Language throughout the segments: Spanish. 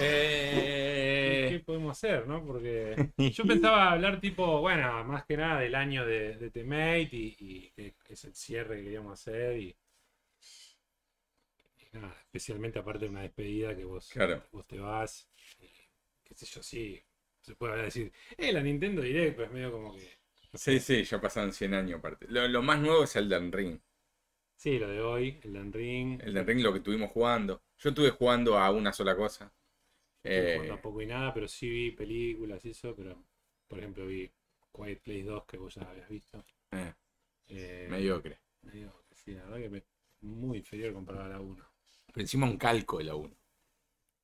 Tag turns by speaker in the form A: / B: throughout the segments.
A: Eh,
B: Eh, hacer, ¿no? Porque yo pensaba hablar tipo, bueno, más que nada del año de, de Temate y, y que es el cierre que queríamos hacer y, y nada, especialmente aparte de una despedida que vos,
A: Claro.
B: vos te vas, y qué sé yo, sí, se puede hablar decir, eh, la Nintendo Direct, pues medio como que... no
A: Sí,
B: sé.
A: sí, ya pasaron 100 años aparte. Lo, lo más nuevo es Elden Ring.
B: Sí, lo de hoy, el Dan Ring,
A: Elden Ring lo que estuvimos jugando. Yo estuve jugando a una sola cosa. Eh,
B: tampoco y nada, pero sí vi películas y eso, pero por ejemplo vi Quiet Place 2 que vos ya habías visto.
A: eh,
B: Eh,
A: mediocre.
B: medio que sí, la verdad que me- muy inferior comparado a la 1.
A: Pero encima un calco de la 1.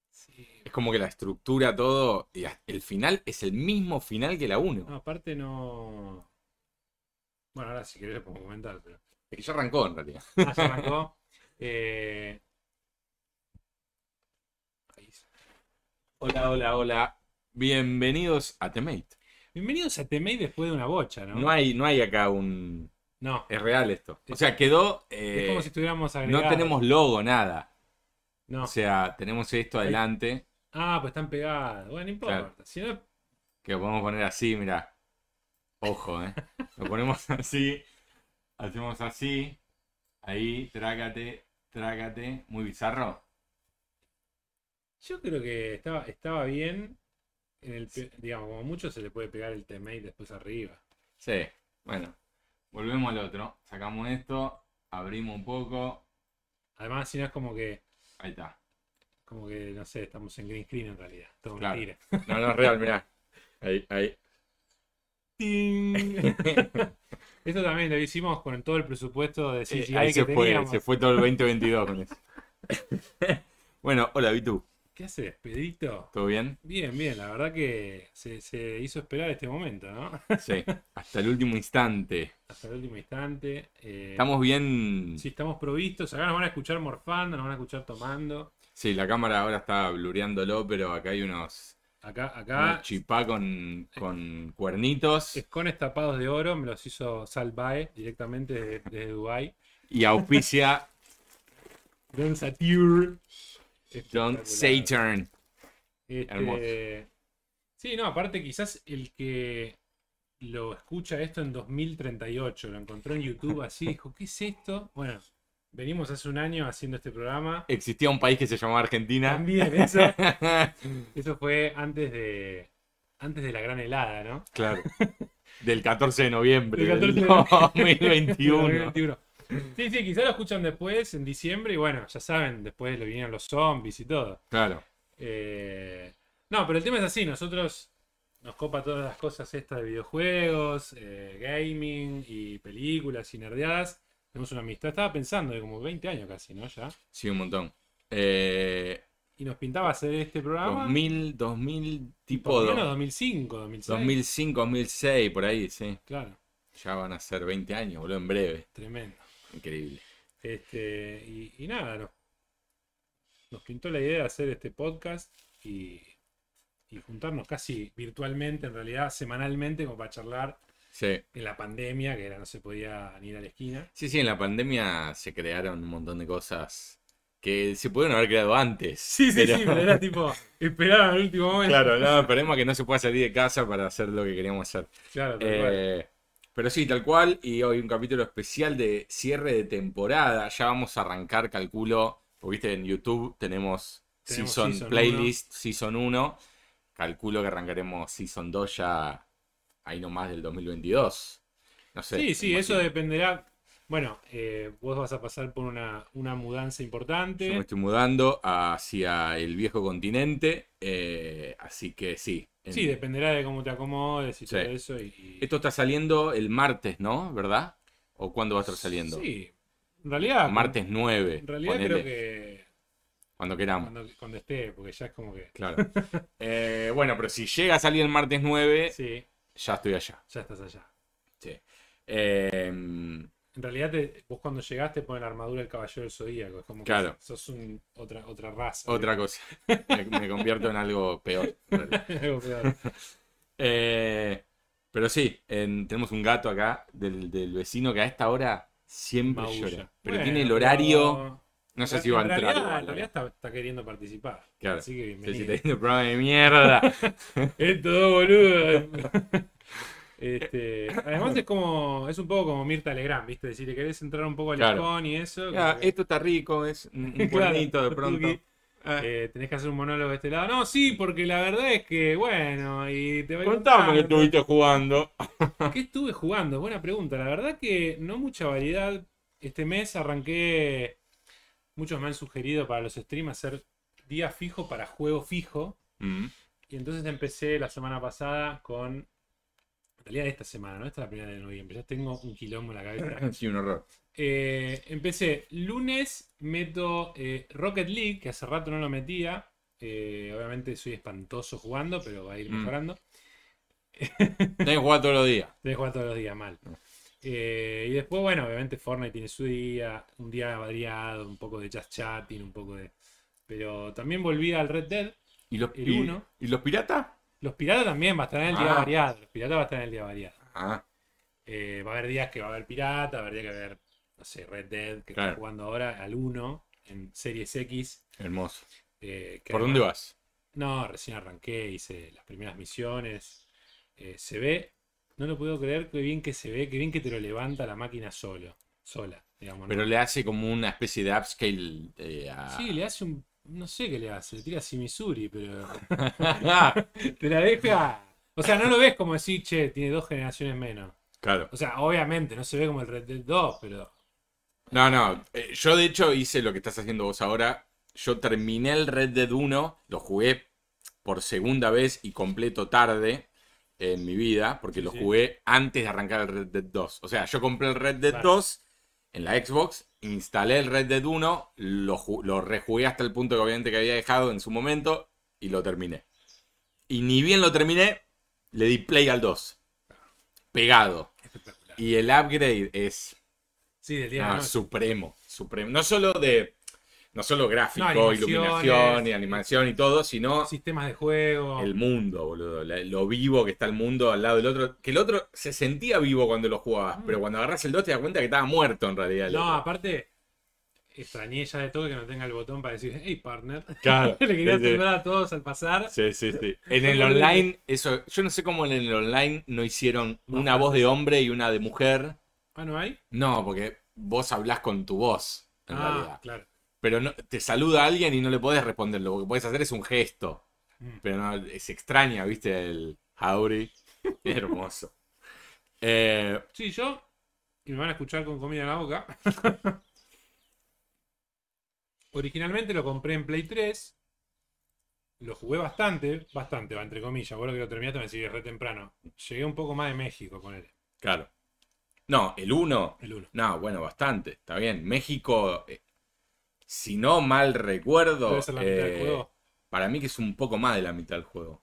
B: Sí.
A: Es como que la estructura, todo, y hasta el final es el mismo final que la 1.
B: No, aparte no. Bueno, ahora si querés lo podemos comentar, pero.
A: Es que ya arrancó en realidad.
B: Ah, se arrancó. Eh, ahí se-
A: Hola, hola, hola. Bienvenidos a Temate.
B: Bienvenidos a Temei después de una bocha, ¿no?
A: No hay, no hay acá un.
B: No,
A: Es real esto. O sea, quedó. eh,
B: es como si estuviéramos agregados.
A: no tenemos logo, nada.
B: No.
A: O sea, tenemos esto adelante.
B: Ah, pues están pegadas. Bueno, no importa. Si no,
A: Que lo podemos poner así, mira. Ojo, eh. Lo ponemos así. Hacemos así. Ahí, trágate, trágate. Muy bizarro.
B: Yo creo que estaba, estaba bien. En el, pe- Digamos, como mucho se le puede pegar el temate después arriba.
A: Sí, bueno. Volvemos al otro. Sacamos esto. Abrimos un poco.
B: Además, si no es como que,
A: Ahí está.
B: como que, no sé, estamos en green screen en realidad. Todo
A: Claro.
B: mentira.
A: No, no es real, mirá. Ahí, ahí.
B: Ting. Esto también lo hicimos con todo el presupuesto de CGI
A: Eh, ahí
B: que
A: se fue,
B: teníamos.
A: se fue todo el 2022 con eso. bueno, hola, Vitu.
B: ¿Qué haces, Pedrito?
A: ¿Todo bien?
B: Bien, bien, la verdad que se, se hizo esperar este momento, ¿no?
A: Sí. Hasta el último instante.
B: Hasta el último instante. eh,
A: Estamos bien.
B: Sí, estamos provistos. Acá nos van a escuchar morfando, nos van a escuchar tomando.
A: Sí, la cámara ahora está blureándolo, pero acá hay unos,
B: Acá,
A: unos
B: acá.
A: chipá con, con cuernitos
B: Escones tapados de oro me los hizo Salvae directamente desde, desde Dubai.
A: y auspicia
B: Don Satyr.
A: John Saturn.
B: Este,
A: Hermoso.
B: Sí, no, aparte quizás el que lo escucha esto en 2038, lo encontró en YouTube así, dijo, ¿qué es esto? Bueno, venimos hace un año haciendo este programa.
A: Existía un país que se llamaba Argentina.
B: También eso, eso fue antes de antes de la gran helada, ¿no?
A: claro. Del 14 de noviembre
B: Del
A: del
B: 14
A: 2021.
B: Sí, sí, quizás lo escuchan después, en diciembre, y bueno, ya saben, después le vinieron los zombies y todo.
A: Claro.
B: Eh, no, pero el tema es así, nosotros nos copa todas las cosas estas de videojuegos, eh, gaming y películas y nerdeadas. Tenemos una amistad, estaba pensando de como 20 años casi, ¿no? Ya.
A: Sí, un montón. Eh,
B: Y nos pintaba hacer este programa.
A: 2000, 2000, tipo
B: por lo menos
A: do-
B: 2005, 2006.
A: 2005, 2006, por ahí, sí.
B: Claro,
A: Ya van a ser 20 años, boludo, en breve.
B: tremendo.
A: Increíble.
B: Este, y, y nada, nos, nos pintó la idea de hacer este podcast y, y juntarnos casi virtualmente, en realidad semanalmente, como para charlar
A: Sí.
B: en la pandemia, que era, no se podía ni ir a la esquina.
A: Sí, sí, en la pandemia se crearon un montón de cosas que se pudieron haber creado antes.
B: Sí, sí,
A: pero-
B: sí, pero era tipo, esperaban al último momento.
A: Claro, no, esperemos que no se pueda salir de casa para hacer lo que queríamos hacer.
B: Claro, tal cual.
A: Eh, pero sí, tal cual, y hoy un capítulo especial de cierre de temporada. Ya vamos a arrancar, calculo, porque viste, en YouTube tenemos,
B: Tenemos
A: Season,
B: Season
A: Playlist, Season 1. Calculo que arrancaremos Season 2 ya ahí nomás del 2022. No sé.
B: Sí, sí,
A: me
B: eso
A: imagino.
B: dependerá. Bueno, eh, vos vas a pasar por una, una mudanza
A: Yo me
B: importante.
A: estoy mudando hacia el viejo continente, eh, así que sí. En-
B: Sí, dependerá de cómo te acomodes y
A: Sí.
B: todo eso. Y, y-
A: Esto está saliendo el martes, ¿no? ¿Verdad? ¿O cuándo va a estar saliendo?
B: Sí, en realidad.
A: Martes 9.
B: En realidad
A: ponele,
B: creo que
A: Cuando queramos.
B: cuando, cuando esté, porque ya es como que.
A: Claro. Eh, bueno, pero si llega a salir el martes 9,
B: Sí,
A: ya estoy allá.
B: ya estás allá.
A: Sí. Eh,
B: En realidad, te- vos cuando llegaste ponen la armadura del caballero del zodíaco. Es como que
A: Claro.
B: sos un- otra, otra raza.
A: otra cosa. Me, me convierto en algo peor. en realidad.
B: Algo peor.
A: Eh, pero sí, en- tenemos un gato acá del, del vecino que a esta hora siempre
B: Maulla.
A: llora. Pero
B: Bueno,
A: tiene el horario.
B: pero-
A: No sé
B: En
A: si va a entrar.
B: realidad-
A: igual, ¿eh?
B: en realidad está, está queriendo participar.
A: Claro.
B: Así que
A: Sí, sí,
B: bienvenido.
A: teniendo un programa de mierda.
B: Es todo boludo. Este, además es como es un poco como Mirta Legrand, ¿viste? Decir, le querés entrar un poco al
A: Claro.
B: Icon y eso,
A: Ah,
B: como que,
A: esto está rico, es un un
B: Claro,
A: cuernito de pronto.
B: tuki.
A: Ah,
B: eh, tenés que hacer un monólogo de este lado. No, sí, porque la verdad es que, bueno, y te va
A: contame que
B: contando.
A: estuviste jugando.
B: ¿Qué estuve jugando? Buena pregunta. La verdad que no mucha variedad. Este mes arranqué. Muchos me han sugerido para los streams hacer día fijo para juego fijo.
A: Mm,
B: Y entonces empecé la semana pasada con. En realidad, esta semana, ¿no? Esta es la primera de noviembre. Ya tengo un quilombo en la cabeza.
A: Sí, un horror.
B: Eh, empecé lunes, meto eh, Rocket League, que hace rato no lo metía. Eh, obviamente soy espantoso jugando, pero va a ir
A: Mm.
B: mejorando.
A: Tenés que jugar todos los días.
B: Tenés que jugar todos los días mal. Eh, y después, bueno, obviamente Fortnite tiene su día, un día variado, un poco de Just Chatting, un poco de. Pero también volví al Red Dead.
A: ¿Y los,
B: El
A: y-
B: uno.
A: ¿y los piratas?
B: Los piratas también van a estar en el día
A: Ah.
B: variado. Los piratas van a estar en el día variado.
A: Ah,
B: Eh, va a haber días que va a haber pirata, va a haber días que va a haber, no sé, Red Dead, que
A: Claro.
B: está jugando ahora al 1 en Series X.
A: hermoso.
B: eh, que
A: ¿Por
B: además-
A: dónde vas?
B: No, recién arranqué, hice las primeras misiones. Eh, se ve, no lo puedo creer, qué bien que se ve, qué bien que te lo levanta la máquina solo, sola, digamos. ¿no?
A: Pero le hace como una especie de upscale eh, a...
B: Sí, le hace un. No sé qué le hace, le tira así Missouri, pero.
A: Ah,
B: Te la deja. O sea, no lo ves como decir, che, tiene dos generaciones menos.
A: claro.
B: O sea, obviamente, no se ve como el Red Dead 2, pero.
A: No, no. eh, yo de hecho hice lo que estás haciendo vos ahora. Yo terminé el Red Dead 1, lo jugué por segunda vez y completo tarde en mi vida, porque
B: Sí,
A: lo
B: sí.
A: jugué antes de arrancar el Red Dead 2. O sea, yo compré el Red Dead
B: Claro.
A: 2 en la Xbox, instalé el Red Dead 1, lo, ju- lo rejugué hasta el punto que obviamente que había dejado en su momento y lo terminé. Y ni bien lo terminé, le di play al 2. Pegado.
B: Espectacular.
A: Y el upgrade es
B: Sí, del día
A: Ah,
B: de la noche.
A: supremo, supremo. No solo de. No solo gráfico,
B: No, animaciones.
A: iluminación y animación y todo, sino
B: Sistemas de juego.
A: el mundo, boludo. La- Lo vivo que está el mundo al lado del otro. Que el otro se sentía vivo cuando lo jugabas,
B: Mm.
A: pero cuando agarras el 2 te das cuenta que estaba muerto en realidad. el
B: No,
A: otro.
B: aparte, extrañé ya de todo que no tenga el botón para decir, hey, partner.
A: Claro.
B: Le quería
A: Sí, sí.
B: temblar a todos al pasar.
A: Sí, sí, sí. En el online, eso, yo no sé cómo en el online no hicieron
B: Más
A: una voz de hombre y una de mujer.
B: Ah, ¿no hay?
A: No, porque vos hablás con tu voz, en
B: ah,
A: realidad.
B: claro.
A: pero no, te saluda alguien y no le podés responderlo. Lo que podés hacer es un gesto.
B: Mm.
A: Pero no, se extraña, ¿viste? El Jauri. Hermoso. Eh,
B: Sí, yo, y me van a escuchar con comida en la boca. Originalmente lo compré en Play 3. Lo jugué bastante, bastante, va, entre comillas. Vos lo que lo terminaste me decís re temprano. Llegué un poco más de México con él,
A: claro. No, el 1.
B: el 1.
A: No, bueno, bastante. Está bien. México, eh, si no mal recuerdo,
B: Debe ser la mitad del
A: eh,
B: juego.
A: para mí que es un poco más de la mitad del juego.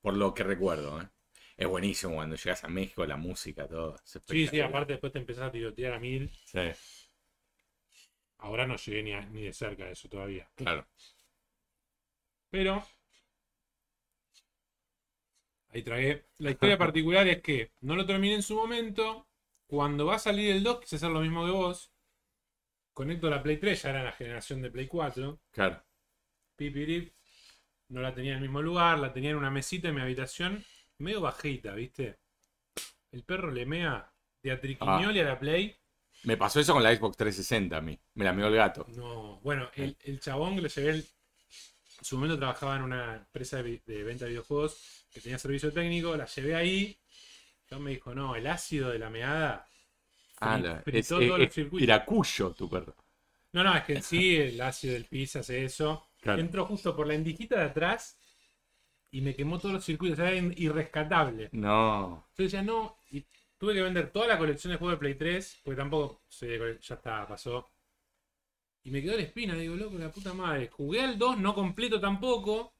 A: Por lo que recuerdo. ¿eh? Es buenísimo cuando llegas a México, la música, todo. Es
B: Sí, sí,
A: espectacular.
B: aparte después te empezás a tirotear a mil.
A: Sí,
B: Ahora no llegué ni, a- ni de cerca de eso todavía.
A: claro.
B: Pero. Ahí tragué. La historia particular es que no lo terminé en su momento. Cuando va a salir el 2, quise hacer lo mismo que vos. Conecto la Play 3, ya era la generación de Play 4.
A: Claro.
B: Pipirip. No la tenía en el mismo lugar, la tenía en una mesita en mi habitación. Medio bajita, ¿viste? El perro le mea de a triquiñoli a la Play.
A: Me pasó eso con la Xbox 360 a mí. Me la meó el gato.
B: No, bueno, el, el chabón que le llevé, el- en su momento trabajaba en una empresa de, vi- de venta de videojuegos que tenía servicio técnico, la llevé ahí. Entonces me dijo, no, el ácido de la meada.
A: Ah,
B: fri-
A: la- es,
B: fritó
A: es-
B: todos los
A: es
B: circuitos.
A: piracuyo tu perro.
B: No, no, es que en sí el ácido del pis hace eso.
A: Claro.
B: Entró justo por la endijita de atrás y me quemó todos los circuitos, era in- irrescatable.
A: No.
B: Entonces ya no, y tuve que vender toda la colección de juegos de Play 3, porque tampoco, soy de cole- ya está, pasó. Y me quedó la espina, digo, loco, la puta madre. Jugué al 2, no completo tampoco.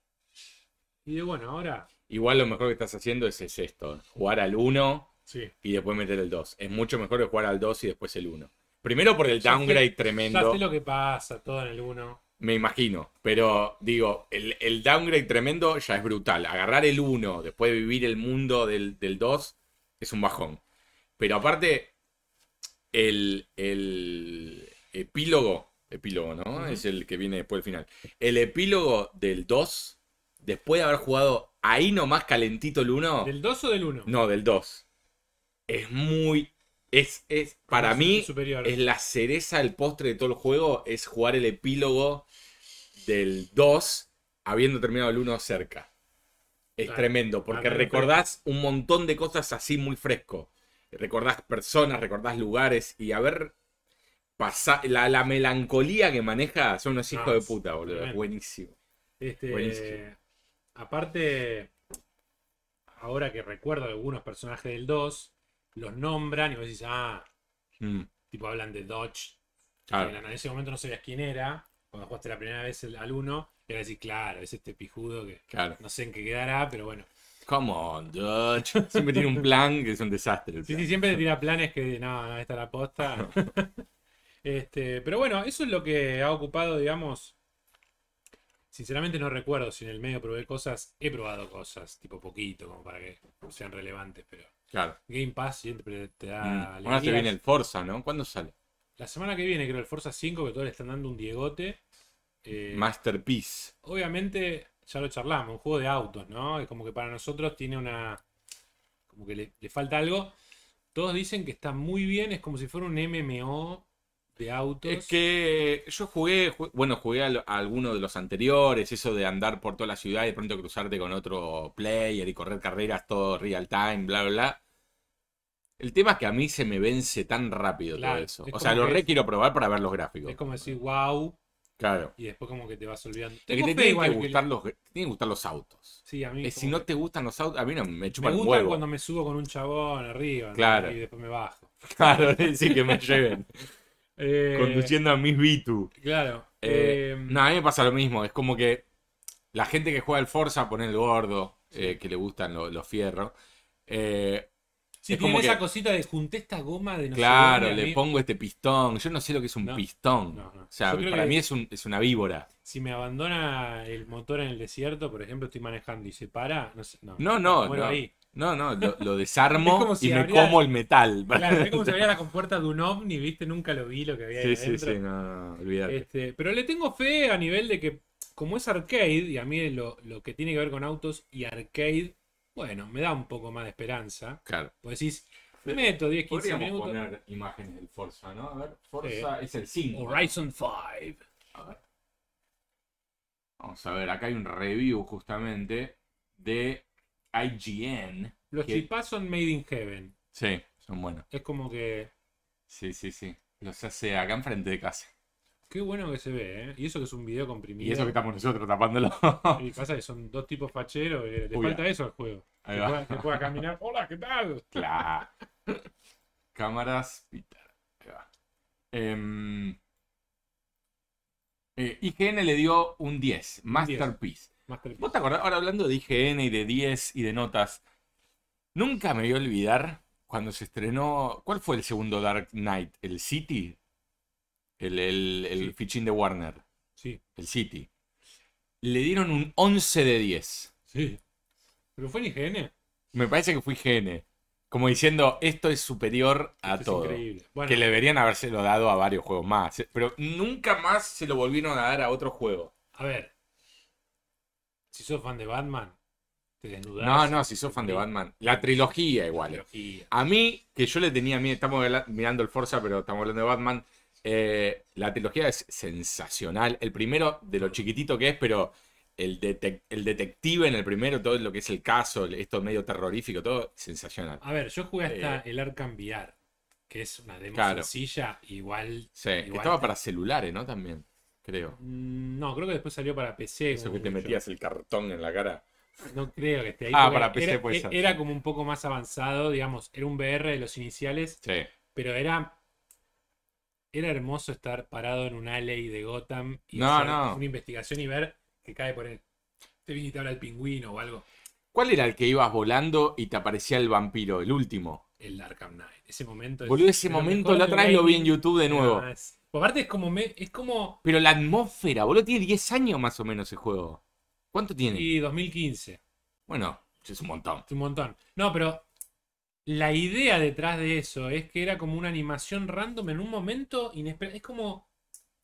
B: Y digo, bueno, ahora
A: Igual lo mejor que estás haciendo es, es esto: jugar al 1
B: sí.
A: y después meter el 2. Es mucho mejor que jugar al 2 y después el 1. Primero por el
B: Ya sé-
A: downgrade
B: Ya
A: tremendo,
B: sé lo que pasa, todo en el 1.
A: me imagino. Pero digo, el, el downgrade tremendo ya es brutal. Agarrar el 1, después vivir el mundo del, del 2, es un bajón. Pero aparte, el, el epílogo, epílogo, ¿no? Es el que viene después del final. El epílogo del 2, después de haber jugado ahí nomás calentito el 1.
B: ¿Del 2 o del 1?
A: No, del 2. Es muy. Es, es para mí,
B: superior.
A: es la cereza del postre de todo el juego. Es jugar el epílogo del 2, habiendo terminado el 1 cerca. Es
B: Claro.
A: tremendo, porque
B: Claro,
A: recordás un montón de cosas así muy fresco. Recordás personas, recordás lugares y haber pasado. La, la melancolía que maneja son unos
B: No,
A: hijos de
B: es
A: puta, boludo.
B: tremendo.
A: Buenísimo.
B: Este,
A: Buenísimo.
B: Aparte, ahora que recuerdo algunos personajes del 2, los nombran y vos decís, ah,
A: Mm,
B: tipo hablan de Dodge.
A: claro.
B: que En ese momento no sabías quién era. Cuando jugaste la primera vez el- al 1, y ahora decís, claro, es este pijudo que
A: Claro.
B: no sé en qué quedará, pero bueno.
A: Come on, Dutch. Siempre tiene un plan que es un desastre. el
B: Sí,
A: plan.
B: sí, siempre te tira planes que no, no, esta es la posta. este, pero bueno, eso es lo que ha ocupado, digamos. Sinceramente no recuerdo si en el medio probé cosas. He probado cosas, tipo poquito, como para que sean relevantes, pero.
A: Claro.
B: Game Pass siempre te da.
A: Mm. Ahora
B: alegrías.
A: se viene el Forza, ¿no? ¿Cuándo sale?
B: La semana que viene, creo, el Forza 5, que todos le están dando un diegote. Eh,
A: Masterpiece.
B: obviamente, ya lo charlamos, un juego de autos, ¿no? Es como que para nosotros tiene una. como que le, le falta algo. Todos dicen que está muy bien, es como si fuera un MMO de autos.
A: Es que yo jugué, ju- bueno, jugué a, lo- a alguno de los anteriores, eso de andar por toda la ciudad y de pronto cruzarte con otro player y correr carreras todo real time, bla, bla, bla. El tema es que a mí se me vence tan rápido
B: Claro,
A: todo eso.
B: es
A: O sea,
B: como
A: lo
B: que
A: re
B: es-
A: quiero probar para ver los gráficos.
B: es como decir wow,
A: Claro.
B: y después como que te vas olvidando.
A: Es que
B: Tengo
A: te
B: fe
A: tienen que,
B: igual que le-
A: gustar los, te tienen que gustar los autos.
B: Sí, a mí.
A: Es,
B: como
A: si no
B: que-
A: te gustan los autos, a mí no me
B: me
A: chupa el
B: gusta
A: huevo.
B: cuando me subo con un chabón arriba ¿no?
A: Claro.
B: y después me bajo.
A: Claro, sí, que me lleven.
B: Eh,
A: Conduciendo a mis Vitu.
B: Claro.
A: Eh,
B: eh,
A: no, a mí me pasa lo mismo. Es como que la gente que juega el Forza pone el gordo, eh, que le gustan lo- los fierros. Eh,
B: Sí,
A: Es
B: tiene
A: como
B: esa
A: que-
B: cosita de junté esta goma de no sé
A: claro,
B: dónde, a
A: le
B: mí-
A: pongo este pistón. Yo no sé lo que es un
B: No,
A: pistón.
B: no, no.
A: O sea,
B: Yo creo
A: para
B: que-
A: mí es, un- es una víbora.
B: Si me abandona el motor en el desierto, por ejemplo, estoy manejando y se para, no sé, no.
A: No, no,
B: Bueno,
A: no.
B: ahí.
A: No, no, lo, lo
B: Es como
A: desarmo
B: si
A: y me
B: habría-
A: como el metal.
B: Claro, es como si abría la compuerta de un ovni, viste, nunca lo vi lo que había
A: sí,
B: ahí
A: sí,
B: adentro.
A: sí, no, no, no, olvídate.
B: Este, pero le tengo fe a nivel de que, como es arcade, y a mí lo, lo que tiene que ver con autos y arcade, bueno, me da un poco más de esperanza.
A: Claro.
B: Pues decís, me meto 10, 15 minutos.
A: poner imágenes del Forza, ¿no? A ver, es el 5.
B: Horizon 5.
A: A ver. Vamos a ver, acá hay un review justamente de IGN.
B: Los
A: ¿Qué?
B: chipás son made in heaven.
A: Sí, son buenos.
B: Es como que.
A: Sí, sí, sí. Los hace acá enfrente de casa.
B: Qué bueno que se ve, ¿eh? Y eso que es un video comprimido.
A: Y eso que estamos nosotros tapándolo.
B: Y pasa que son dos tipos facheros. eh, le
A: Uy,
B: falta eso al juego.
A: Ahí
B: que,
A: va.
B: pueda, que pueda caminar. Hola, ¿qué tal?
A: Claro. Cámaras, Peter. Ahí va. Em, eh, IGN le dio un 10. Masterpiece.
B: Masterpiece.
A: ¿Vos te acordás? Ahora hablando de IGN y de 10 y de notas, nunca me voy a olvidar cuando se estrenó. ¿Cuál fue el segundo Dark Knight? ¿El City? El, el, el
B: Sí.
A: fichín de Warner.
B: Sí,
A: El City. Le dieron un 11 de 10.
B: sí. ¿Pero fue en IGN?
A: Me parece que fue IGN. Como diciendo, esto es superior a
B: Esto es
A: todo.
B: increíble. Bueno,
A: Que le deberían habérselo dado a varios juegos más. Pero nunca más se lo volvieron a dar a otro juego.
B: a ver. Si sos fan de Batman, te desnudás.
A: No, no, si sos fan de Batman. La trilogía igual.
B: Trilogía.
A: A mí, que yo le tenía miedo, estamos habla- mirando el Forza, pero estamos hablando de Batman. eh, la trilogía es sensacional. El primero, de lo chiquitito que es, pero el, detec- el detective en el primero, todo lo que es el caso, el- esto medio terrorífico, todo sensacional.
B: A ver, yo jugué hasta el Arkham VR, que es una demo
A: Eh. Claro.
B: sencilla, igual.
A: Sí,
B: Igual
A: estaba
B: te-
A: para celulares, ¿no? También, creo.
B: Mm, No, creo que después salió para PC.
A: Eso
B: como
A: que te
B: mucho.
A: metías el cartón en la cara.
B: No creo que esté ahí.
A: Ah,
B: porque
A: para PC
B: era,
A: puede
B: e-
A: ser,
B: Era
A: sí.
B: como un poco más avanzado, digamos. Era un VR de los iniciales,
A: Sí,
B: pero era. Era hermoso estar parado en un alley de Gotham y
A: No,
B: hacer
A: no.
B: una investigación y ver que cae por el. Te viniste ahora el pingüino o algo.
A: ¿Cuál era el que ibas volando y te aparecía el vampiro, el último?
B: El Arkham Knight. Ese momento. es
A: Boludo, ese
B: de lo
A: momento
B: mejor
A: la
B: del
A: otra vez lo vi en
B: gaming.
A: YouTube de nuevo.
B: Ah, es- Aparte, es como. me- es como.
A: Pero la atmósfera, boludo, tiene 10 años más o menos el juego. ¿Cuánto tiene?
B: Y 2015.
A: Bueno, es un montón.
B: Es un montón. No, pero la idea detrás de eso es que era como una animación random en un momento inesperado. Es como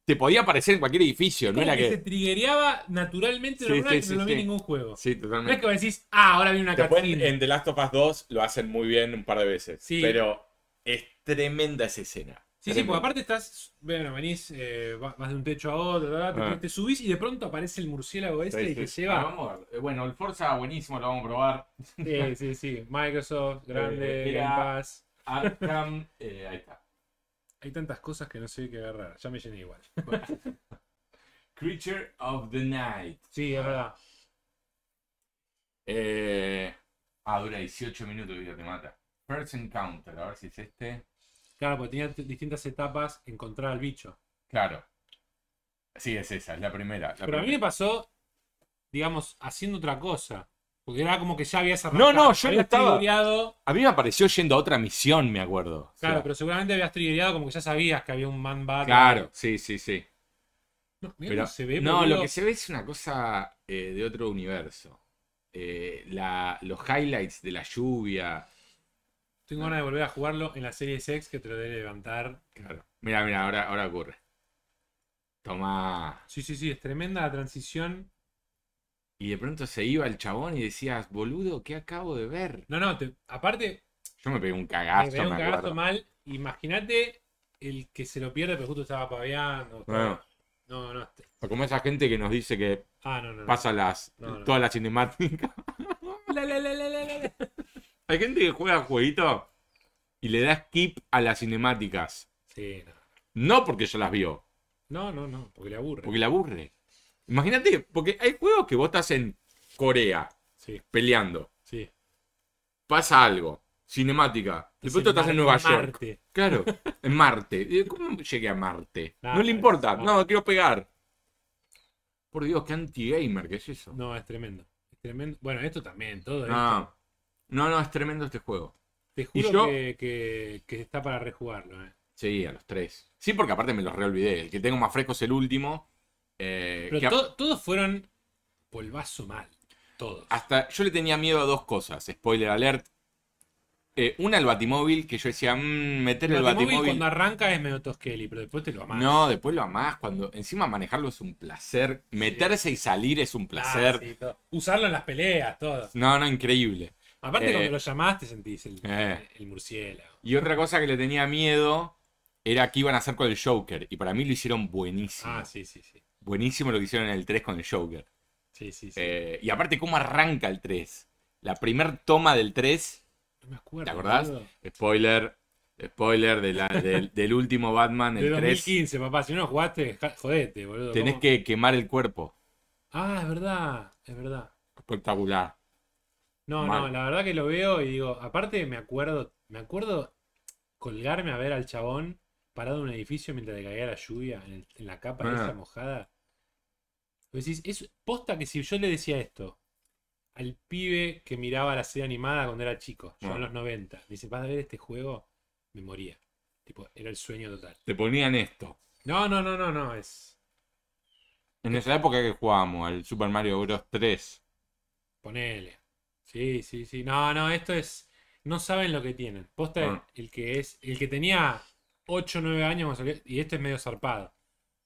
A: te podía aparecer en cualquier edificio, no
B: Como
A: era
B: que
A: que.
B: se triggereaba naturalmente,
A: Sí,
B: pero no
A: sí,
B: que
A: sí,
B: no lo vi
A: sí.
B: en ningún juego.
A: Sí,
B: No es
A: totalmente.
B: que decís, ah, ahora viene una
A: Después en,
B: cutscene.
A: en The Last of Us 2 lo hacen muy bien un par de veces.
B: Sí.
A: Pero es tremenda esa escena.
B: Sí, sí,
A: Tremenda.
B: porque aparte estás, bueno, venís, eh, va- vas de un techo a otro, ta, ta, ta,
A: Ah.
B: te, te subís y de pronto aparece el murciélago este
A: Sí,
B: y te
A: sí. Ah,
B: lleva.
A: vamos a ver. Bueno, el Forza buenísimo, lo vamos a probar.
B: Sí, eh, sí, sí. Microsoft, grande,
A: Eh,
B: Game
A: era-
B: Pass.
A: Arkham, eh, ahí está.
B: Hay tantas cosas que no sé qué agarrar. Ya me llené igual.
A: Creature of the Night.
B: Sí, es verdad.
A: Eh, ah, dura 18 minutos y ya te mata. First Encounter, a ver si es este.
B: Claro, porque tenía t- distintas etapas encontrar al bicho.
A: Claro. Sí, es esa, es la primera. la
B: Pero a mí me
A: primera.
B: pasó, digamos, haciendo otra cosa. Porque era como que ya habías
A: No,
B: arrancado.
A: no, yo
B: habías
A: no estaba.
B: triggereado-
A: A mí me apareció yendo a otra misión, me acuerdo. O
B: Claro,
A: sea,
B: pero seguramente habías triggereado como que ya sabías que había un man battle.
A: claro, sí, sí, sí.
B: No, mirá
A: Pero-
B: cómo se ve,
A: no,
B: boludo.
A: lo que se ve es una cosa eh, de otro universo. Eh, la- los highlights de la lluvia.
B: Tengo ganas de volver a jugarlo en la serie X que te lo debe levantar.
A: Claro. Mira, mira, ahora, ahora ocurre. Toma.
B: Sí, sí, sí, es tremenda la transición.
A: Y de pronto se iba el chabón y decías, boludo, ¿qué acabo de ver?
B: No, no, te- aparte,
A: Ah, Yo me pegué un
B: me
A: cagazo,
B: veo un
A: me
B: cagazo
A: acuerdo.
B: mal. Imagínate el que se lo pierde, pero justo estaba paveando.
A: Bueno.
B: No, no. te-
A: O Como esa gente que nos dice que
B: Ah, no, no. no.
A: pasa las
B: No, no.
A: todas las cinemáticas.
B: La, la, la, la, la, la, la.
A: Hay gente que juega jueguito y le da skip a las cinemáticas.
B: Sí, no.
A: No porque ya las vio,
B: No, no, no, porque le aburre.
A: porque le aburre. Imagínate, porque hay juegos que vos estás en Corea
B: Sí,
A: peleando,
B: sí.
A: pasa algo, cinemática, de pronto estás en Nueva York.
B: Marte.
A: Claro, en Marte. Eh, ¿Cómo llegué a Marte?
B: Nada,
A: no le importa,
B: nada.
A: no, quiero pegar. Por Dios, qué anti-gamer, ¿qué es eso?
B: No, es tremendo. Es tremendo. Bueno, esto también, todo esto.
A: No, no, no, es tremendo este juego.
B: Te juro
A: Ah. yo-
B: que, que- que está para rejugarlo, eh.
A: Sí, a los tres. Sí, porque aparte me los reolvidé. El que tengo más fresco es el último. eh,
B: Pero
A: que a-
B: to- todos fueron polvazo mal. Todos.
A: hasta yo le tenía miedo a dos cosas. Spoiler alert. Eh, una al batimóvil, que yo decía, "Mm, meter el
B: Batimóvil
A: batimóvil.
B: cuando arranca es medio Tosqueli, pero después te lo Ah, amás.
A: No, después lo amás. Cuando, encima manejarlo es un placer. Meterse y salir es un
B: Ah,
A: placer.
B: sí, todo. Usarlo en las peleas, todo.
A: No, no, increíble.
B: Aparte,
A: Eh.
B: cuando lo llamás, te sentís el,
A: Eh.
B: el murciélago.
A: Y otra cosa que le tenía miedo era que iban a hacer con el Joker. Y para mí lo hicieron buenísimo.
B: Ah, sí, sí, sí.
A: Buenísimo lo que hicieron en el 3 con el Joker.
B: Sí, sí, sí.
A: Eh, y aparte, ¿cómo arranca el 3? La primer toma del 3,
B: no me acuerdo.
A: ¿te acordás?
B: boludo.
A: spoiler, spoiler de la- del, del último Batman,
B: De
A: el 3,
B: 2015, papá. Si no lo jugaste, ja- jodete, boludo.
A: tenés
B: ¿Cómo?
A: que quemar el cuerpo.
B: Ah, es verdad, es verdad.
A: Espectacular.
B: No, no,
A: Mal.
B: la verdad que lo veo y digo, aparte me acuerdo, me acuerdo colgarme a ver al chabón parado en un edificio mientras le caía la lluvia en, el- en la capa
A: Ah.
B: esa mojada. Vos Decís, es posta que si yo le decía esto al pibe que miraba la serie animada cuando era chico, yo en
A: Ah.
B: los 90, me dice, vas a ver este juego, me moría. Tipo, era el sueño total.
A: Te ponían esto.
B: No, no, no, no, no, es
A: En esa época que jugábamos al Super Mario Bros. 3.
B: ponele. Sí, sí, sí. No, no, esto es. No saben lo que tienen. Posta
A: Ah.
B: el que es. El que tenía 8 o 9 años cuando salió, Y este es medio zarpado.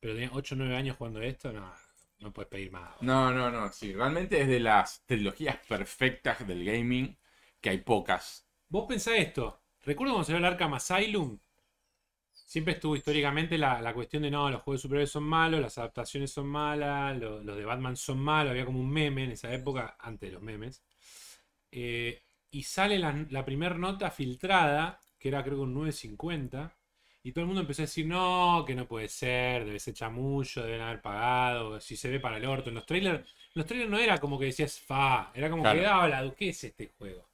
B: Pero tenía 8 o 9 años jugando esto, no, no puedes pedir más.
A: No, no, no, sí. Realmente es de las trilogías perfectas del gaming, que hay pocas.
B: Vos pensá esto. Recuerdo cuando salió el Arkham Asylum. Siempre estuvo históricamente la, la cuestión de no, los juegos de superhéroes son malos, las adaptaciones son malas, lo- los de Batman son malos. Había como un meme en esa época, antes de los memes. Eh, y sale la, la primera nota filtrada, que era creo que un 9.50. Y todo el mundo empezó a decir, no, que no puede ser, debe ser chamullo, deben haber pagado, si se ve para el orto. En los trailers, en los trailers no era como que decías, fa, era como
A: Claro.
B: que daba la ¿qué es este juego?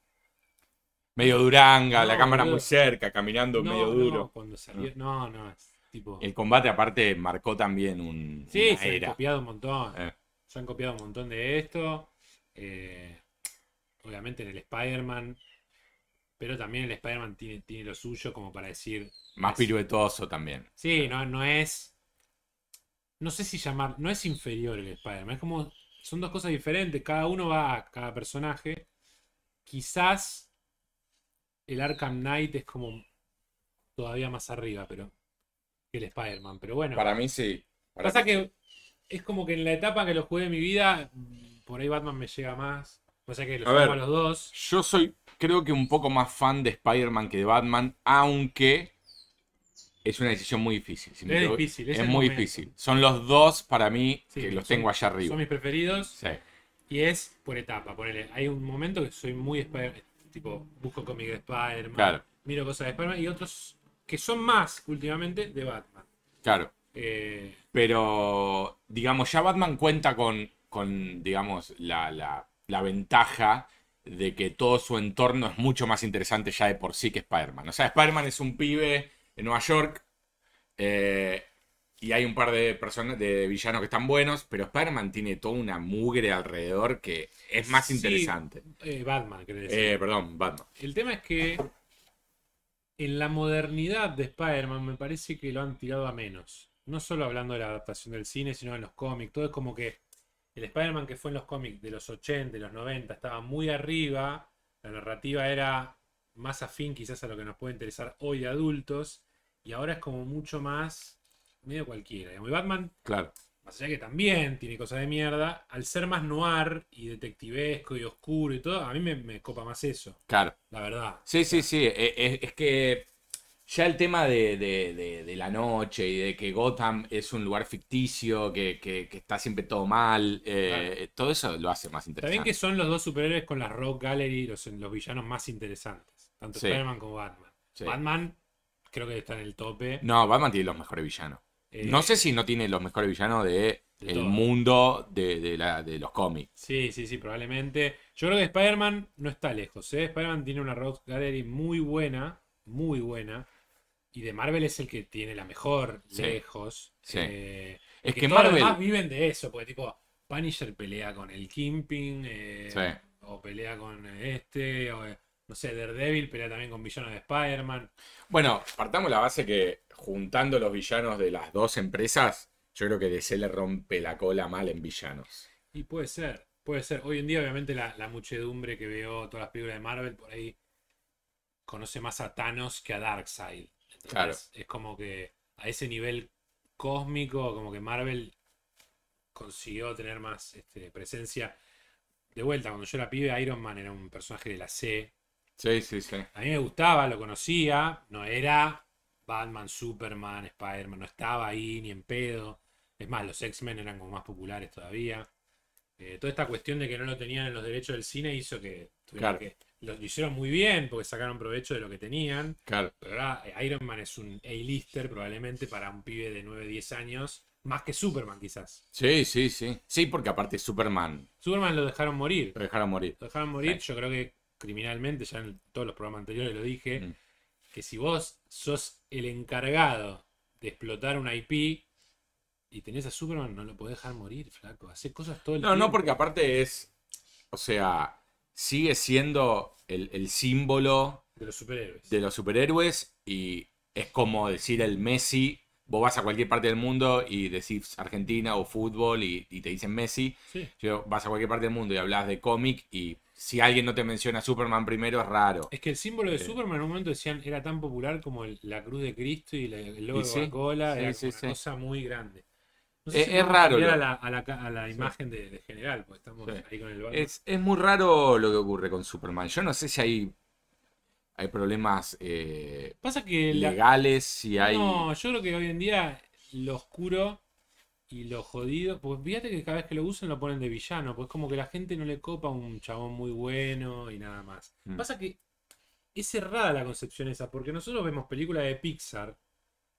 A: Medio duranga,
B: No,
A: la cámara
B: boludo.
A: muy cerca, caminando medio
B: no,
A: duro.
B: cuando salió. No, no, es tipo.
A: El combate aparte marcó también un,
B: sí,
A: una
B: se han
A: era.
B: copiado un montón.
A: Eh.
B: Se han copiado un montón de esto. eh, obviamente en el Spider-Man. Pero también el Spider-Man tiene, tiene lo suyo como para decir.
A: Más piruetoso también.
B: Sí, no, no es. No sé si llamar. No es inferior el Spider-Man. Es como. Son dos cosas diferentes. Cada uno va a cada personaje. Quizás el Arkham Knight es como todavía más arriba, pero. Que el Spider-Man. Pero bueno.
A: Para mí sí. Para
B: Pasa que es como que en la etapa que lo jugué de mi vida, por ahí Batman me llega más. O sea que los
A: A
B: juego
A: ver.
B: a los dos.
A: Yo soy, creo que un poco más fan de Spider-Man que de Batman, aunque es una decisión muy difícil. si me
B: Es
A: tengo-
B: difícil, es
A: Es
B: el
A: muy
B: momento.
A: difícil. Son los dos para mí
B: Sí,
A: que los
B: son-
A: tengo allá arriba.
B: Son mis preferidos.
A: Sí.
B: Y es por etapa. Ponele. Hay un momento que soy muy Spider Tipo, busco cómics de Spider-Man.
A: Claro.
B: Miro cosas de Spider-Man. Y otros que son más últimamente de Batman.
A: Claro.
B: Eh,
A: Pero, digamos, ya Batman cuenta con, con digamos, la, la- la ventaja de que todo su entorno es mucho más interesante ya de por sí que Spider-Man. O sea, Spider-Man es un pibe en Nueva York eh, y hay un par de personas, de villanos que están buenos, pero Spider-Man tiene toda una mugre alrededor que es más
B: Sí.
A: interesante.
B: eh, Batman, creo decir.
A: Eh, perdón, Batman.
B: El tema es que en la modernidad de Spider-Man me parece que lo han tirado a menos. No solo hablando de la adaptación del cine, sino en los cómics. Todo es como que el Spider-Man que fue en los cómics de los 80, de los 90, estaba muy arriba. La narrativa era más afín quizás a lo que nos puede interesar hoy de adultos. Y ahora es como mucho más medio cualquiera. digamos. Y Batman
A: Claro,
B: más allá que también tiene cosas de mierda, al ser más noir y detectivesco y oscuro y todo, a mí me, me copa más eso,
A: claro.
B: la verdad.
A: Sí, sí, sí. e- e- Es, que ya el tema de, de- de- de la noche y de que Gotham es un lugar ficticio, que, que- que está siempre todo mal, eh, todo eso lo hace más
B: Está bien
A: interesante.
B: que son los dos superhéroes con la Rock Gallery, los, los villanos más interesantes, tanto
A: Sí.
B: Spider-Man como Batman.
A: Sí.
B: Batman creo que está en el tope.
A: No, Batman tiene los mejores villanos.
B: Eh,
A: no sé si no tiene los mejores villanos de,
B: De
A: el
B: todo.
A: mundo de, de la- de los cómics.
B: Sí, sí, sí, probablemente. Yo creo que Spider-Man no está lejos. ¿eh? Spider-Man tiene una Rock Gallery muy buena, muy buena. Y de Marvel es el que tiene la mejor,
A: Sí.
B: lejos.
A: Sí.
B: Eh,
A: Es
B: que,
A: que
B: todos los
A: Marvel.
B: demás viven de eso, porque tipo, Punisher pelea con el Kimping, eh,
A: Sí.
B: o pelea con este, o eh, no sé, Daredevil pelea también con villanos de Spider-Man.
A: Bueno, partamos la base que juntando los villanos de las dos empresas, yo creo que DC le rompe la cola mal en villanos.
B: Y puede ser, puede ser. Hoy en día, obviamente, la, la muchedumbre que veo todas las películas de Marvel por ahí conoce más a Thanos que a Darkseid. ¿entendés?
A: Claro.
B: Es como que a ese nivel cósmico, como que Marvel consiguió tener más este, presencia. De vuelta, cuando yo era pibe, Iron Man era un personaje de la C,
A: Sí, sí, sí.
B: A mí me gustaba, lo conocía, no era Batman, Superman, Spider-Man, no estaba ahí ni en pedo. Es más, los X-Men eran como más populares todavía. Eh, toda esta cuestión de que no lo tenían en los derechos del cine hizo que, tuvieron
A: Claro.
B: que- lo hicieron muy bien porque sacaron provecho de lo que tenían.
A: Claro.
B: Pero ahora eh, Iron Man es un A-lister probablemente para un pibe de 9, 10 años, más que Superman quizás.
A: Sí, sí, sí. Sí, porque aparte Superman
B: Superman lo dejaron morir.
A: lo dejaron morir.
B: lo dejaron morir,
A: Sí.
B: yo creo que criminalmente, ya en todos los programas anteriores lo dije,
A: Mm.
B: que si vos sos el encargado de explotar una IP y tenés a Superman, no lo podés dejar morir, flaco. Hace cosas todo el
A: No,
B: tiempo.
A: no, porque aparte es. O sea, sigue siendo el, el símbolo
B: De los superhéroes.
A: de los superhéroes y es como decir el Messi. Vos vas a cualquier parte del mundo y decís Argentina o fútbol y, y te dicen Messi.
B: Sí.
A: Yo, vas a cualquier parte del mundo y hablas de cómic y si alguien no te menciona Superman primero es raro.
B: Es que el símbolo de
A: Sí.
B: Superman en un momento decían era tan popular como el- la cruz de Cristo y la- el logo
A: Y sí,
B: de Coca-Cola,
A: sí,
B: era
A: sí,
B: como una
A: sí.
B: cosa muy grande. No
A: Es- es
B: podemos
A: raro,
B: cambiar
A: lo-
B: A la, a la ca- a la imagen de, de general, porque estamos
A: Sí.
B: ahí con el Batman.
A: Es, es muy raro lo que ocurre con Superman. Yo no sé si hay, hay problemas eh,
B: Pasa que la,
A: legales, si hay...
B: No, yo creo que hoy en día lo oscuro y lo jodido. Pues fíjate que cada vez que lo usan lo ponen de villano. Pues como que la gente no le copa un chabón muy bueno y nada más.
A: Mm.
B: Pasa que es errada la concepción esa, porque nosotros vemos películas de Pixar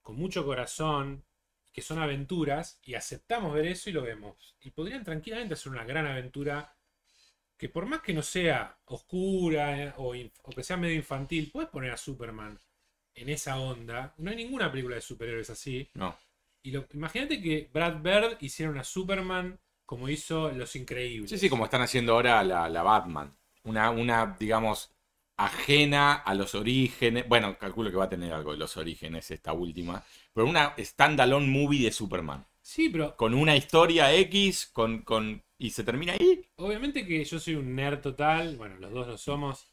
B: con mucho corazón, que son aventuras, y aceptamos ver eso y lo vemos. Y podrían tranquilamente hacer una gran aventura que por más que no sea oscura eh, o, inf- o que sea medio infantil, puedes poner a Superman en esa onda. No hay ninguna película de superhéroes así.
A: No.
B: Y lo- imagínate que Brad Bird hiciera una Superman como hizo Los Increíbles.
A: Sí, sí, como están haciendo ahora la, la Batman. Una, una, digamos, ajena a los orígenes. Bueno, calculo que va a tener algo de los orígenes esta última. Pero una standalone movie de Superman.
B: Sí, pero
A: Con una historia X, con, con. Y se termina ahí.
B: obviamente que yo soy un nerd total. Bueno, los dos lo somos.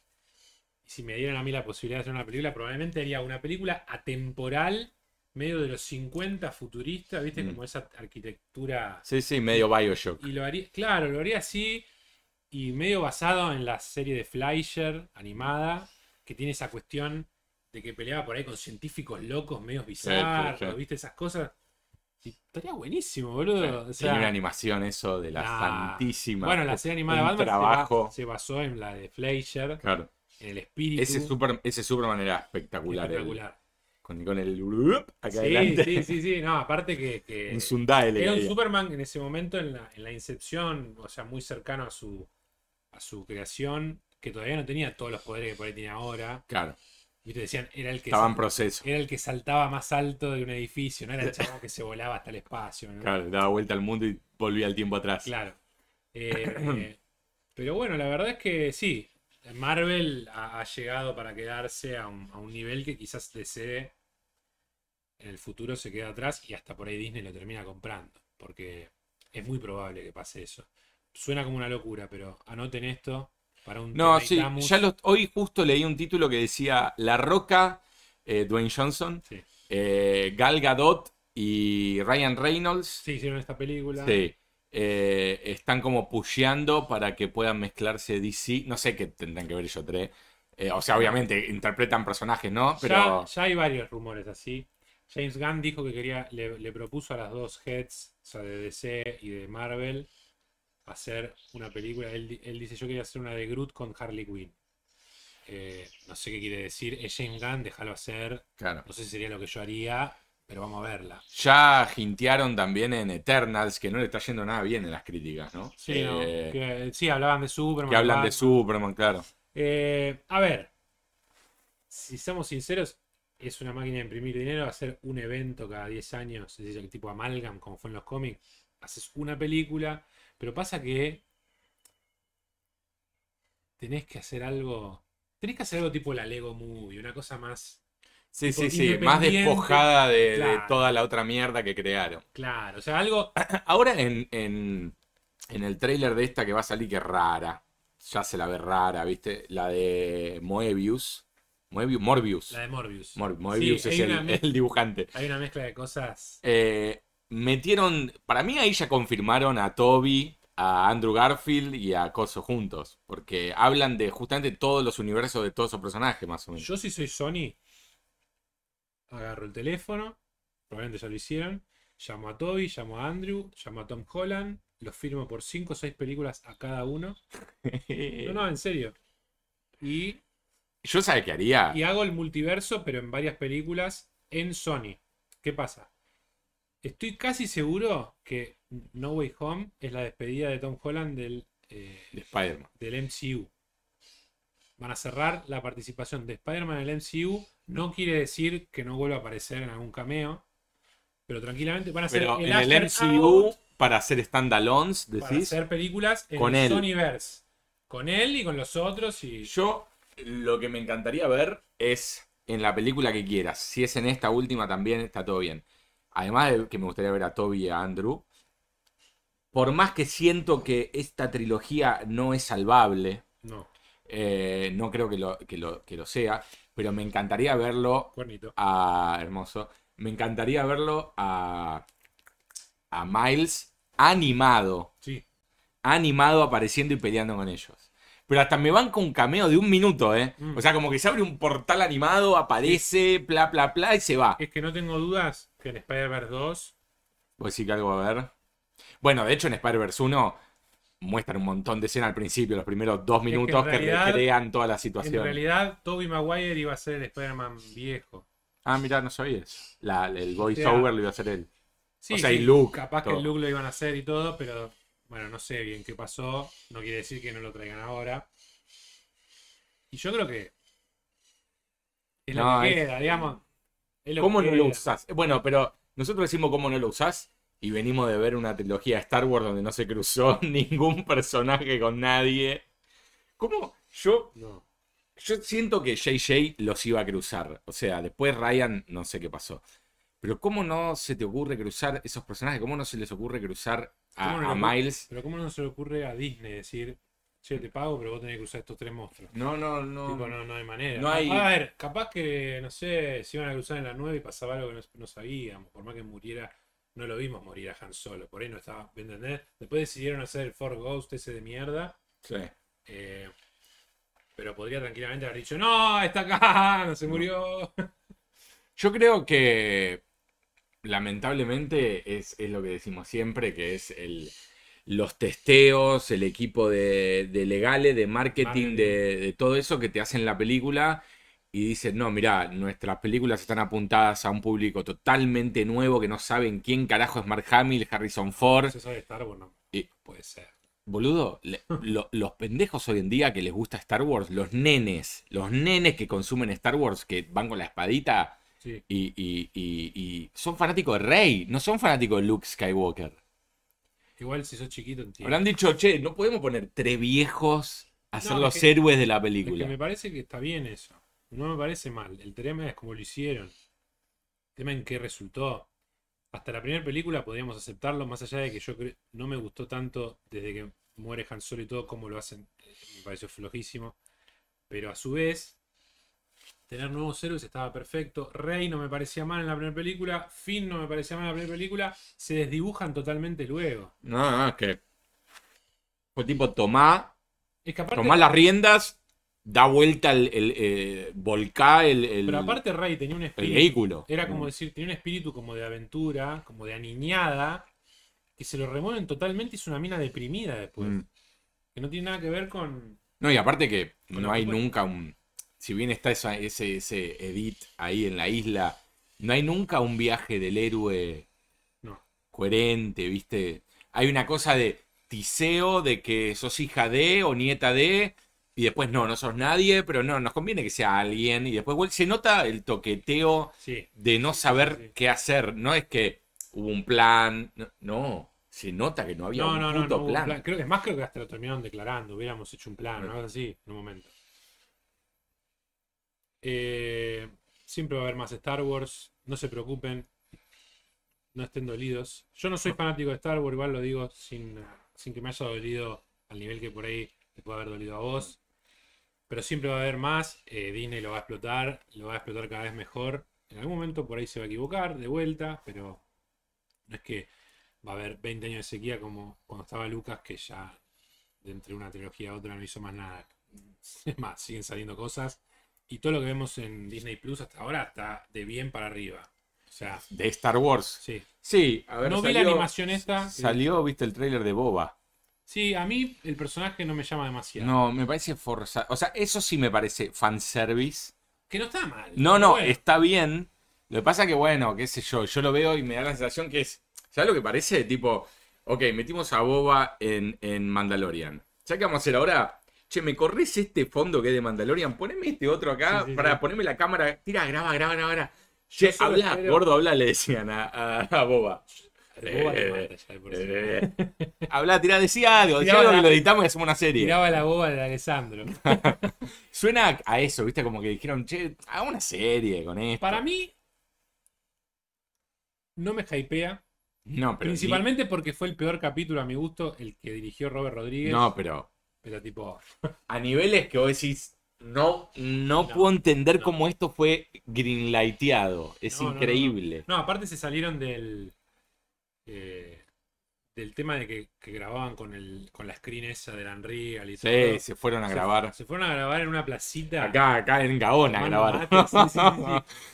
B: Y si me dieran a mí la posibilidad de hacer una película, probablemente haría una película atemporal medio de los 50 futurista, ¿viste?
A: Mm.
B: Como esa arquitectura.
A: Sí, sí, medio Bioshock.
B: Y lo haría, claro, lo haría así y medio basado en la serie de Fleischer animada, que tiene esa cuestión de que peleaba por ahí con científicos locos, medios bizarros,
A: sí.
B: ¿viste? Esas cosas. Y estaría buenísimo, boludo. O sea,
A: Tiene una animación eso de la
B: nah.
A: santísima.
B: Bueno, la serie animada de
A: un
B: Batman se
A: trabajo.
B: bas- se basó en la de Fleischer,
A: Claro.
B: en el espíritu.
A: Ese, super, ese Superman era espectacular. el-
B: espectacular.
A: con, con el. blup Acá
B: Sí,
A: adelante.
B: sí, sí, sí, no, aparte que, que
A: En Sundae le
B: era un
A: caía.
B: Superman en ese momento en la, en la incepción, o sea, muy cercano a su a su creación, que todavía no tenía todos los poderes que por ahí tiene ahora.
A: Claro,
B: Viste, decían, era el que
A: estaba en
B: sal-
A: proceso.
B: era el que saltaba más alto de un edificio, no era el chavo que se volaba hasta el espacio, ¿no?
A: Claro, daba vuelta al mundo y volvía al tiempo atrás.
B: Claro. Eh, pero bueno, la verdad es que sí. Marvel ha, ha llegado para quedarse a un, a un nivel que quizás DC en el futuro se queda atrás y hasta por ahí Disney lo termina comprando. Porque es muy probable que pase eso. Suena como una locura, pero anoten esto para un
A: No,
B: Tonight
A: sí,
B: Damus.
A: ya los- hoy justo leí un título que decía La Roca, eh, Dwayne Johnson,
B: Sí.
A: eh, Gal Gadot y Ryan Reynolds
B: Sí, hicieron esta película.
A: sí, eh, están como pusheando para que puedan mezclarse DC. No sé qué tendrán que ver ellos tres. Eh, o sea, obviamente interpretan personajes, ¿no? Pero
B: Ya, ya hay varios rumores así. James Gunn dijo que quería, le, le propuso a las dos heads, o sea, de DC y de Marvel, hacer una película. Él, di- él dice, yo quería hacer una de Groot con Harley Quinn. Eh, no sé qué quiere decir. Es James Gunn, déjalo hacer.
A: claro.
B: No sé si sería lo que yo haría, pero vamos a verla.
A: Ya hintearon también en Eternals, que no le está yendo nada bien en las críticas, ¿no?
B: Sí,
A: Eh,
B: ¿no? que, sí, hablaban de Superman.
A: que hablan de
B: Batman.
A: Superman, claro.
B: Eh, a ver, si somos sinceros, es una máquina de imprimir dinero, hacer un evento cada 10 años, es decir, el tipo amalgam, como fue en los cómics, haces una película, pero pasa que tenés que hacer algo, tenés que hacer algo tipo la Lego Movie, una cosa más,
A: Sí,
B: Tipo,
A: sí, sí, más
B: independiente.
A: despojada de, de
B: Claro.
A: toda la otra mierda que crearon.
B: claro, o sea, algo,
A: Ahora en, en- en el tráiler de esta que va a salir, que es rara, ya se la ve rara, ¿viste? La de Moebius. Moebius Morbius.
B: la de Morbius.
A: Mor- Moebius
B: Sí,
A: es
B: hay, una
A: el,
B: mez-
A: el dibujante.
B: hay una mezcla de cosas.
A: Eh, metieron, para mí ahí ya confirmaron a Toby, a Andrew Garfield y a Coso juntos, porque hablan de justamente todos los universos de todos esos personajes, más o menos.
B: Yo si soy Sony, agarro el teléfono, probablemente ya lo hicieron, llamo a Toby, llamo a Andrew, llamo a Tom Holland, los firmo por 5 o 6 películas a cada uno. No, no, en serio. Y,
A: Yo sabe qué haría.
B: y hago el multiverso, pero en varias películas en Sony. ¿Qué pasa? Estoy casi seguro que No Way Home es la despedida de Tom Holland del, eh,
A: De Spider-Man.
B: del MCU. Van a cerrar la participación de Spider-Man en el MCU. No quiere decir que no vuelva a aparecer en algún cameo. Pero tranquilamente van a hacer
A: Pero
B: el
A: en el
B: After
A: MCU,
B: Out
A: para hacer standalones,
B: para
A: decís.
B: hacer películas en
A: Con
B: el
A: él.
B: Sonyverse. Con él y con los otros. Y...
A: Yo lo que me encantaría ver es en la película que quieras. Si es en esta última también, está todo bien. Además de que me gustaría ver a Toby y a Andrew. Por más que siento que esta trilogía no es salvable,
B: No,
A: eh, no creo que lo, que, lo, que lo sea, pero me encantaría verlo
B: cuernito.
A: a. Hermoso. Me encantaría verlo a. A Miles animado
B: Sí.
A: animado apareciendo y peleando con ellos. Pero hasta me banca un cameo de un minuto, ¿eh?
B: Mm.
A: O sea, como que se abre un portal animado, aparece, bla, bla, bla, y se va.
B: Es que no tengo dudas que en Spider-Verse 2.
A: Voy a decir que algo va a ver. Bueno, de hecho, en Spider-Verse 1 muestran un montón de escenas al principio, los primeros dos
B: que en
A: minutos que,
B: realidad-
A: recrean toda la
B: En
A: situación.
B: realidad, Tobey Maguire iba a ser el Spider-Man viejo.
A: Ah, mirá, no sabía eso. La- el
B: O
A: voiceover
B: sea,
A: lo iba a hacer él.
B: Sí,
A: O sea, y
B: sí,
A: Luke,
B: Capaz que
A: todo.
B: el Luke lo iban a hacer y todo, pero bueno, no sé bien qué pasó. No quiere decir que no lo traigan ahora. Y yo creo que es lo
A: No,
B: que
A: es-
B: queda, digamos. Es lo
A: ¿Cómo
B: que
A: no lo
B: queda.
A: usás? Bueno, pero nosotros decimos cómo no lo usás y venimos de ver una trilogía de Star Wars donde no se cruzó ningún personaje con nadie. ¿Cómo? Yo,
B: No.
A: yo siento que JJ los iba a cruzar. O sea, después Ryan, no sé qué pasó. Pero ¿cómo no se te ocurre cruzar esos personajes? ¿Cómo no se les ocurre cruzar a,
B: ¿Cómo no
A: a
B: le ocurre?
A: Miles?
B: Pero ¿cómo no se le ocurre a Disney decir, che, te pago, pero vos tenés que usar estos tres monstruos.
A: No, no, no.
B: Tipo, no, no hay manera.
A: No hay-
B: A ver, capaz que, no sé, si iban a cruzar en la 9 y pasaba algo que no, no sabíamos. Por más que muriera, no lo vimos morir a Han Solo. Por ahí no estaba, ¿me entendés? Después decidieron hacer el Ford Ghost ese de mierda.
A: Sí.
B: eh, pero podría tranquilamente haber dicho, no, está acá, no se murió.
A: Yo creo que lamentablemente es, es lo que decimos siempre, que es el, los testeos, el equipo de, de legales, de marketing, de, de todo eso que te hacen la película y dicen, no, mirá, nuestras películas están apuntadas a un público totalmente nuevo que no saben quién carajo es Mark Hamill, Harrison Ford.
B: Eso sabe Star Wars, no.
A: Y-
B: Puede ser.
A: Boludo, le- lo- los pendejos hoy en día que les gusta Star Wars, los nenes, los nenes que consumen Star Wars, que van con la espadita
B: Sí.
A: y, y- y- y son fanáticos de Rey, no son fanáticos de Luke Skywalker.
B: Igual si sos chiquito entiendo.
A: Habrán dicho, che, no podemos poner tres viejos a ser
B: No,
A: los
B: es que-
A: héroes de la
B: Es que
A: película.
B: me parece que está bien eso. No me parece mal. El tema es como lo hicieron. El tema en qué resultó. Hasta la primera película podríamos aceptarlo, más allá de que yo cre- no me gustó tanto desde que muere Han Solo y todo, como lo hacen. eh, Me pareció flojísimo. Pero a su vez, tener nuevos héroes estaba perfecto. Rey no me parecía mal en la primera película. Finn no me parecía mal en la primera película. Se desdibujan totalmente luego.
A: No, no, es que. Fue tipo, tomá,
B: Es que aparte-
A: tomá las riendas, da vuelta el. el eh, volcá el, el-
B: pero aparte Rey tenía un
A: el
B: espíritu
A: vehículo. Mm.
B: Era como decir, tenía un espíritu como de aventura, como de aniñada, que se lo remueven totalmente y es una mina deprimida después.
A: Mm.
B: Que no tiene nada que ver con.
A: No, y aparte que
B: Con
A: no
B: los
A: hay
B: tipos-
A: nunca un. Si bien está esa- ese, ese edit ahí en la isla, no hay nunca un viaje del héroe
B: No.
A: coherente, ¿viste? Hay una cosa de tiseo, de que sos hija de o nieta de, y después no, no sos nadie, pero no, nos conviene que sea alguien, y después bueno, se nota el toqueteo
B: Sí.
A: de no saber
B: sí.
A: qué hacer, no es que hubo un plan, no, no, se nota que no había
B: No,
A: un
B: no, no,
A: puto
B: no. hubo un
A: plan.
B: plan. Creo que es más, creo que hasta lo terminaron declarando. Hubiéramos hecho un plan,
A: Bueno.
B: algo así, en un momento. Eh, siempre va a haber más Star Wars. No se preocupen. No estén dolidos. Yo no soy fanático de Star Wars, igual lo digo sin, sin que me haya dolido al nivel que por ahí te puede haber dolido a vos. Pero siempre va a haber más. eh, Disney lo va a explotar, lo va a explotar cada vez mejor. En algún momento por ahí se va a equivocar, de vuelta, pero no es que va a haber 20 años de sequía como cuando estaba Lucas, que ya de entre una trilogía a otra no hizo más nada. Es más, siguen saliendo cosas. Y todo lo que vemos en Disney Plus hasta ahora está de bien para arriba. O sea,
A: De Star Wars.
B: sí.
A: Sí, a ver,
B: No vi la animación esta.
A: Salió, viste el tráiler de Boba.
B: Sí, a mí el personaje no me llama demasiado.
A: No, me parece forzado. O sea, eso sí me parece fanservice.
B: Que no está mal.
A: No, no,
B: Bueno,
A: está bien. Lo que pasa que, bueno, qué sé yo, yo lo veo y me da la sensación que es. ¿Sabes lo que parece? Tipo, ok, metimos a Boba en, en Mandalorian. ¿Sabes qué vamos a hacer ahora? Che, me corres este fondo que es de Mandalorian, poneme este otro acá
B: Sí, sí,
A: para
B: sí.
A: ponerme la cámara. Tira, graba, graba, graba. graba. Che,
B: solo
A: habla,
B: espero-
A: gordo, habla, le decían a, a- a Boba.
B: el boba te
A: Eh,
B: mata ya de por sí.
A: Eh, habla, tirá, decía algo, decía
B: Tiraba
A: algo y
B: la-
A: lo editamos y hacemos una serie.
B: Tiraba la boba de Alessandro.
A: Suena a eso, ¿viste? Como que dijeron, che, haga una serie con esto.
B: Para mí, no me hypea.
A: No, pero.
B: principalmente porque fue el peor capítulo a mi gusto, el que dirigió Robert Rodríguez.
A: No, pero.
B: Pero tipo,
A: A niveles que vos decís, no, no,
B: No,
A: puedo entender
B: no.
A: cómo esto fue greenlighteado. Es
B: No, no, no,
A: increíble.
B: No, aparte se salieron del. eh, del tema de que, que grababan con el con la screen esa del Unreal y todo.
A: Sí, se fueron a
B: Se-
A: grabar.
B: Se fueron a grabar en una placita.
A: Acá, acá en Gaona a
B: tomando
A: grabar.
B: mate, sí, sí, sí, sí.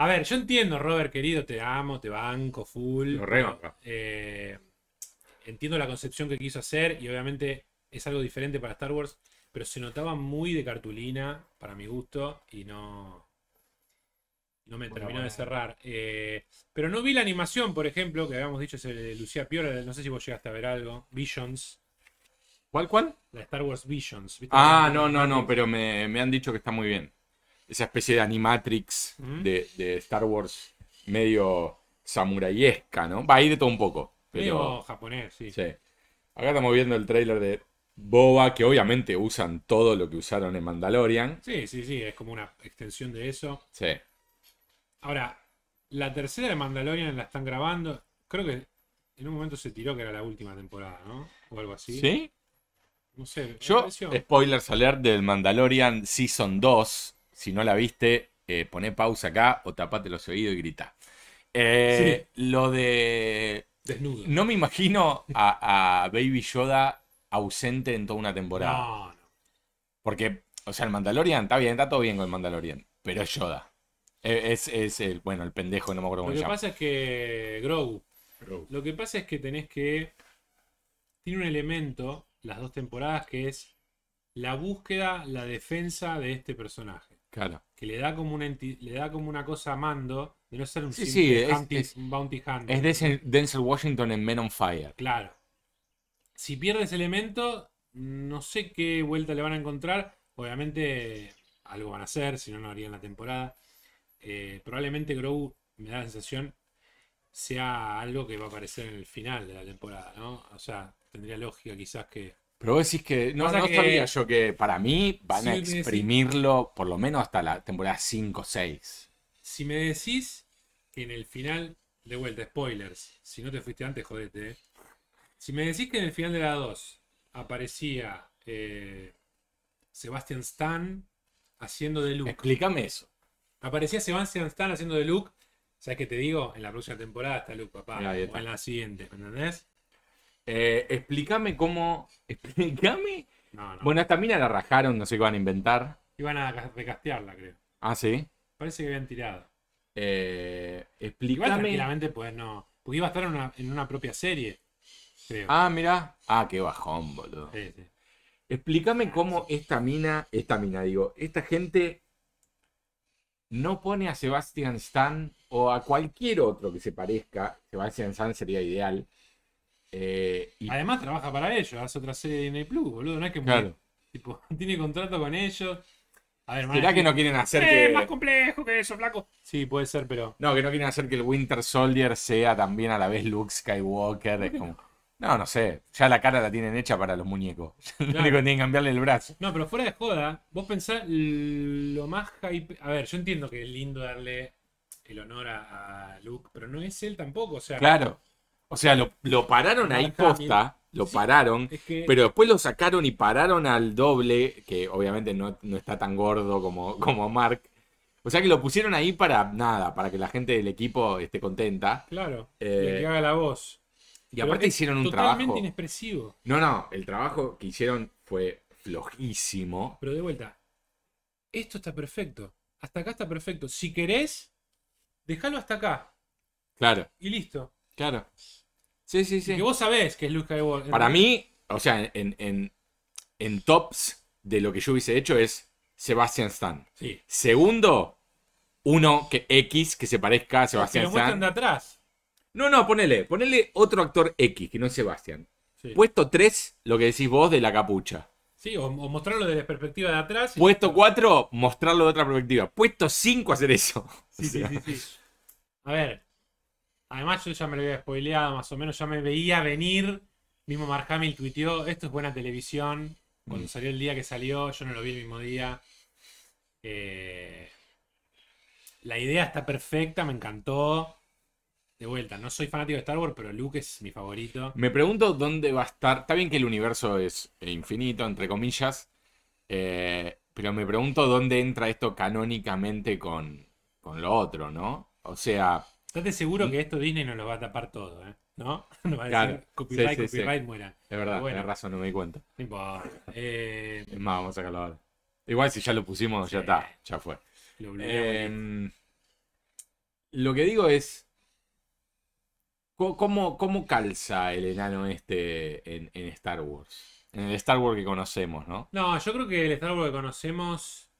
B: A ver, yo entiendo, Robert querido, te amo, te banco, full.
A: Lo rebanco.
B: Eh, entiendo la concepción que quiso hacer y obviamente es algo diferente para Star Wars, pero se notaba muy de cartulina para mi gusto y no. No me
A: Bueno,
B: terminó de
A: bueno.
B: cerrar. Eh, pero no vi la animación, por ejemplo, que habíamos dicho, es el de Lucía Piora. No sé si vos llegaste a ver algo. Visions.
A: ¿Cuál, cuál?
B: La Star Wars Visions. ¿viste?
A: Ah, no, no, no, pero me, me han dicho que está muy bien. Esa especie de animatrix
B: Ujú.
A: de, de Star Wars medio samuraiesca, ¿no? Va a ir de todo un poco.
B: Medio
A: Pero...
B: japonés, sí.
A: Sí. Acá estamos viendo el tráiler de Boba, que obviamente usan todo lo que usaron en Mandalorian.
B: Sí, sí, sí, es como una extensión de eso.
A: Sí.
B: Ahora, la tercera de Mandalorian la están grabando. Creo que en un momento se tiró que era la última temporada, ¿no? O algo así.
A: ¿Sí?
B: No sé. me
A: Yo,
B: pareció.
A: spoilers alert del Mandalorian Season 2. Si no la viste, eh, poné pausa acá o tapate los oídos y grita. Eh, Lo de.
B: Desnudo.
A: No me imagino a, a Baby Yoda ausente en toda una temporada.
B: no. no.
A: Porque, o sea, el Mandalorian está bien, está todo bien con el Mandalorian. Pero es Yoda. Eh, Es, es el, bueno, el pendejo, no me acuerdo
B: Lo
A: cómo
B: que
A: se llama.
B: pasa es que Grogu.
A: Grogu.
B: Lo que pasa es que tenés que. Tiene un elemento, las dos temporadas, que es la búsqueda, la defensa de este personaje.
A: Claro.
B: Que le da como una, enti- le da como una cosa a mando de no ser un
A: Sí,
B: simple
A: sí, es-
B: hunting-
A: es-
B: un bounty hunter.
A: Es Denzel- Denzel Washington en Men on Fire.
B: Claro. Si pierde ese elemento, no sé qué vuelta le van a encontrar. Obviamente, algo van a hacer, si no, no harían la temporada. Eh, probablemente Grogu, me da la sensación, sea algo que va a aparecer en el final de la temporada, ¿no? O sea, tendría lógica quizás que.
A: Pero vos decís que. No,
B: Pasa
A: no
B: que-
A: sabía yo que para mí van a
B: Sí, sí, sí.
A: exprimirlo por lo menos hasta la temporada 5 o 6.
B: Si me decís que en el final, de vuelta, spoilers, si no te fuiste antes, jodete. ¿eh? Si me decís que en el final de la 2 aparecía eh, Sebastian Stan haciendo de Luke.
A: Explícame eso.
B: Aparecía Sebastian Stan haciendo de Luke. ¿Sabes qué te digo? En la próxima temporada está Luke, papá.
A: Ahí está.
B: O en la siguiente, ¿me entendés?
A: Eh, explícame cómo. Explícame.
B: No, no.
A: Bueno, esta mina la rajaron, no sé qué van a inventar.
B: Iban a ca- recastearla, creo.
A: Ah, sí.
B: Parece que habían tirado.
A: Eh,
B: Igual
A: explícame.
B: tranquilamente, pues no. Porque iba a estar en una, en una propia serie. Creo.
A: Ah, mira. Ah, qué bajón, boludo.
B: Sí, sí.
A: Explícame cómo esta mina, esta mina digo, esta gente no pone a Sebastian Stan o a cualquier otro que se parezca, Sebastian Stan sería ideal, eh, y
B: Además trabaja para ellos, hace otra serie de Disney Plus, boludo. No es que
A: Claro.
B: tipo, tiene contrato con ellos. A ver,
A: ¿Será
B: man,
A: que no quieren hacer
B: eh,
A: que
B: más complejo que eso, flaco. Sí, puede ser, pero.
A: no, que no quieren hacer que el Winter Soldier sea también a la vez Luke Skywalker? Es como, no, no sé. Ya la cara la tienen hecha para los muñecos. Lo
B: Claro.
A: único que tienen que cambiarle el brazo.
B: No, pero fuera de joda, vos pensás lo más hype. A ver, yo entiendo que es lindo darle el honor a, a Luke, pero no es él tampoco. O sea,
A: Claro. O sea, lo, lo pararon ahí
B: Mark Hamill.
A: posta, lo
B: Sí.
A: pararon.
B: es que.
A: Pero después lo sacaron y pararon al doble, que obviamente no, no está tan gordo como, como Mark. O sea que lo pusieron ahí para nada, para que la gente del equipo esté contenta.
B: claro,
A: Eh,
B: el que haga la voz.
A: Y aparte
B: es
A: hicieron un
B: Totalmente
A: trabajo.
B: inexpresivo.
A: No, no, el trabajo que hicieron fue flojísimo.
B: Pero de vuelta, esto está perfecto. Hasta acá está perfecto. Si querés, déjalo hasta acá.
A: Claro,
B: Y listo.
A: claro. Sí, sí,
B: Y Que vos sabés que es Luke Skywalker.
A: Para mí, o sea, en, en, en tops de lo que yo hubiese hecho es Sebastian Stan.
B: Sí.
A: Segundo, uno que X que se parezca a
B: Que
A: Sebastian
B: lo muestran
A: Stan.
B: de atrás.
A: No, no, ponele, ponele otro actor X, que no es Sebastián.
B: Sí,
A: Puesto 3, lo que decís vos de la capucha.
B: Sí, o, o mostrarlo desde la perspectiva de atrás. y-
A: Puesto 4, mostrarlo de otra perspectiva. Puesto 5, hacer eso.
B: Sí,
A: O
B: sí,
A: sea,
B: sí, sí. A ver. Además, yo ya me lo había spoileado, más o menos. Ya me veía venir. Mismo Mark Hamill tuiteó: Esto es buena televisión. Cuando
A: Mm.
B: salió el día que salió, yo no lo vi el mismo día. Eh, la idea está perfecta, me encantó. De vuelta, no soy fanático de Star Wars, pero Luke es mi favorito.
A: Me pregunto dónde va a estar. Está bien que el universo es infinito, entre comillas. eh, pero me pregunto dónde entra esto canónicamente con, con lo otro, ¿no? O sea,
B: Estate seguro que esto Disney nos lo va a tapar todo, ¿eh? ¿No? Nos va a decir
A: Claro.
B: copyright,
A: Sí, sí, sí.
B: copyright, muera.
A: es verdad,
B: Bueno.
A: tenés razón, no me di cuenta.
B: No importa. Eh,
A: Es más, vamos a sacarlo ahora. Igual si ya lo pusimos, ya está, ya fue.
B: lo
A: Eh,
B: bloqueamos.
A: lo que digo es. co- ¿Cómo, cómo calza el enano este en, en Star Wars? En el Star Wars que conocemos, ¿no?
B: No, yo creo que el Star Wars que conocemos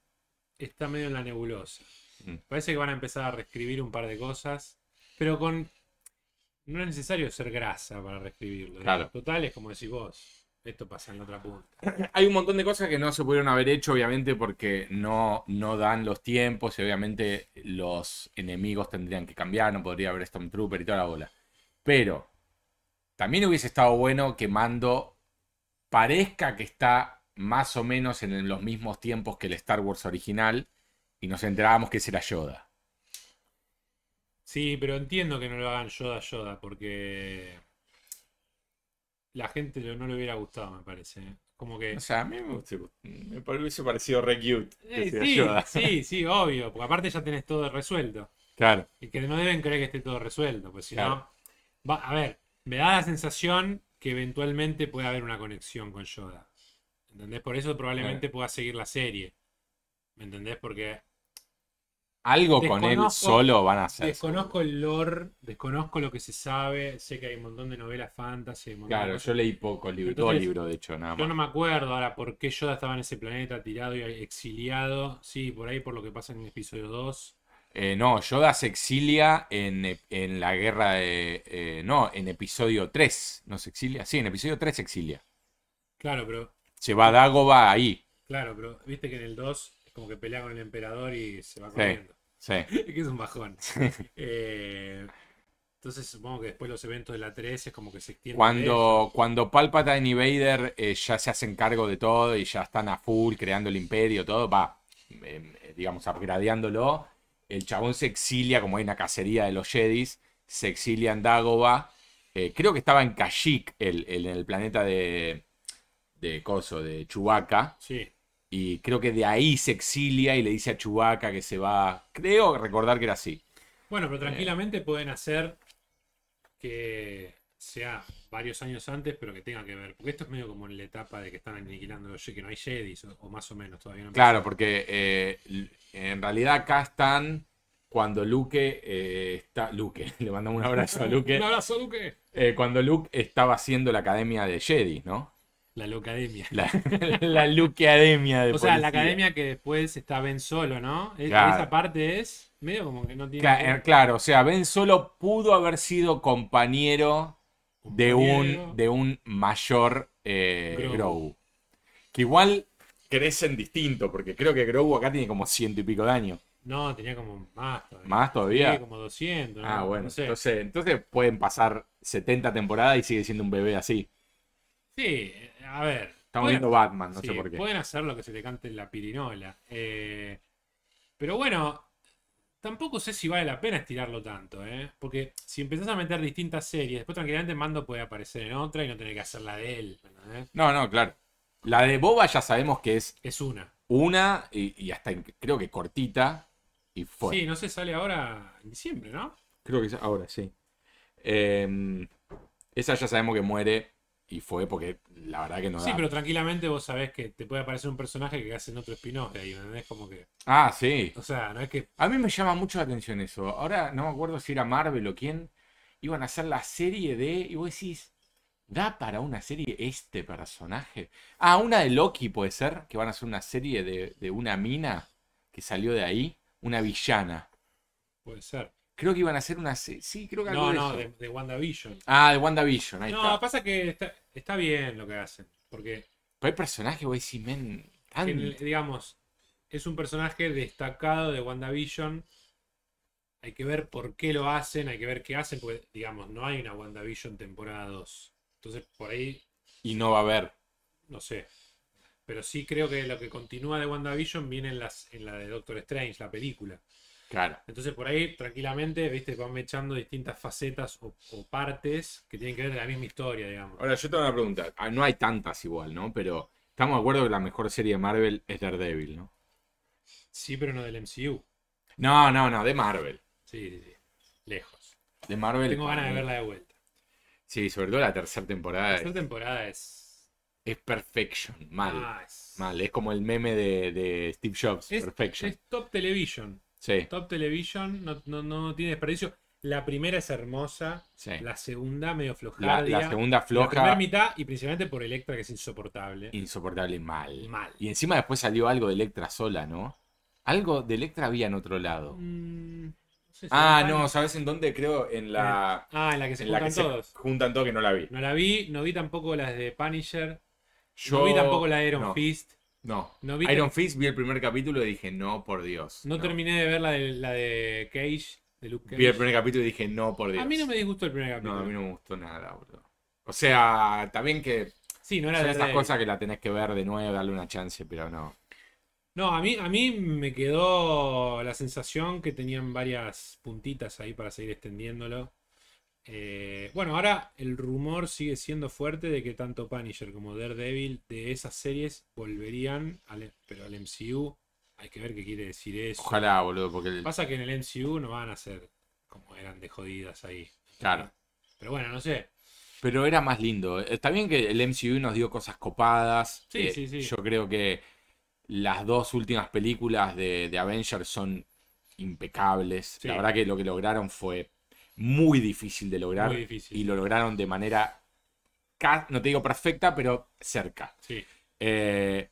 B: está medio en la nebulosa.
A: Mm.
B: Parece que van a empezar a reescribir un par de cosas, pero con... No es necesario ser grasa para reescribirlo.
A: Claro.
B: Total, es como decís vos, esto pasa en la otra punta.
A: Hay un montón de cosas que no se pudieron haber hecho, obviamente, porque no, no dan los tiempos y obviamente los enemigos tendrían que cambiar, no podría haber Stormtrooper y toda la bola. Pero también hubiese estado bueno que Mando parezca que está más o menos en los mismos tiempos que el Star Wars original y nos enterábamos que ese era Yoda.
B: Sí, pero entiendo que no lo hagan Yoda Yoda, porque la gente lo- no le hubiera gustado, me parece. ¿eh? Como que.
A: O sea, a mí me, gustó- me hubiese parecido re cute. que
B: Eh,
A: sea
B: sí,
A: Yoda.
B: sí, sí, obvio. Porque aparte ya tenés todo resuelto.
A: Claro.
B: Y que no deben creer que esté todo resuelto. Pues si
A: Claro.
B: no. Va, a ver, me da la sensación que eventualmente puede haber una conexión con Yoda. ¿Entendés? Por eso probablemente pueda seguir la serie. ¿Me entendés? Porque
A: Algo con él
B: Desconozco-
A: solo van a hacer.
B: desconozco el lore, desconozco lo que se sabe. Sé que hay un montón de novelas fantasy. hay un montón de
A: Claro,
B: cosas.
A: yo leí poco libro, todo
B: Entonces,
A: libro, de hecho, nada
B: Yo no
A: más.
B: me acuerdo ahora por qué Yoda estaba en ese planeta tirado y exiliado. Sí, por ahí por lo que pasa en el episodio 2.
A: Eh, no, Yoda se exilia en, ep- en la guerra de. eh, no, en episodio 3. ¿No se exilia? Sí, en episodio 3 se exilia.
B: Claro, pero
A: Se va a Dagoba ahí.
B: claro, pero viste que en el 2 es como que pelea con el emperador y se va
A: Sí.
B: corriendo.
A: Sí.
B: Es que es un bajón. Eh, entonces supongo que después los eventos de la 3 es como que se extienden.
A: Cuando, cuando Palpatine y Vader eh, ya se hacen cargo de todo y ya están a full creando el imperio, todo, va, eh, digamos, upgradeándolo. El chabón se exilia, como hay una cacería de los Jedis, se exilia en Dagoba. Eh, creo que estaba en Kashyyyk, el, el- en el planeta de, de Coso, de Chewbacca.
B: Sí,
A: Y creo que de ahí se exilia y le dice a Chewbacca que se va. Creo recordar que era así. Eh.
B: Bueno, pero tranquilamente pueden hacer que sea varios años antes, pero que tenga que ver. Porque esto es medio como en la etapa de que están aniquilando los Jedi, que no hay Jedi, o, o más o menos todavía no.
A: Claro, porque eh, l- en realidad acá están cuando Luke eh, está. Luke, le mandamos un abrazo a Luke.
B: Un abrazo, Duque.
A: Eh, cuando Luke estaba haciendo la academia de Jedi, ¿no?
B: La Locademia.
A: La, la Luke Academia de
B: O sea,
A: policía.
B: la academia que después está Ben Solo, ¿no? Es-
A: Claro.
B: Esa parte es medio como que no tiene.
A: Cla- eh, Claro, o sea, Ben solo pudo haber sido compañero de
B: Compañero.
A: un, de un mayor eh,
B: Grogu.
A: Grogu. Que igual crecen distinto, porque creo que Grogu acá tiene como ciento y pico de años.
B: No, tenía como más todavía.
A: ¿Más todavía?
B: Sí, como 200. ¿no?
A: Ah, bueno,
B: No sé.
A: entonces, entonces pueden pasar 70 temporadas y sigue siendo un bebé así.
B: Sí, a ver.
A: Estamos
B: pueden-
A: viendo Batman, no
B: sí,
A: sé por qué.
B: Pueden hacer lo que se te cante en la pirinola. Eh, pero bueno, tampoco sé si vale la pena estirarlo tanto, ¿eh? Porque si empezás a meter distintas series, después tranquilamente Mando puede aparecer en otra y no tener que hacer la de él. ¿eh?
A: No, no, claro. La de Boba ya sabemos que es
B: Es una.
A: una y, y hasta en- creo que cortita y fue.
B: Sí, no sé, sale ahora en diciembre, ¿no?
A: Creo que es ahora, sí. Eh, esa ya sabemos que muere y fue porque la verdad que no
B: Sí,
A: da.
B: pero tranquilamente vos sabés que te puede aparecer un personaje que hacen otro spin-off de ahí, ¿me entendés? Como que.
A: Ah, sí.
B: O sea, no es que.
A: A mí me llama mucho la atención eso. Ahora no me acuerdo si era Marvel o quién. Iban a hacer la serie de. Y vos decís, ¿da para una serie este personaje? Ah, una de Loki puede ser. Que van a hacer una serie de, de una mina que salió de ahí. Una villana.
B: Puede ser.
A: Creo que iban a hacer una. se- Sí, creo que algo
B: No,
A: de
B: no,
A: eso.
B: de, de WandaVision.
A: Ah, de WandaVision. Ahí
B: No,
A: está.
B: pasa que está, está bien lo que hacen. Porque,
A: Pero hay personajes, vos decís, men. tan-
B: en el- digamos, es un personaje destacado de WandaVision. Hay que ver por qué lo hacen, hay que ver qué hacen, porque, digamos, no hay una WandaVision temporada 2. Entonces, por ahí
A: Y no va a haber.
B: no sé. Pero sí creo que lo que continúa de WandaVision viene en, las, en la de Doctor Strange, la película.
A: Claro.
B: Entonces por ahí, tranquilamente, viste, van echando distintas facetas o, o partes que tienen que ver de la misma historia, digamos.
A: Ahora, yo te voy a preguntar. Ah, no hay tantas igual, ¿no? Pero estamos de acuerdo que la mejor serie de Marvel es Daredevil, ¿no?
B: Sí, pero no del MCU.
A: No, no, no, de Marvel.
B: Sí, sí, sí. Lejos.
A: De Marvel.
B: Tengo ganas de verla de vuelta.
A: Sí, sobre todo la tercera temporada
B: La
A: es,
B: tercera temporada es.
A: es perfection. Mal.
B: Ah, es...
A: Mal. Es como el meme de, de Steve Jobs.
B: Es,
A: perfection.
B: es top television.
A: sí,
B: Top television, no, no, no tiene desperdicio. La primera es hermosa.
A: sí. La,
B: La segunda, medio
A: la
B: flojardia.
A: segunda
B: La primera
A: floja.
B: mitad y principalmente por Electra, que es insoportable.
A: insoportable mal.
B: Mal.
A: Y encima después salió algo de Electra sola, ¿no? Algo de Electra había en otro lado.
B: Mm, no sé si
A: Ah,
B: era
A: no,
B: tan-
A: ¿sabes en dónde? Creo en la.
B: Ah, en la que se
A: en la
B: juntan
A: que se
B: todos.
A: juntan todos que no la vi.
B: No la vi, no vi tampoco las de Punisher.
A: Yo
B: No vi tampoco la de Iron
A: no,
B: Fist.
A: No.
B: No vi-
A: Iron Fist vi el primer capítulo y dije, no, por Dios.
B: No, terminé de ver la de, la de Cage, de Luke
A: Vi el
B: Cage.
A: primer capítulo y dije, no, por Dios.
B: A mí no me disgustó el primer
A: No,
B: capítulo.
A: a mí no me gustó nada, boludo. O sea, también que
B: Sí, no era
A: son
B: de
A: esas cosas que la tenés que ver de nuevo, darle una chance, pero no.
B: No, a mí, a mí me quedó la sensación que tenían varias puntitas ahí para seguir extendiéndolo. Eh, bueno, ahora el rumor sigue siendo fuerte de que tanto Punisher como Daredevil de esas series volverían, al- pero al MCU. Hay que ver qué quiere decir eso.
A: Ojalá, boludo, porque. el-
B: Pasa que en el MCU no van a ser como eran de jodidas ahí.
A: Claro.
B: Pero bueno, no sé.
A: Pero era más lindo. Eh, Está bien que el MCU nos dio cosas copadas. Eh,
B: Sí, sí, sí.
A: Yo creo que las dos últimas películas de, de Avengers son impecables.
B: Sí.
A: La verdad que lo que lograron fue muy difícil de lograr.
B: Muy difícil.
A: Y lo lograron de manera, ca- no te digo perfecta, pero cerca.
B: Sí,
A: Eh,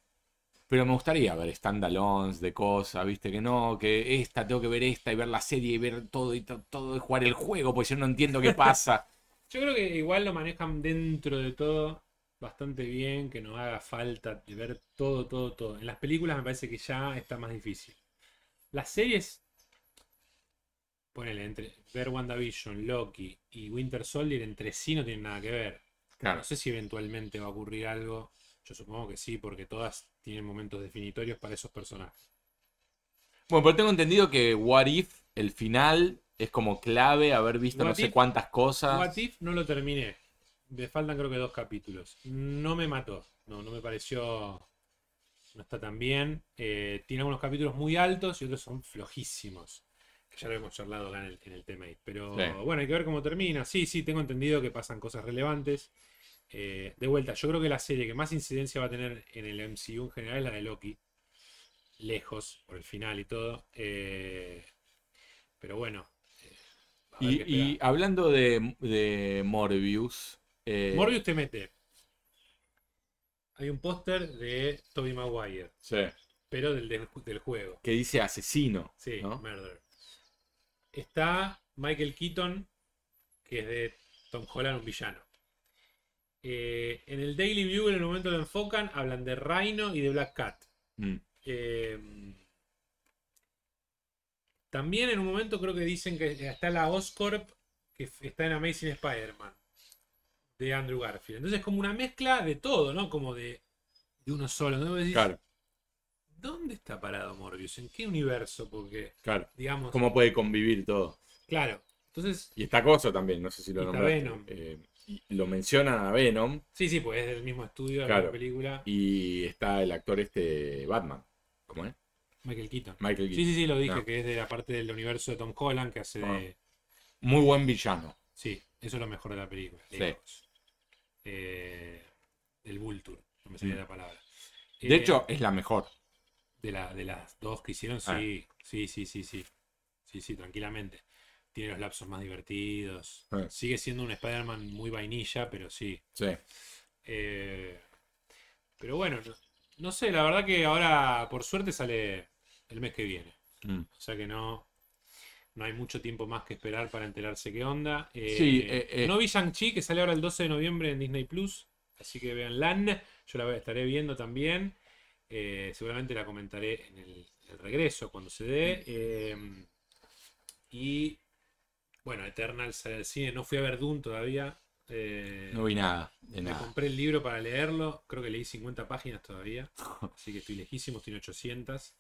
A: pero me gustaría ver standalones de cosas, viste, que no, que esta, tengo que ver esta y ver la serie y ver todo y to- todo y jugar el juego, porque yo no entiendo qué pasa.
B: Yo creo que igual lo manejan dentro de todo bastante bien, que no haga falta de ver todo, todo, todo. En las películas me parece que ya está más difícil. Las series, ponele, entre ver WandaVision, Loki y Winter Soldier entre sí no tienen nada que ver.
A: Claro,
B: No sé si eventualmente va a ocurrir algo. Yo supongo que sí, porque todas tienen momentos definitorios para esos personajes.
A: Bueno, pero tengo entendido que What If, el final, es como clave haber visto
B: What
A: no sé
B: If-
A: cuántas cosas.
B: What If no lo terminé. Me faltan creo que dos capítulos. No me mató. No, no me pareció. No está tan bien. Eh, tiene algunos capítulos muy altos y otros son flojísimos. Que ya lo hemos charlado acá en el, en el tema. ahí. Pero
A: Sí.
B: bueno, hay que ver cómo termina. Sí, sí, tengo entendido que pasan cosas relevantes. Eh, de vuelta, yo creo que la serie que más incidencia va a tener en el MCU en general es la de Loki. Lejos, por el final y todo. Eh, pero bueno. eh, a ver
A: y,
B: qué
A: y
B: esperar.
A: hablando de, de Morbius, eh,
B: Morbius te mete. Hay un póster de Toby Maguire,
A: sí,
B: pero del, del, ju- del juego.
A: que dice asesino,
B: Sí,
A: ¿no?
B: Murder. Está Michael Keaton, que es de Tom Holland, un villano. Eh, en el Daily View, en el momento lo enfocan, hablan de Rhino y de Black Cat.
A: Mm.
B: Eh, también en un momento creo que dicen que está la Oscorp que f- está en Amazing Spider-Man de Andrew Garfield. Entonces es como una mezcla de todo, ¿no? Como de, de uno solo. ¿no? Vos decís,
A: Claro,
B: ¿Dónde está parado Morbius? ¿En qué universo? Porque,
A: claro.
B: digamos,
A: ¿Cómo puede convivir todo?
B: claro. Entonces,
A: Y esta cosa también, no sé si lo
B: Y está
A: nombraste.
B: Venom.
A: Eh, y lo mencionan a Venom
B: sí, sí, pues es del mismo estudio, de la misma
A: Claro.
B: película.
A: y está el actor este Batman. ¿Cómo es?
B: Michael Keaton.
A: Michael
B: Sí,
A: Keaton.
B: sí, sí, lo dije,
A: No.
B: que es de la parte del universo de Tom Holland que hace de...
A: Ah. Muy buen villano.
B: Sí, eso es lo mejor de la película.
A: Sí.
B: lejos. Eh, el Vulture, no me salía
A: Mm.
B: la palabra.
A: De
B: Eh,
A: hecho, es la mejor.
B: de, la- de las dos que hicieron,
A: Ah.
B: sí, sí, sí, sí, sí. Sí, sí, tranquilamente. Tiene los lapsos más divertidos.
A: Ah.
B: Sigue siendo un Spider-Man muy vainilla, pero sí.
A: Sí.
B: Eh, pero bueno, no, no sé, la verdad que ahora, por suerte, sale el mes que viene.
A: Mm.
B: O sea que no, no hay mucho tiempo más que esperar para enterarse qué onda. Eh,
A: Sí, eh, eh.
B: No vi Shang-Chi, que sale ahora el 12 de noviembre en Disney Plus. Así que véanla. Yo la voy- estaré viendo también. Eh, seguramente la comentaré en el, el regreso cuando se dé. Eh, y bueno, Eternal sale al cine. No fui a ver Doom todavía. Eh,
A: No vi nada de
B: me
A: nada.
B: compré el libro para leerlo, creo que leí 50 páginas todavía, así que estoy lejísimo, estoy en 800.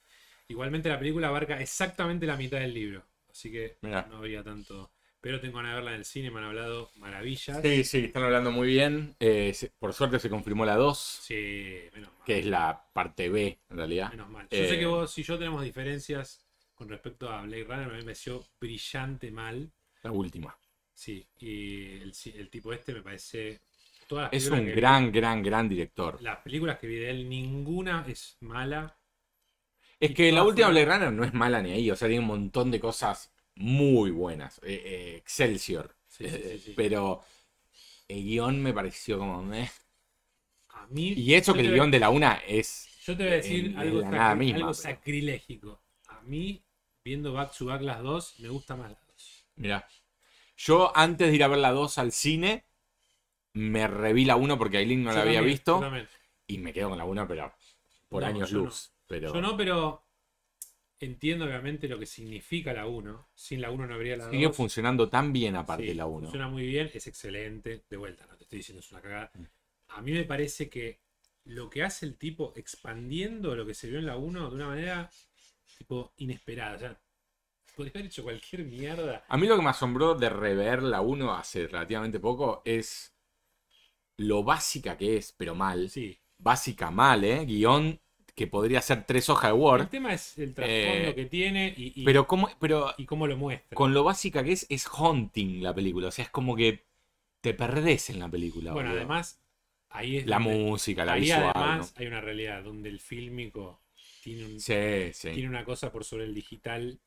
B: Igualmente la película abarca exactamente la mitad del libro, así que
A: Mirá.
B: no habría tanto... Pero tengo ganas de verla en el cine, me han hablado maravillas.
A: Sí, sí, están hablando muy bien. Eh, se- por suerte se confirmó la 2,
B: Sí, menos mal.
A: que es la parte B, en realidad.
B: Menos mal. Yo
A: Eh,
B: sé que vos y yo tenemos diferencias con respecto a Blade Runner, a mí me pareció brillante mal.
A: La última.
B: Sí, y el, el tipo este me parece... Todas las
A: Es
B: películas
A: un
B: que vi-
A: gran, gran, gran director.
B: Las películas que vi de él, ninguna es mala.
A: Es
B: y
A: que la
B: todas
A: última
B: fueron-
A: Blade Runner no es mala ni ahí, o sea, tiene un montón de cosas muy buenas. Eh, eh, Excelsior.
B: Sí, sí, sí, sí.
A: Pero el guión me pareció como... meh.
B: A mí...
A: Y eso
B: yo
A: que el
B: te-
A: guión de la una es...
B: Yo te voy a decir
A: Eh, en-
B: algo,
A: en la nada
B: sacri-
A: misma,
B: algo
A: pero-
B: sacrilégico. A mí, viendo back to back las dos, me gusta más las dos.
A: Mirá. Yo antes de ir a ver la 2 al cine, me reví la 1 porque Aileen no
B: Yo
A: la había
B: también,
A: visto.
B: Yo, también.
A: Y me quedo con la 1, pero por
B: No,
A: años
B: yo
A: luz. Pero
B: Yo no, pero entiendo obviamente lo que significa la 1. Sin la 1 no habría la 2.
A: sigue funcionando tan bien aparte
B: Sí,
A: la 1.
B: Funciona muy bien, es excelente. De vuelta, no te estoy diciendo es una cagada.
A: Mm.
B: A mí me parece que lo que hace el tipo expandiendo lo que se vio en la 1 de una manera tipo inesperada. O sea, Podría haber hecho cualquier mierda.
A: A mí lo que me asombró de rever la 1 hace relativamente poco es lo básica que es, pero mal.
B: Sí.
A: Básica mal, ¿eh? Guión que podría ser tres hojas de Word.
B: El tema es el trasfondo
A: Eh,
B: que tiene y, y-
A: Pero, ¿cómo, pero
B: y cómo lo muestra.
A: con lo básica que es, es haunting la película. O sea, es como que te perdés en la película.
B: bueno,
A: boludo.
B: además, ahí es
A: La
B: donde-
A: música, la
B: ahí
A: visual.
B: además hay una realidad donde el fílmico tiene, un-
A: ¿no? Sí, sí,
B: tiene una cosa por sobre el digital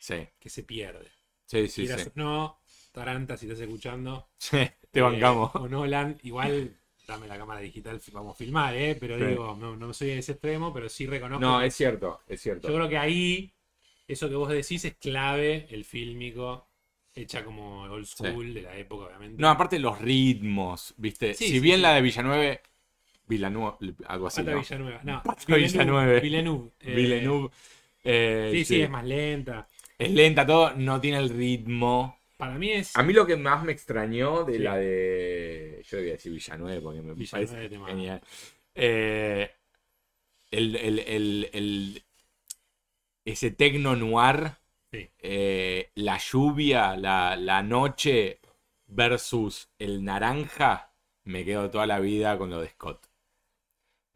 A: sí.
B: que se pierde.
A: Sí, sí,
B: Quieras
A: sí.
B: o No, Taranta, si estás escuchando.
A: Te
B: eh,
A: bancamos.
B: o Nolan, igual dame la cámara digital, vamos a filmar, ¿eh? Pero
A: Sí.
B: digo, no, no soy de ese extremo, pero sí reconozco.
A: No,
B: que-
A: es cierto, es
B: Yo
A: cierto.
B: creo que ahí, eso que vos decís es clave, el fílmico, hecha como old school de la época, obviamente.
A: No, aparte los ritmos, ¿viste?
B: Sí,
A: si
B: sí,
A: bien
B: sí.
A: la de Villanueve, Villanueva, algo así.
B: Pata
A: ¿no?
B: Villanueva. No,
A: Pata Villanueve.
B: Villeneuve, Villeneuve, eh,
A: Villeneuve. eh,
B: Sí, sí,
A: sí.
B: es más lenta.
A: Es lenta todo, no tiene el ritmo.
B: Para mí es.
A: A mí lo que más me extrañó de
B: Sí.
A: la de. Yo debía decir Villanueva porque me
B: Villanueva
A: parece
B: de Temar.
A: genial. Eh, el, el- el- el- ese tecno noir,
B: Sí.
A: eh, la lluvia, la, la noche versus el naranja, me quedo toda la vida con lo de Scott.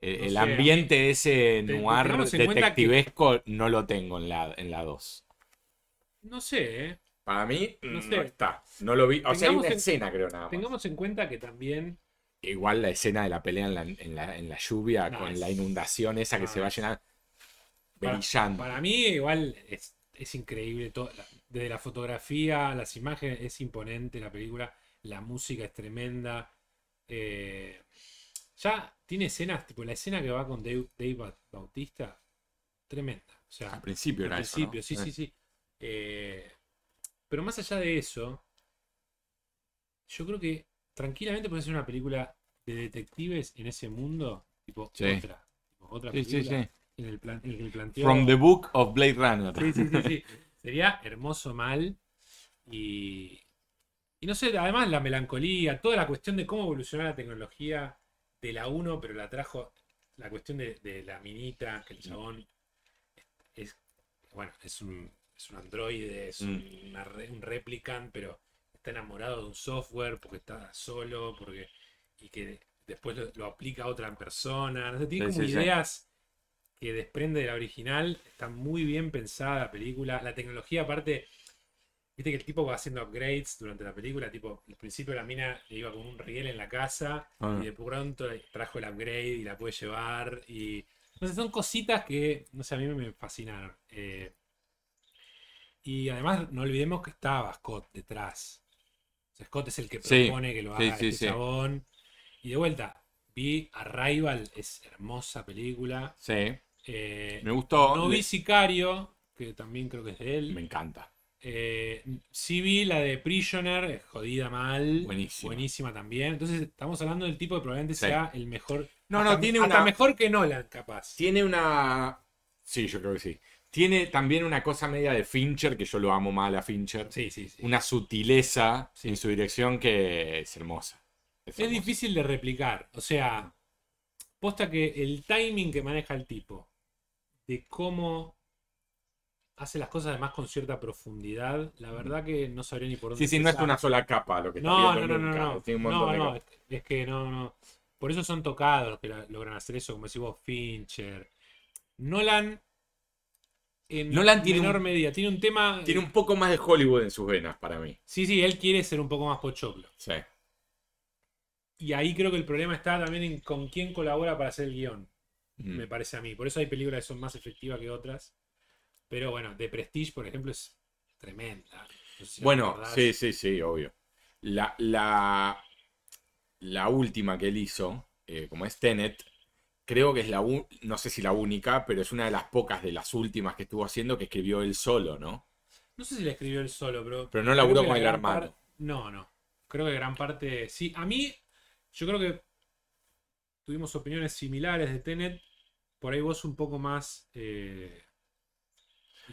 A: El,
B: No
A: el
B: sé, a mí-
A: ambiente ese
B: Te-
A: noir
B: tengamos en cuenta que-
A: detectivesco no lo tengo en la, en la 2.
B: No sé, ¿eh?
A: Para mí, mm,
B: No
A: no,
B: sé.
A: está. No lo vi. O sea, hay
B: Tengamos
A: una
B: en-
A: escena, creo, nada más.
B: Tengamos en cuenta que también.
A: Igual la escena de la pelea en la, en la- en la lluvia,
B: No,
A: con
B: es-
A: la inundación esa que
B: no,
A: se va a
B: es-
A: llenar.
B: Para-
A: Brillante.
B: Para mí, igual es, es increíble todo. la- Desde la fotografía, las imágenes, es imponente la película. La música es tremenda. eh, ya tiene escenas, tipo la escena que va con Dave, Dave Ba- Bautista, tremenda. O sea,
A: Al principio era
B: al
A: eso,
B: principio,
A: ¿no? Eh.
B: sí, sí, sí. Eh, pero más allá de eso, yo creo que tranquilamente puede ser una película de detectives en ese mundo, tipo
A: Sí.
B: otra. tipo otra
A: Sí, sí,
B: película
A: sí.
B: en el, plan, en el planteo.
A: From the Book of Blade Runner.
B: Sí, sí, sí, sí. Sería hermoso mal. Y. Y no sé, además la melancolía, toda la cuestión de cómo evolucionó la tecnología de la 1, pero la trajo. La cuestión de, de la minita, que el chabón es. Bueno, es un. Es un androide, es
A: Mm.
B: una re- un replicant, pero está enamorado de un software porque está solo, porque. Y que después lo, lo aplica a otra persona. No sé, tiene
A: Sí,
B: como
A: sí, sí.
B: ideas que desprende de la original. Está muy bien pensada la película. La tecnología, aparte, viste que el tipo va haciendo upgrades durante la película. Tipo, al principio la mina le iba con un riel en la casa
A: Ah.
B: y de pronto trajo el upgrade y la puede llevar. Y. No sé, son cositas que, no sé, a mí me fascinaron. Eh, y además, no olvidemos que estaba Scott detrás. O sea, Scott es el que
A: Sí,
B: propone que lo haga
A: sí, sí,
B: este
A: sí.
B: chabón. Y de vuelta, vi Arrival, es hermosa película.
A: Sí,
B: Eh,
A: me gustó.
B: no vi
A: Le-
B: Sicario, que también creo que es de
A: Me
B: él.
A: encanta.
B: Eh, sí vi la de Prisoner, es jodida mal.
A: Buenísima.
B: Buenísima también. Entonces estamos hablando del tipo que probablemente
A: Sí.
B: sea el mejor.
A: No,
B: hasta-
A: no, tiene
B: hasta
A: una-
B: mejor que Nolan, capaz.
A: Tiene una. Sí, yo creo que sí. Tiene también una cosa media de Fincher, que yo lo amo mal a Fincher.
B: Sí, sí, sí.
A: Una sutileza en su dirección que es hermosa. Es
B: Es
A: hermosa.
B: difícil de replicar. O sea, posta que el timing que maneja el tipo, de cómo hace las cosas además con cierta profundidad, la verdad que no sabría ni por dónde
A: Sí, sí, no es
B: empezar.
A: una sola capa lo que está
B: No, no,
A: viendo
B: no, no,
A: nunca.
B: no.
A: Tiene un montón
B: no,
A: de
B: no,
A: capas.
B: es, es que no, no. Por eso son tocados los que la- logran hacer eso, como decís vos, Fincher. Nolan, en
A: Nolan tiene
B: menor
A: un-
B: medida, tiene un tema.
A: Tiene un poco más de Hollywood en sus venas para mí.
B: Sí, sí, él quiere ser un poco más pochoclo.
A: Sí.
B: Y ahí creo que el problema está también en con quién colabora para hacer el guión,
A: Mm.
B: me parece a mí. Por eso hay películas que son más efectivas que otras. Pero bueno, The Prestige, por ejemplo, es tremenda. No sé si la
A: Bueno,
B: recordás.
A: sí, sí, sí, obvio. La, la, la última que él hizo, eh, como es Tenet, creo que es la, u- no sé si la única, pero es una de las pocas de las últimas que estuvo haciendo que escribió él solo, ¿no?
B: No sé si la escribió él solo, pero.
A: Pero no
B: creo
A: laburó
B: que
A: con el
B: gran
A: hermano.
B: par- No, no. Creo que gran parte. Sí, a mí. Yo creo que. Tuvimos opiniones similares de Tenet. Por ahí vos un poco más. eh,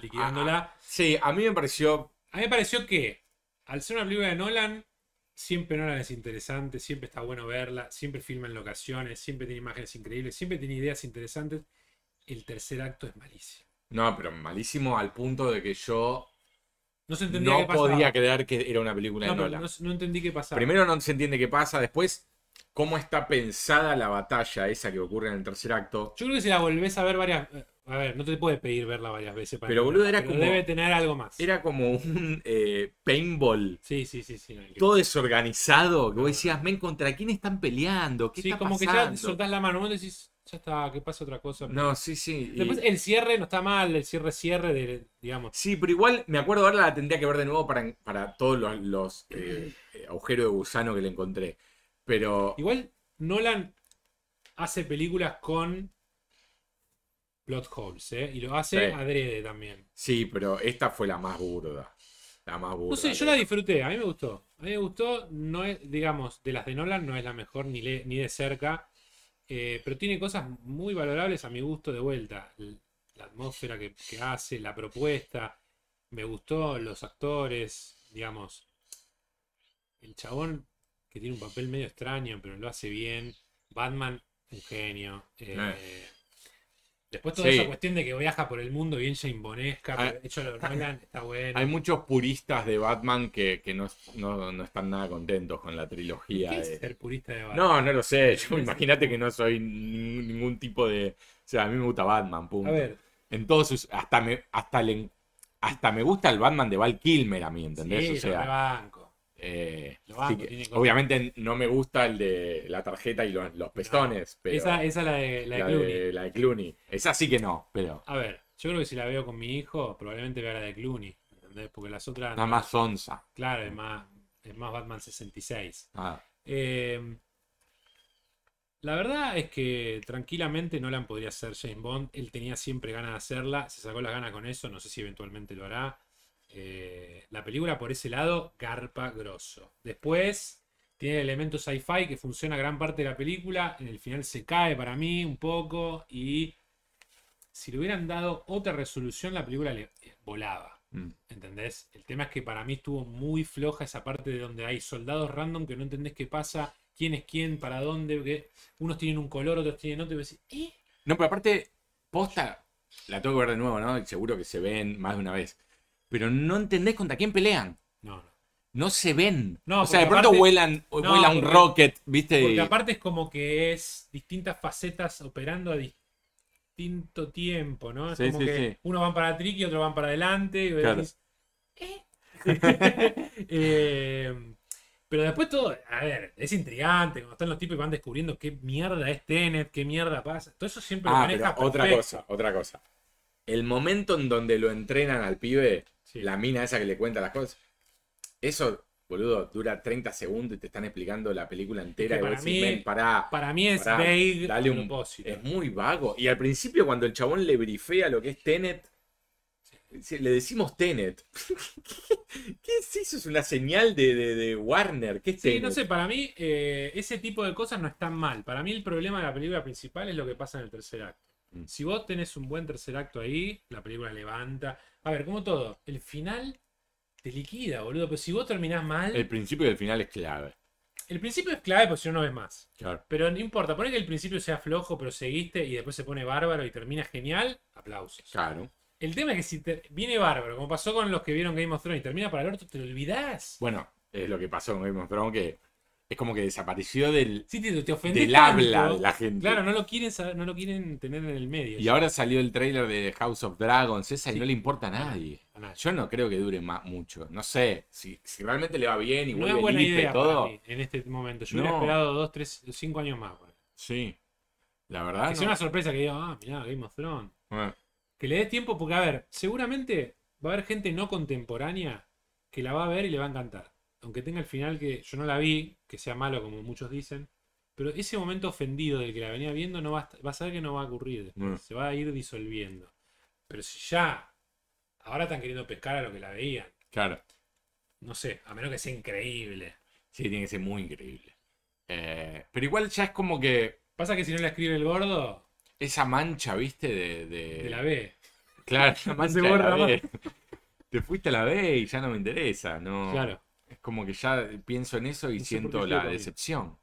B: liquidándola.
A: Sí, a mí me pareció,
B: A mí me pareció que. Al ser una película de Nolan. Siempre Nolan es interesante. Siempre está bueno verla. Siempre filma en locaciones. Siempre tiene imágenes increíbles. Siempre tiene ideas interesantes. El tercer acto es malísimo.
A: no, pero malísimo al punto de que yo
B: No se entendía qué
A: No
B: pasaba.
A: podía creer que era una película
B: no,
A: de
B: pero
A: Nolan.
B: no se- no entendí qué pasaba.
A: Primero no se entiende qué pasa, después cómo está pensada la batalla esa que ocurre en el tercer acto.
B: Yo creo que si la volvés a ver varias. eh, A ver, no te puedes pedir verla varias veces. para
A: Pero,
B: entender,
A: boludo, era como-
B: Debe tener algo más.
A: Era como un eh, paintball,
B: Sí, sí, sí. sí no, increíble.
A: todo desorganizado, que vos decías, men, ¿contra quién están peleando? ¿Qué
B: sí,
A: está
B: como que ya
A: pasando?".
B: soltás la mano. Vos decís, ya está, que pasa otra cosa.
A: No, sí, sí. y-
B: Después eh, el cierre no está mal, el cierre, cierre, de, digamos.
A: Sí, pero igual me acuerdo ahora la tendría que ver de nuevo para, para todos los, los, eh, eh, agujeros de gusano que le encontré. Pero
B: Igual Nolan hace películas con plot holes, ¿eh? Y lo hace
A: Sí.
B: adrede también.
A: sí, pero esta fue la más burda. La más burda.
B: No sé, yo la disfruté, a mí me gustó. A mí me gustó, no es, digamos, de las de Nolan no es la mejor ni, le- ni de cerca, eh, pero tiene cosas muy valorables a mi gusto de vuelta. L- La atmósfera que, que hace, la propuesta, me gustó, los actores, digamos. El chabón que tiene un papel medio extraño, pero lo hace bien. Batman, un genio. eh, Después toda
A: Sí.
B: esa cuestión de que viaja por el mundo bien Jane Bonesca,
A: Ah.
B: pero de hecho lo de Nolan está bueno.
A: Hay muchos puristas de Batman que, que no, no- no están nada contentos con la trilogía.
B: ¿Qué
A: de-
B: es ser purista de Batman?
A: No, no lo sé. Yo imagínate que no soy nin- ningún tipo de. O sea, a mí me gusta Batman, punto.
B: A ver,
A: En todos sus. Hasta me, hasta le- hasta me gusta el Batman de Val Kilmer a mí, ¿entendés?
B: sí,
A: o sea.
B: lo rebanco.
A: Eh,
B: Lo banco,
A: sí que-
B: tiene cosas.
A: obviamente no me gusta el de la tarjeta y los, los pestones, pero
B: Esa, esa es la de, la de
A: la,
B: Clooney.
A: de, la de Clooney. Esa sí que no, pero
B: A ver, yo creo que si la veo con mi hijo, probablemente vea la de Clooney. ¿entendés? Porque las otras.
A: nada
B: Ah, no-
A: más onza.
B: Claro, es más, es más Batman 66. Eh, la verdad es que tranquilamente Nolan podría ser James Bond. Él tenía siempre ganas de hacerla. Se sacó las ganas con eso. No sé si eventualmente lo hará. Eh, la película por ese lado, garpa grosso. Después tiene elementos sci-fi que funciona gran parte de la película. En el final se cae para mí un poco. Y si le hubieran dado otra resolución, la película le eh, volaba.
A: Mm.
B: ¿Entendés? El tema es que para mí estuvo muy floja esa parte de donde hay soldados random que no entendés qué pasa, quién es quién, para dónde, que unos tienen un color, otros tienen otro, y vos decís, ¿eh?
A: No, pero aparte, posta, la tengo que ver de nuevo, ¿no? Seguro que se ven más de una vez. Pero no entendés contra quién pelean.
B: No, no.
A: No se ven.
B: No,
A: o sea, de
B: porque
A: pronto
B: aparte-
A: vuelan,
B: No,
A: vuela un
B: porque-
A: rocket, ¿viste?
B: Porque
A: Y-
B: aparte es como que es distintas facetas operando a distinto tiempo, ¿no? Es
A: Sí,
B: como
A: sí,
B: que
A: sí.
B: uno van para atrás y otro van para adelante. Y vos
A: Claro.
B: decís, ¿eh? Eh, pero después todo, a ver, es intrigante, cuando están los tipos y van descubriendo qué mierda es Tenet, qué mierda pasa. Todo eso siempre lo
A: Ah, pero
B: maneja
A: otra
B: perfecto.
A: cosa, otra cosa. El momento en donde lo entrenan al pibe,
B: Sí.
A: la mina esa que le cuenta las cosas, eso, boludo, dura 30 segundos y te están explicando la película entera.
B: Es que
A: y vos
B: para
A: decís,
B: mí-
A: "Men, pará".
B: Para mí es
A: Pará,
B: vague
A: dale
B: a
A: un-
B: propósito.
A: Es muy vago. Y al principio, cuando el chabón le brifea lo que es Tenet, dice, le decimos Tenet. ¿Qué es eso? Es una señal de, de- de Warner. ¿Qué es
B: Sí,
A: Tenet?
B: no sé, para mí eh, ese tipo de cosas no están mal. Para mí el problema de la película principal es lo que pasa en el tercer acto.
A: Mm.
B: Si vos tenés un buen tercer acto ahí, la película levanta. A ver, como todo, el final te liquida, boludo. Pero si vos terminás mal,
A: El
B: el,
A: principio y el final es clave.
B: principio es clave porque si no, no ves más.
A: Claro.
B: Pero no importa, pone que el principio sea flojo, pero seguiste y después se pone bárbaro y termina genial, aplausos.
A: Claro.
B: El tema es que si te- viene bárbaro, como pasó con los que vieron Game of Thrones y termina para el orto, te lo olvidás.
A: Bueno, es lo que pasó con Game of Thrones, que es como que desapareció del,
B: Sí, te, te ofendes
A: del
B: tanto.
A: habla de la gente.
B: Claro, no lo quieren saber, no lo quieren tener en el medio.
A: Y ahora salió el tráiler de House of Dragons, esa y
B: Sí.
A: no le importa a nadie.
B: A nadie.
A: Yo no creo que dure más mucho. No sé, si, si realmente le va bien y
B: no
A: vuelve
B: es buena
A: limpio y
B: idea
A: todo.
B: para mí en este momento. Yo hubiera
A: No.
B: esperado dos, tres, cinco años más. por ahí.
A: Sí. La
B: que
A: verdad.
B: sea
A: no. Ah.
B: una sorpresa que diga, ah, mirá, Game of Thrones.
A: Bueno,
B: Que le dé tiempo, porque a ver, seguramente va a haber gente no contemporánea que la va a ver y le va a encantar. Aunque tenga el final que yo no la vi, que sea malo como muchos dicen. Pero ese momento ofendido del que la venía viendo no va a, est- va a saber que no va a ocurrir. después,
A: Mm.
B: Se va a ir disolviendo. Pero si ya ahora están queriendo pescar a lo que la veían.
A: claro.
B: No sé, a menos que sea increíble.
A: Sí, tiene que ser muy increíble. Eh, pero igual ya es como que
B: Pasa que si no la escribe el gordo,
A: esa mancha, viste, de. de-
B: te la ve.
A: Claro, la mancha
B: se
A: de la
B: borra más.
A: B. Te fuiste a la B y ya no me interesa, ¿no?
B: Claro.
A: Es como que ya pienso en eso y
B: No sé por qué
A: siento
B: sigo
A: la
B: conmigo.
A: decepción.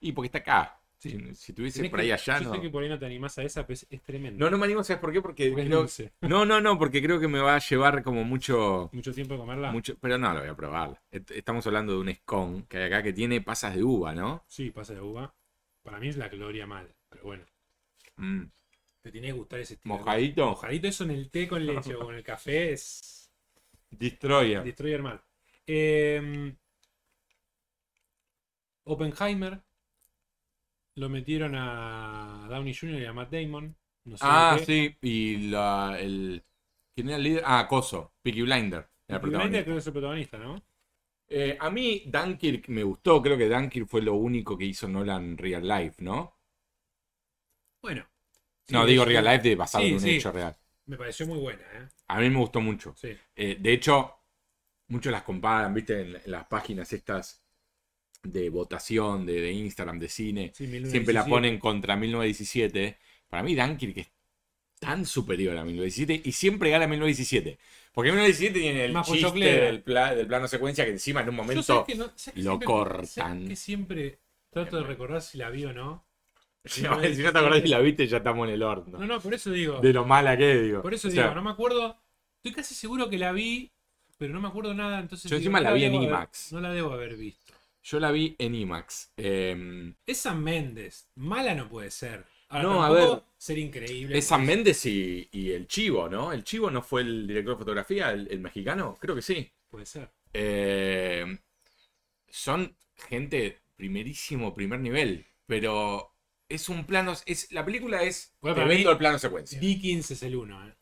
A: Y porque está acá. Si, si tuviese
B: Tenés
A: por ahí
B: que-
A: allá,
B: yo
A: no.
B: sé que por ahí no te animás a esa, pero es, es tremendo.
A: No, no me animo, ¿sabes por qué? Porque,
B: Porque es
A: creo-
B: dulce.
A: No, no, no, porque creo que me va a llevar como mucho.
B: Mucho tiempo de comerla.
A: mucho pero no, lo voy a probar. Et- Estamos hablando de un scone que hay acá que tiene pasas de uva, ¿no?
B: Sí, pasa de uva. Para mí es la gloria mal. Pero bueno,
A: Mm.
B: te tiene que gustar ese estilo.
A: Mojadito.
B: Mojadito eso en el té con leche o con el café es
A: Destroyer.
B: Destroyer mal. Eh, Oppenheimer lo metieron a Downey Jr. y a Matt Damon. No sé
A: Ah,
B: por qué.
A: sí. Y la, el. ¿Quién era el líder? Ah, Coso. Peaky Blinder. Era el
B: Finalmente
A: protagonista.
B: creo que es el protagonista, ¿no?
A: Eh, a mí Dunkirk me gustó. Creo que Dunkirk fue lo único que hizo Nolan Real Life, ¿no?
B: Bueno.
A: no,
B: Sí,
A: digo
B: sí.
A: Real Life de basado
B: Sí,
A: en un
B: sí.
A: hecho real.
B: Me pareció muy buena, ¿eh?
A: A mí me gustó mucho.
B: Sí.
A: Eh, de hecho, muchos las comparan, viste, en, en las páginas estas de votación, de, de Instagram, de cine.
B: Sí,
A: Siempre la
B: 1917.
A: ponen contra 1917. Para mí, Dunkirk es tan superior a 1917 y siempre gana 1917. Porque 1917 tiene el
B: Más pues,
A: chiste
B: pochoclera.
A: del, pla- del plano secuencia que encima en un
B: Yo
A: momento...
B: sabes que no- sabes que
A: lo
B: siempre-
A: cortan.
B: sabes que siempre trato de recordar si la vi o no.
A: si no te acordás y la viste, ya estamos en el horno.
B: No, no, por eso digo.
A: De lo mala que es, digo.
B: Por eso
A: O
B: digo,
A: sea,
B: no me acuerdo. Estoy casi seguro que la vi, pero no me acuerdo nada. Entonces
A: Yo
B: digo,
A: encima
B: no
A: la vi en
B: debo haber-
A: IMAX.
B: No la debo haber visto.
A: Yo la vi en IMAX. Eh,
B: Esa Méndez, mala no puede ser. Ahora,
A: No, a
B: tampoco
A: ver.
B: Ser increíble.
A: es Sam Méndez y, y el Chivo, ¿no? El Chivo no fue el director de fotografía, el, el mexicano, creo que sí.
B: Puede ser.
A: Eh, son gente primerísimo, primer nivel, pero es un plano, es, la película es,
B: Bueno,
A: te
B: para mí-
A: vendo el plano secuencia.
B: Dickens es el uno, ¿eh?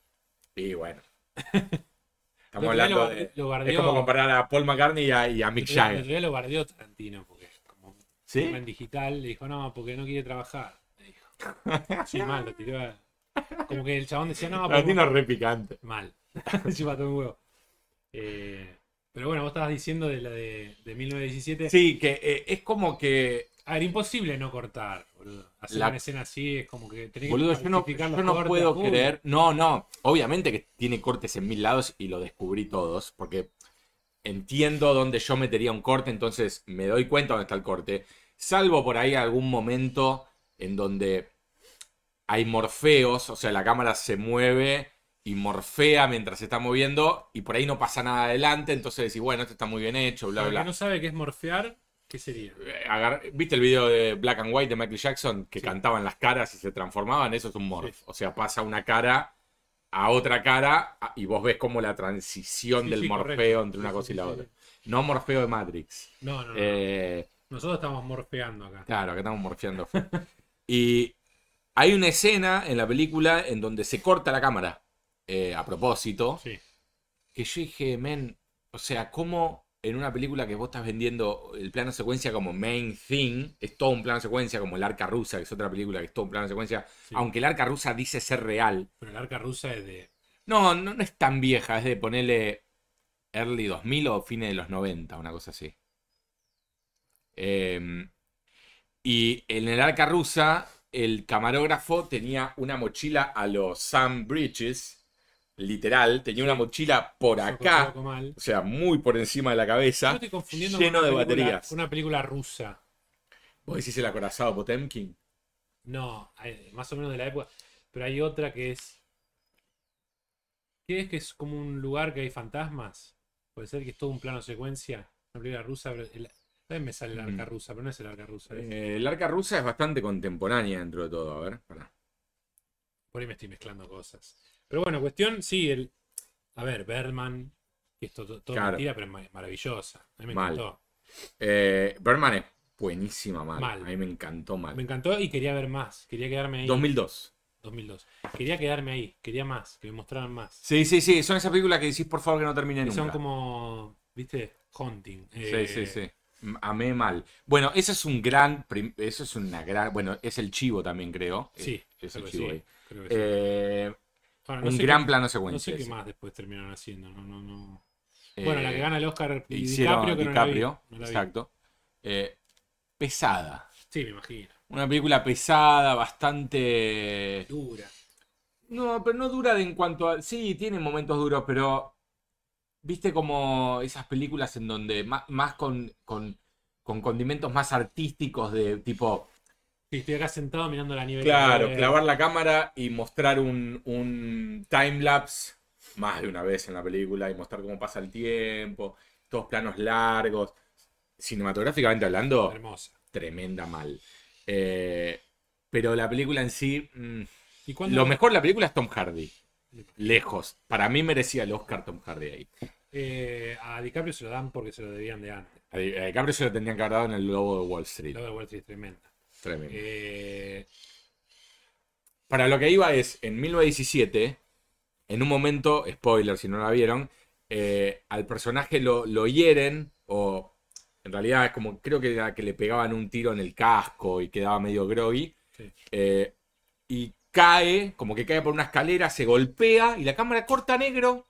A: Y bueno, estamos
B: Lo otro día
A: hablando
B: lo-
A: de...
B: Lo
A: Es
B: bardeó,
A: como comparar a Paul McCartney y a, y a
B: el
A: Mick
B: otro día- el
A: Jagger.
B: otro día lo bardeó Tarantino, porque como
A: ¿Sí?
B: en digital le dijo, no, porque no quiere trabajar. Le dijo. Sí, mal, lo tiró a- Como que el chabón decía, no, porque-
A: Tarantino es re picante.
B: Mal. Encima todo un huevo. Eh, pero bueno, vos estabas diciendo de la de, de 1917.
A: Sí, que eh, es como que
B: A ver, imposible no cortar, boludo. Hacer
A: La-
B: una escena así es como que tenés
A: Boludo,
B: que
A: yo no,
B: justificar
A: yo
B: los
A: no
B: cortes a
A: puedo
B: full.
A: creer. No, no. Obviamente que tiene cortes en mil lados y lo descubrí todos, porque entiendo dónde yo metería un corte, entonces me doy cuenta dónde está el corte. Salvo por ahí algún momento en donde hay morfeos, o sea, la cámara se mueve y morfea mientras se está moviendo y por ahí no pasa nada adelante, entonces decís, bueno, esto está muy bien hecho, bla,
B: Para el
A: bla.
B: que no sabe qué es morfear, ¿qué sería?
A: Eh, agar- ¿Viste el video de Black and White de Michael Jackson que
B: Sí.
A: cantaban las caras y se transformaban? Eso es un morph.
B: Sí.
A: O sea, pasa una cara a otra cara a- y vos ves como la transición
B: Sí,
A: del
B: sí,
A: morfeo
B: correcto.
A: entre
B: Sí,
A: una
B: sí,
A: cosa
B: sí,
A: y la
B: sí,
A: otra.
B: sí.
A: No morfeo de Matrix.
B: No, no, no.
A: Eh,
B: Nosotros estamos morfeando acá.
A: Claro, que estamos morfeando. y hay una escena en la película en donde se corta la cámara eh, a propósito.
B: Sí.
A: Que yo dije, men, o sea, ¿cómo en una película que vos estás vendiendo el plano secuencia como main thing, es todo un plano secuencia, como El Arca Rusa, que es otra película que es todo un plano secuencia,
B: Sí.
A: aunque El Arca Rusa dice ser real,
B: Pero el arca rusa es de.
A: no, no, no es tan vieja, es de ponerle early 2000 o fines de los 90, una cosa así. Eh, y en el arca rusa, el camarógrafo tenía una mochila a los Sam Bridges, literal, tenía una mochila por
B: yo
A: acá,
B: coloco mal.
A: o sea, muy por encima de la
B: Yo
A: cabeza,
B: estoy confundiendo
A: lleno
B: con
A: de
B: una película-
A: baterías.
B: Una película rusa.
A: ¿Vos decís el acorazado Potemkin?
B: No, hay- más o menos de la época. Pero hay otra que es. ¿Qué es que es como un lugar que hay fantasmas? Puede ser que es todo un plano secuencia. Una película rusa. pero el- también me sale el arca
A: Mm.
B: rusa, pero no es el arca rusa. es-
A: Eh, el arca rusa es bastante contemporánea dentro de todo, a ver, pará.
B: Por ahí me estoy mezclando cosas. Pero bueno, cuestión, sí, el. A ver, Berman. que Esto to- todo
A: Claro.
B: mentira, pero es ma- maravillosa. A mí me
A: Mal.
B: encantó.
A: Eh, Berman es buenísima, mal.
B: Mal.
A: A mí me encantó mal.
B: Me encantó y quería ver más. Quería quedarme ahí.
A: 2002.
B: 2002. Quería quedarme ahí. Quería más. Que me mostraran más.
A: Sí, sí, sí. Son esas películas que decís, por favor, que no terminen
B: Que
A: nunca.
B: son como. ¿Viste? Haunting.
A: Sí,
B: eh,
A: sí, sí. M- Amé mal. Bueno, ese es un gran... prim- Eso es una gran... Bueno, es el chivo también, creo.
B: Sí,
A: Es, es
B: creo
A: el
B: que
A: chivo
B: sí,
A: ahí.
B: creo que sí.
A: Eh,
B: Ahora, no
A: un
B: sé
A: gran
B: qué-
A: plano
B: No
A: secuencia.
B: sé qué
A: ese.
B: más después terminaron haciendo. No, no, no.
A: Eh,
B: bueno, la que gana el Oscar y
A: hicieron
B: DiCaprio, que no la vi,
A: DiCaprio,
B: no la vi.
A: exacto. Eh, pesada.
B: Sí, me imagino.
A: Una película pesada, bastante...
B: Dura.
A: No, pero no dura de en cuanto a. Sí, tiene momentos duros, pero. ¿Viste como esas películas en donde ma- más, con, con, con condimentos más artísticos de tipo.
B: Sí, estoy acá sentado mirando la nieve.
A: Claro,
B: Eh,
A: clavar la cámara y mostrar un, un timelapse más de una vez en la película y mostrar cómo pasa el tiempo, todos planos largos. Cinematográficamente hablando,
B: Hermosa.
A: tremenda mal. Eh, pero la película en sí, mm,
B: ¿Y cuándo-
A: lo mejor de la película es Tom Hardy. Lejos. Para mí merecía el Oscar Tom Hardy ahí.
B: eh, a DiCaprio se lo dan porque se lo debían de antes.
A: A Di- a DiCaprio se lo tendrían que haber dado en el Lobo de Wall Street.
B: La de Wall Street es tremenda.
A: Tremendo.
B: Eh,
A: Para lo que iba es, en 1917, en un momento, spoiler si no la vieron, eh, al personaje lo, lo hieren, o en realidad es como, creo que era que le pegaban un tiro en el casco y quedaba medio groggy,
B: Sí.
A: eh, y cae, como que cae por una escalera, se golpea y la cámara corta a negro,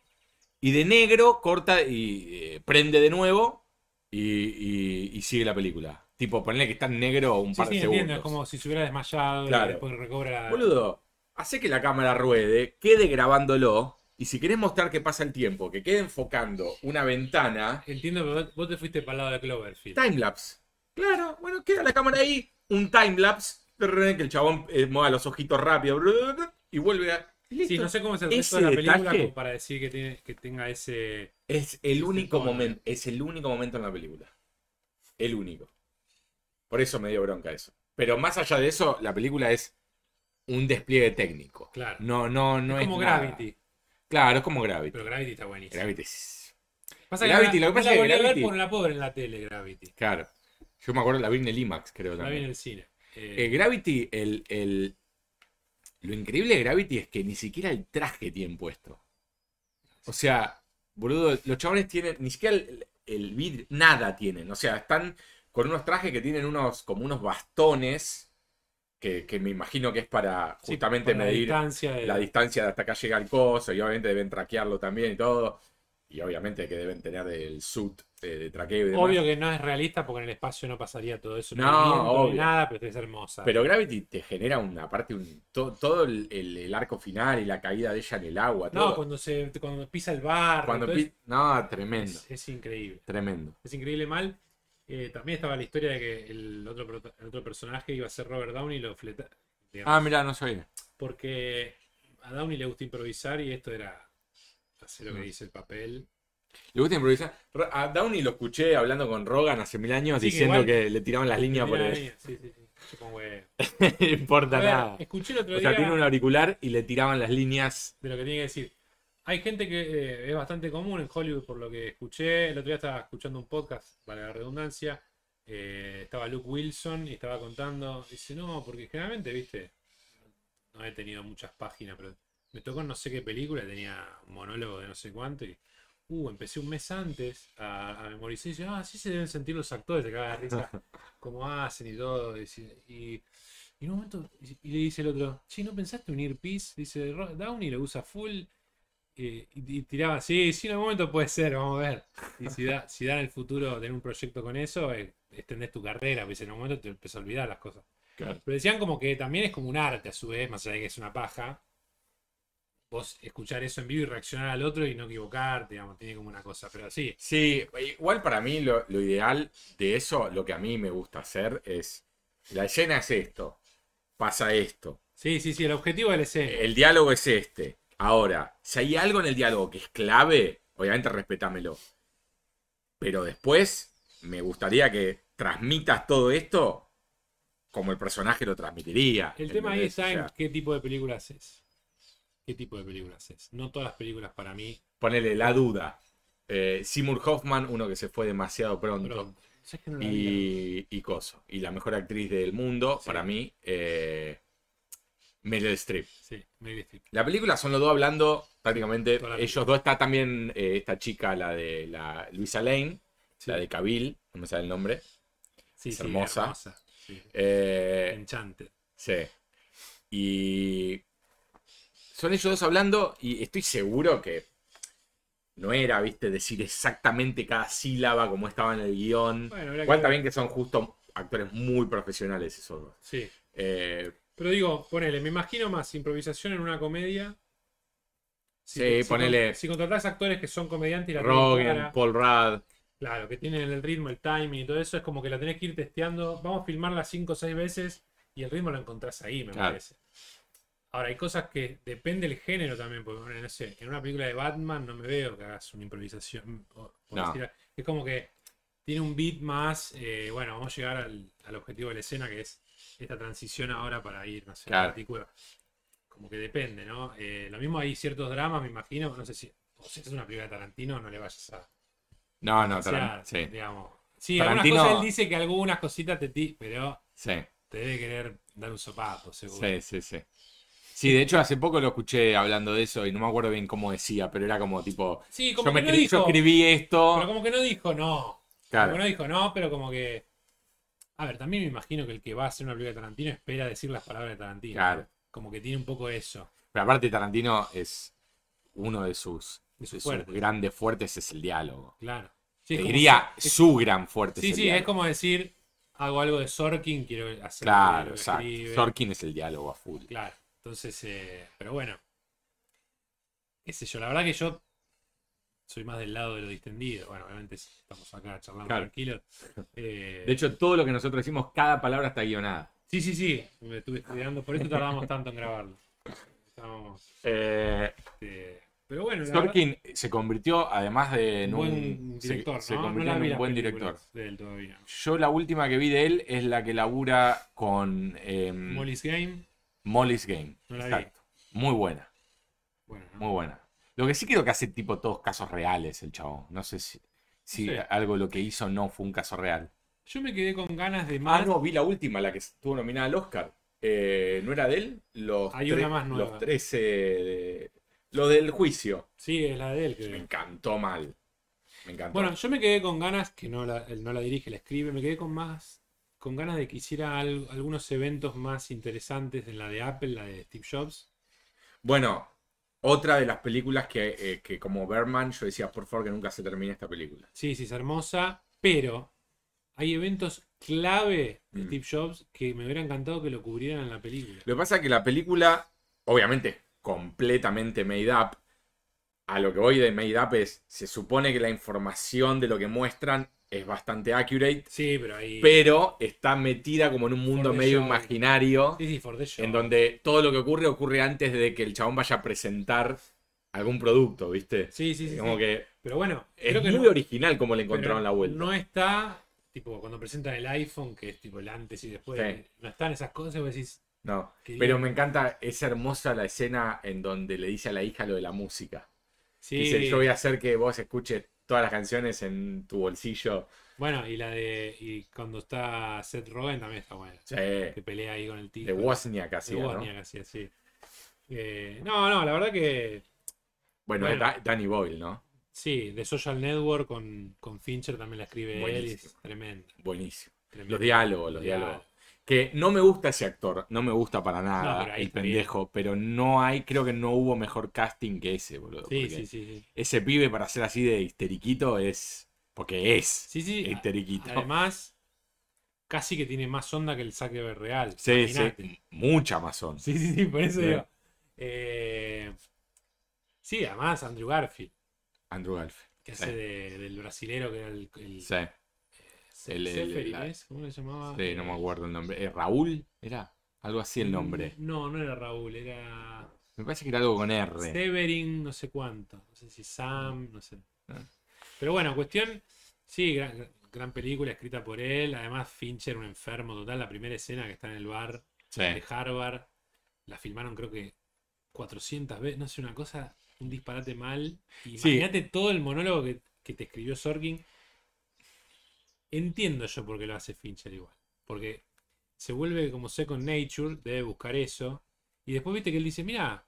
A: y de negro corta y eh, prende de nuevo y, y- y sigue la película. Tipo, ponle que está en negro un
B: sí,
A: par
B: sí,
A: de
B: entiendo,
A: segundos.
B: Es como si se hubiera desmayado
A: Claro.
B: y después recobra.
A: Boludo, hace que la cámara ruede, quede grabándolo. Y si querés mostrar que pasa el tiempo, que quede enfocando una ventana,
B: Entiendo, pero vos- vos te fuiste para el lado de Cloverfield.
A: timelapse. Claro, bueno, queda la cámara ahí, un timelapse, trrr, que el chabón eh, mueva los ojitos rápido brr, brr, y vuelve a. y listo.
B: Sí, no sé cómo es el resto
A: Ese
B: de la película
A: detalle-
B: como para decir que, tiene, que tenga ese.
A: Es el
B: Ese
A: único
B: tono.
A: momento, es el único momento en la película. El único. Por eso me dio bronca eso. Pero más allá de eso, la película es un despliegue técnico.
B: Claro.
A: No, no, no es.
B: como
A: nada.
B: Gravity.
A: Claro, es como Gravity.
B: Pero Gravity está buenísimo.
A: Gravity es
B: Pasa
A: Gravity,
B: no
A: lo que
B: la-
A: pasa
B: no
A: es que
B: la volví a ver
A: Gravity-
B: por la pobre en la tele, Gravity.
A: Claro. Yo me acuerdo, la vi en el IMAX, creo
B: La vi en
A: también.
B: el cine. Eh,
A: Eh, Gravity, el, el- lo increíble de Gravity es que ni siquiera el traje tiene puesto. O sea, boludo, los chabones tienen, ni siquiera el, el vidrio, nada tienen. O sea, están con unos trajes que tienen unos, como unos bastones, que, que me imagino que es para
B: sí,
A: justamente
B: por
A: medir
B: La distancia de-
A: la distancia de hasta acá llega el coso y obviamente deben traquearlo también y todo. Y obviamente que deben tener el suit eh, de, traqueo y demás.
B: Obvio que no es realista porque en el espacio no pasaría todo eso. No,
A: No,
B: hay viento, no hay
A: obvio.
B: nada, pero es hermosa.
A: Pero Gravity te genera una parte, un, to- todo el, el- el arco final y la caída de ella en el agua.
B: no,
A: todo.
B: cuando se cuando pisa el bar,
A: Cuando pi- No, tremendo,
B: es, es increíble.
A: tremendo.
B: Es increíble mal. Eh, también estaba la historia de que el otro, prota- el otro personaje iba a ser Robert Downey y lo fleta. digamos,
A: Ah, mira, no sabía.
B: Porque a Downey le gusta improvisar y esto era hacer lo que
A: Mm.
B: dice el papel.
A: Le gusta improvisar. Ro- A Downey lo escuché hablando con Rogan hace mil años
B: Sí, que
A: diciendo
B: igual-
A: que, le tiraban las líneas por
B: Mira,
A: el.
B: Sí, sí, sí. Yo como, eh,
A: no importa
B: a ver,
A: nada.
B: escuché el otro
A: O sea,
B: día
A: tiene un auricular y le tiraban las líneas.
B: de lo que tiene que decir. Hay gente que eh, es bastante común en Hollywood, por lo que escuché. El otro día estaba escuchando un podcast, para la redundancia. eh, estaba Luke Wilson y estaba contando. Dice, no, porque generalmente, viste, no he tenido muchas páginas, pero me tocó en no sé qué película, tenía un monólogo de no sé cuánto y. Uh, empecé un mes antes a, a memorizar y dice, ah, así se deben sentir los actores, se cagan de risa, cómo hacen y todo. dice, y, y en un momento, y y le dice el otro, che, ¿no pensaste unir PIS? Dice, "Ro- Downey lo usa full. eh, y, y tiraba, sí, sí, en algún momento puede ser, vamos a ver. Y si da, si da en el futuro tener un proyecto con eso, eh, extendés tu carrera, porque en algún momento te empezás a olvidar las cosas. Pero decían como que también es como un arte a su vez, más allá de que es una paja. Vos escuchar eso en vivo y reaccionar al otro y no equivocarte, digamos, tiene como una cosa, pero sí.
A: Sí, igual para mí lo, lo ideal de eso, lo que a mí me gusta hacer es, la escena es esto, pasa esto,
B: Sí, sí, sí, el objetivo del escena.
A: el diálogo es este. Ahora, si hay algo en el diálogo que es clave, obviamente respétamelo. Pero después, me gustaría que transmitas todo esto como el personaje lo transmitiría.
B: El tema ahí
A: ¿entendés?
B: está
A: O
B: en
A: sea,
B: qué tipo de película haces. ¿Qué tipo de película haces? No todas las películas para mí.
A: ponele la duda. Eh, Seymour Hoffman, uno que se fue demasiado pronto.
B: Pero, ¿sabes que no la vi?
A: y, y Coso. Y la mejor actriz del mundo,
B: Sí.
A: para mí, eh, Meryl Streep.
B: Sí, Meryl Streep.
A: La película son los dos hablando prácticamente.
B: Toda la
A: Ellos dos está también eh, esta chica, la de la Luisa Lane,
B: Sí,
A: la de Cabil, no me sale el nombre.
B: sí,
A: es
B: sí,
A: hermosa.
B: Sí.
A: Eh,
B: Enchanted.
A: sí. Y son ellos dos hablando y estoy seguro que no era, viste, decir exactamente cada sílaba como estaba en el guión.
B: Bueno, habrá que
A: Igual
B: ver.
A: también que son justo actores muy profesionales esos dos.
B: Sí.
A: Eh,
B: Pero digo, ponele, me imagino más improvisación en una comedia.
A: Sí,
B: con-
A: ponele.
B: Si, contratás actores que son comediantes y la tienen
A: Rogan,
B: clara,
A: Paul Rudd.
B: claro, que tienen el ritmo, el timing y todo eso, es como que la tenés que ir testeando. Vamos a filmarla cinco o seis veces y el ritmo lo encontrás ahí, me
A: Claro.
B: parece. Ahora, hay cosas que depende del género también, porque bueno, no sé, en una película de Batman no me veo que hagas una improvisación. o- por
A: No.
B: decir- es como que tiene un beat más, eh, bueno, vamos a llegar al, al objetivo de la escena, que es esta transición ahora para ir, no sé,
A: Claro.
B: partícula. Como que depende, ¿no? Eh, lo mismo hay ciertos dramas, me imagino, no sé si, o si es una película de Tarantino, no le vayas a...
A: No, no,
B: O sea,
A: Taran- sí,
B: digamos. Sí,
A: Tarantino-
B: algunas cosas él dice que algunas cositas te ti, pero
A: sí,
B: te debe querer dar un sopapo, seguro.
A: sí, sí, sí. Sí, de hecho hace poco lo escuché hablando de eso y no me acuerdo bien cómo decía, pero era como tipo,
B: Sí, como
A: yo, me
B: que no
A: escri- yo
B: dijo.
A: escribí
B: Pero
A: esto.
B: como que no dijo no.
A: Claro,
B: Como no dijo no, pero como que. A ver, también me imagino que el que va a hacer una película de Tarantino espera decir las palabras de Tarantino.
A: Claro.
B: Como que tiene un poco eso.
A: pero aparte Tarantino es uno de sus,
B: De sus
A: de sus
B: fuertes.
A: grandes fuertes es el diálogo.
B: Claro.
A: Te
B: Sí, es como-
A: diría
B: es-
A: su gran fuerte
B: Sí,
A: es el
B: sí, es
A: diálogo.
B: como decir, hago algo de Sorkin, quiero hacer
A: Claro,
B: lo que
A: exacto.
B: escribe.
A: Sorkin es el diálogo a full.
B: Claro, entonces, eh, pero bueno. Qué sé yo, la verdad que yo soy más del lado de lo distendido. Bueno, obviamente estamos acá charlando
A: Claro.
B: tranquilos. Eh,
A: De hecho, todo lo que nosotros decimos, cada palabra está guionada.
B: sí, sí, sí, me estuve estudiando, por eso tardamos tanto en grabarlo. Estábamos, este, pero bueno, la
A: Eh, Sorkin se convirtió, además de
B: verdad,
A: en
B: un buen
A: un, se-
B: director,
A: se,
B: ¿no? No
A: convirtió
B: la vi
A: en un
B: las
A: buen director.
B: películas de él todavía.
A: Yo la última que vi de él es la que labura con eh,
B: Molly's Game,
A: Molly's Game.
B: No la vi.
A: Exacto. Muy buena,
B: bueno, ¿no?
A: muy buena. Lo que sí creo que hace tipo todos casos reales el chabón. No sé si, si
B: Sí.
A: algo lo que hizo no fue un caso real.
B: yo me quedé con ganas de
A: Ah,
B: más.
A: no, vi la última, la que estuvo nominada al Oscar. Eh, ¿No era de él? Los
B: Hay
A: tre-
B: una más nueva.
A: Los 13. de- Lo del juicio.
B: Sí, es la de él,
A: Me
B: creo.
A: encantó mal. Me encantó.
B: Bueno, yo me quedé con ganas, que no la, él no la dirige, la escribe, me quedé con más, con ganas de que hiciera al- algunos eventos más interesantes en la de Apple, la de Steve Jobs.
A: Bueno, otra de las películas que, eh, que como Berman yo decía, por favor, que nunca se termine esta película.
B: Sí, sí, es hermosa, pero hay eventos clave de
A: Mm.
B: Steve Jobs que me hubiera encantado que lo cubrieran en la película.
A: Lo que pasa es que la película, obviamente, es completamente made up. A lo que voy de made up es, se supone que la información de lo que muestran es bastante accurate.
B: Sí, pero ahí...
A: pero está metida como en un mundo
B: Por
A: medio
B: show.
A: imaginario,
B: sí, sí, for the show.
A: en donde todo lo que ocurre ocurre antes de que el chabón vaya a presentar algún producto, ¿viste?
B: Sí, sí, sí.
A: como
B: sí.
A: que
B: Pero bueno,
A: es
B: creo que
A: muy
B: no-
A: original como le
B: pero
A: encontraron la vuelta.
B: No está, tipo, cuando presentan el iPhone, que es tipo el antes y después,
A: Sí.
B: no están esas cosas, vos decís...
A: No,
B: Qué
A: pero
B: bien.
A: me encanta, es hermosa la escena en donde le dice a la hija lo de la música.
B: Sí,
A: Dice, yo voy a hacer que vos escuches todas las canciones en tu bolsillo.
B: Bueno, y la de. Y cuando está Seth Rogen también está buena.
A: Sí,
B: Que pelea ahí con el tío.
A: eh, de Wozniak casi,
B: De
A: ¿no?
B: Wozniak, así, así. Eh, no, no, la verdad que.
A: Bueno,
B: Bueno.
A: Da- Danny Boyle, ¿no?
B: Sí, de Social Network con, con Fincher también la escribe él y es
A: Buenísimo.
B: tremendo.
A: Buenísimo.
B: tremendo.
A: Los diálogos, los diálogos. Que no me gusta ese actor, no me gusta para
B: No,
A: nada
B: pero ahí
A: el
B: está bien.
A: pendejo, pero no hay, creo que no hubo mejor casting que ese, boludo.
B: Sí,
A: porque
B: sí, sí, sí.
A: Ese pibe para ser así de histeriquito es. Porque es
B: Sí, sí. a-
A: histeriquito.
B: Además, casi que tiene más onda que el Zack Efron real.
A: sí,
B: Imaginate.
A: sí, mucha mazón.
B: Sí, sí, sí, por eso
A: Sí.
B: digo. Eh, sí, además Andrew Garfield,
A: Andrew Garfield.
B: que
A: Sí.
B: hace de- del brasilero que era el- el,
A: Sí, El- el-
B: Seferin,
A: la-
B: ¿es? ¿Cómo le llamaba?
A: sí, no me acuerdo el nombre. Eh, ¿Raúl? ¿Era? Algo así
B: Mm.
A: el nombre.
B: No, no era Raúl, era
A: Me parece que era algo con R.
B: Severin, no sé cuánto. No sé si Sam, no sé.
A: Ah.
B: Pero bueno, cuestión, sí, gran, gran película escrita por él. Además, Fincher, un enfermo total. La primera escena que está en el bar
A: Sí.
B: de Harvard, la filmaron creo que 400 veces, no sé, una cosa, un disparate mal. Imagínate todo el monólogo que, que te escribió Sorkin. Entiendo yo por qué lo hace Fincher igual. Porque se vuelve como Second Nature, debe buscar eso. Y después viste que él dice, mira,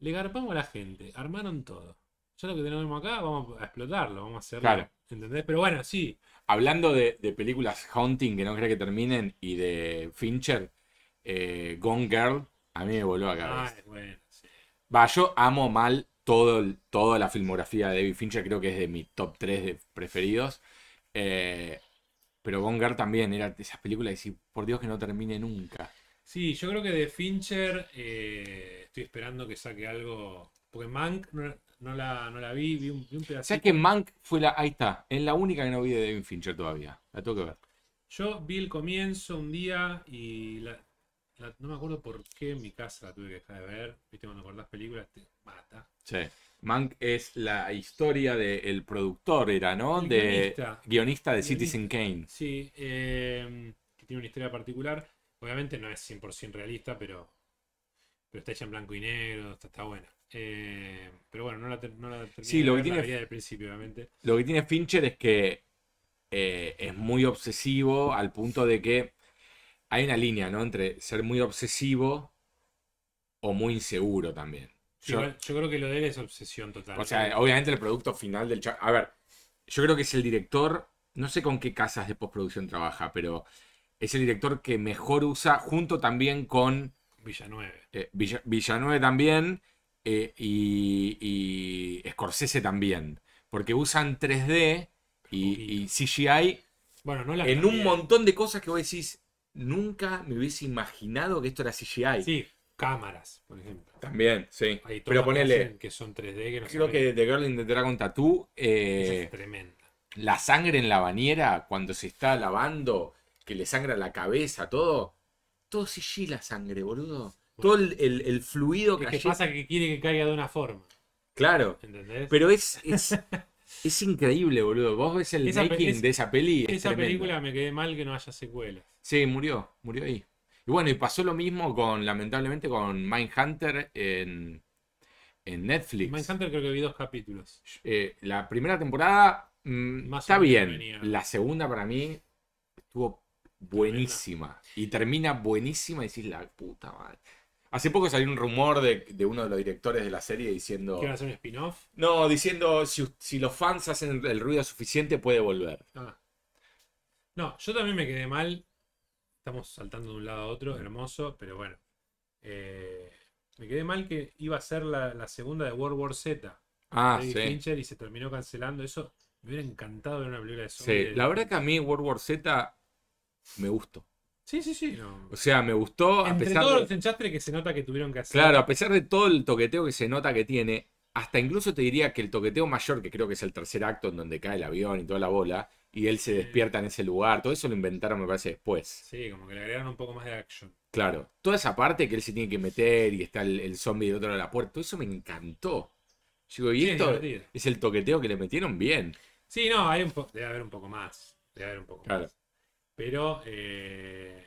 B: le garpamos a la gente, armaron todo. Ya lo que tenemos acá, vamos a explotarlo, vamos a hacerlo.
A: Claro.
B: ¿Entendés? Pero bueno, sí.
A: Hablando de, de películas Haunting que no creo que terminen y de Fincher, eh, Gone Girl, a mí me voló a la cabeza.
B: Ay, Ah, bueno, sí.
A: Va, yo amo mal todo, el- toda la filmografía de David Fincher, creo que es de mi top 3 de preferidos. Eh, pero Gone Girl también era de esas películas que decís, por Dios que no termine nunca.
B: Sí, yo creo que de Fincher eh, estoy esperando que saque algo. Porque Mank no, no la, no la vi, vi un, vi un
A: O sea
B: pedacito.
A: que Mank fue la. Ahí está, es la única que no vi de David Fincher todavía. La tengo que ver.
B: Yo vi el comienzo un día y la- la- no me acuerdo por qué en mi casa la tuve que dejar de ver. Viste, cuando cortás películas te mata.
A: Sí. Mank es la historia del productor, era, ¿no?
B: El
A: de
B: guionista.
A: guionista de
B: Guionista.
A: Citizen Kane.
B: Sí, eh, que tiene una historia particular. Obviamente no es 100% realista, pero, pero está hecha en blanco y negro, está, está buena. Eh, pero bueno, no la, ter- no la terminé
A: Sí,
B: de
A: lo que
B: ver,
A: tiene-
B: la vería del principio, obviamente.
A: Lo que tiene Fincher es que eh, es muy obsesivo al punto de que hay una línea, ¿no? Entre ser muy obsesivo o muy inseguro también.
B: Sí,
A: Yo-
B: igual, yo creo que lo de él es obsesión total.
A: O sea, obviamente el producto final del cha- A ver, yo creo que es el director. No sé con qué casas de postproducción trabaja, pero es el director que mejor usa, junto también con
B: Villanueve.
A: eh, Villa- Villanueva también eh, y, y Scorsese también. Porque usan 3D y, y CGI
B: Bueno, no la
A: en un
B: cambié.
A: montón de cosas que vos decís. Nunca me hubiese imaginado que esto era CGI.
B: Sí, cámaras, por ejemplo.
A: También, sí.
B: Hay tomas
A: Pero
B: que
A: ponele.
B: hacen que son 3D que no
A: Creo
B: se
A: que The Girl in the Dragon Tattoo.
B: ven.
A: eh,
B: Esa es tremenda.
A: la sangre en la bañera cuando se está lavando, que le sangra la cabeza, todo. Todo CG la sangre, boludo. Todo el, el- el fluido que
B: Es que pasa que quiere que caiga de una forma,
A: Claro.
B: ¿entendés?
A: Pero es, es, es increíble, boludo. Vos ves el
B: Esa pe-
A: making
B: es-
A: de esa peli. es
B: Esa
A: tremendo.
B: película me quedé mal que no haya secuelas.
A: Sí, murió. Murió ahí. Y bueno, y pasó lo mismo con, lamentablemente, con Mindhunter en, en Netflix.
B: Mindhunter creo que vi dos capítulos.
A: Eh, la primera temporada mm,
B: Más
A: está
B: o menos
A: bien.
B: venía.
A: La segunda para mí estuvo buenísima. Y termina buenísima y decís la puta madre. Hace poco salió un rumor de, de uno de los directores de la serie diciendo.
B: ¿Quieren hacer un spin-off?
A: No, diciendo si, si los fans hacen el ruido suficiente puede volver.
B: Ah. No, yo también me quedé mal. Estamos saltando de un lado a otro, hermoso, pero bueno. Eh, me quedé mal que iba a ser la, la segunda de World War Z.
A: Ah,
B: David
A: sí.
B: Fincher y se terminó cancelando eso. Me hubiera encantado ver una película de
A: Sí,
B: zombies.
A: La verdad que a mí World War Z me gustó.
B: Sí, sí, sí. no.
A: O sea, me gustó a
B: Entre
A: pesar
B: todo
A: de...
B: el enchastre que se nota que tuvieron que hacer.
A: Claro, a pesar de todo el toqueteo que se nota que tiene, hasta incluso te diría que el toqueteo mayor, que creo que es el tercer acto en donde cae el avión y toda la bola, y él se despierta en ese lugar, todo eso lo inventaron, me parece, después.
B: Sí, como que le agregaron un poco más de action.
A: Claro, toda esa parte que él se tiene que meter y está el, el zombie del otro lado de la puerta, todo eso me encantó. Yo Digo, y
B: Sí, es
A: esto
B: divertido.
A: es el toqueteo que le metieron bien.
B: Sí, no, hay un po- debe haber un poco más. Debe haber un poco
A: Claro.
B: más. Pero eh,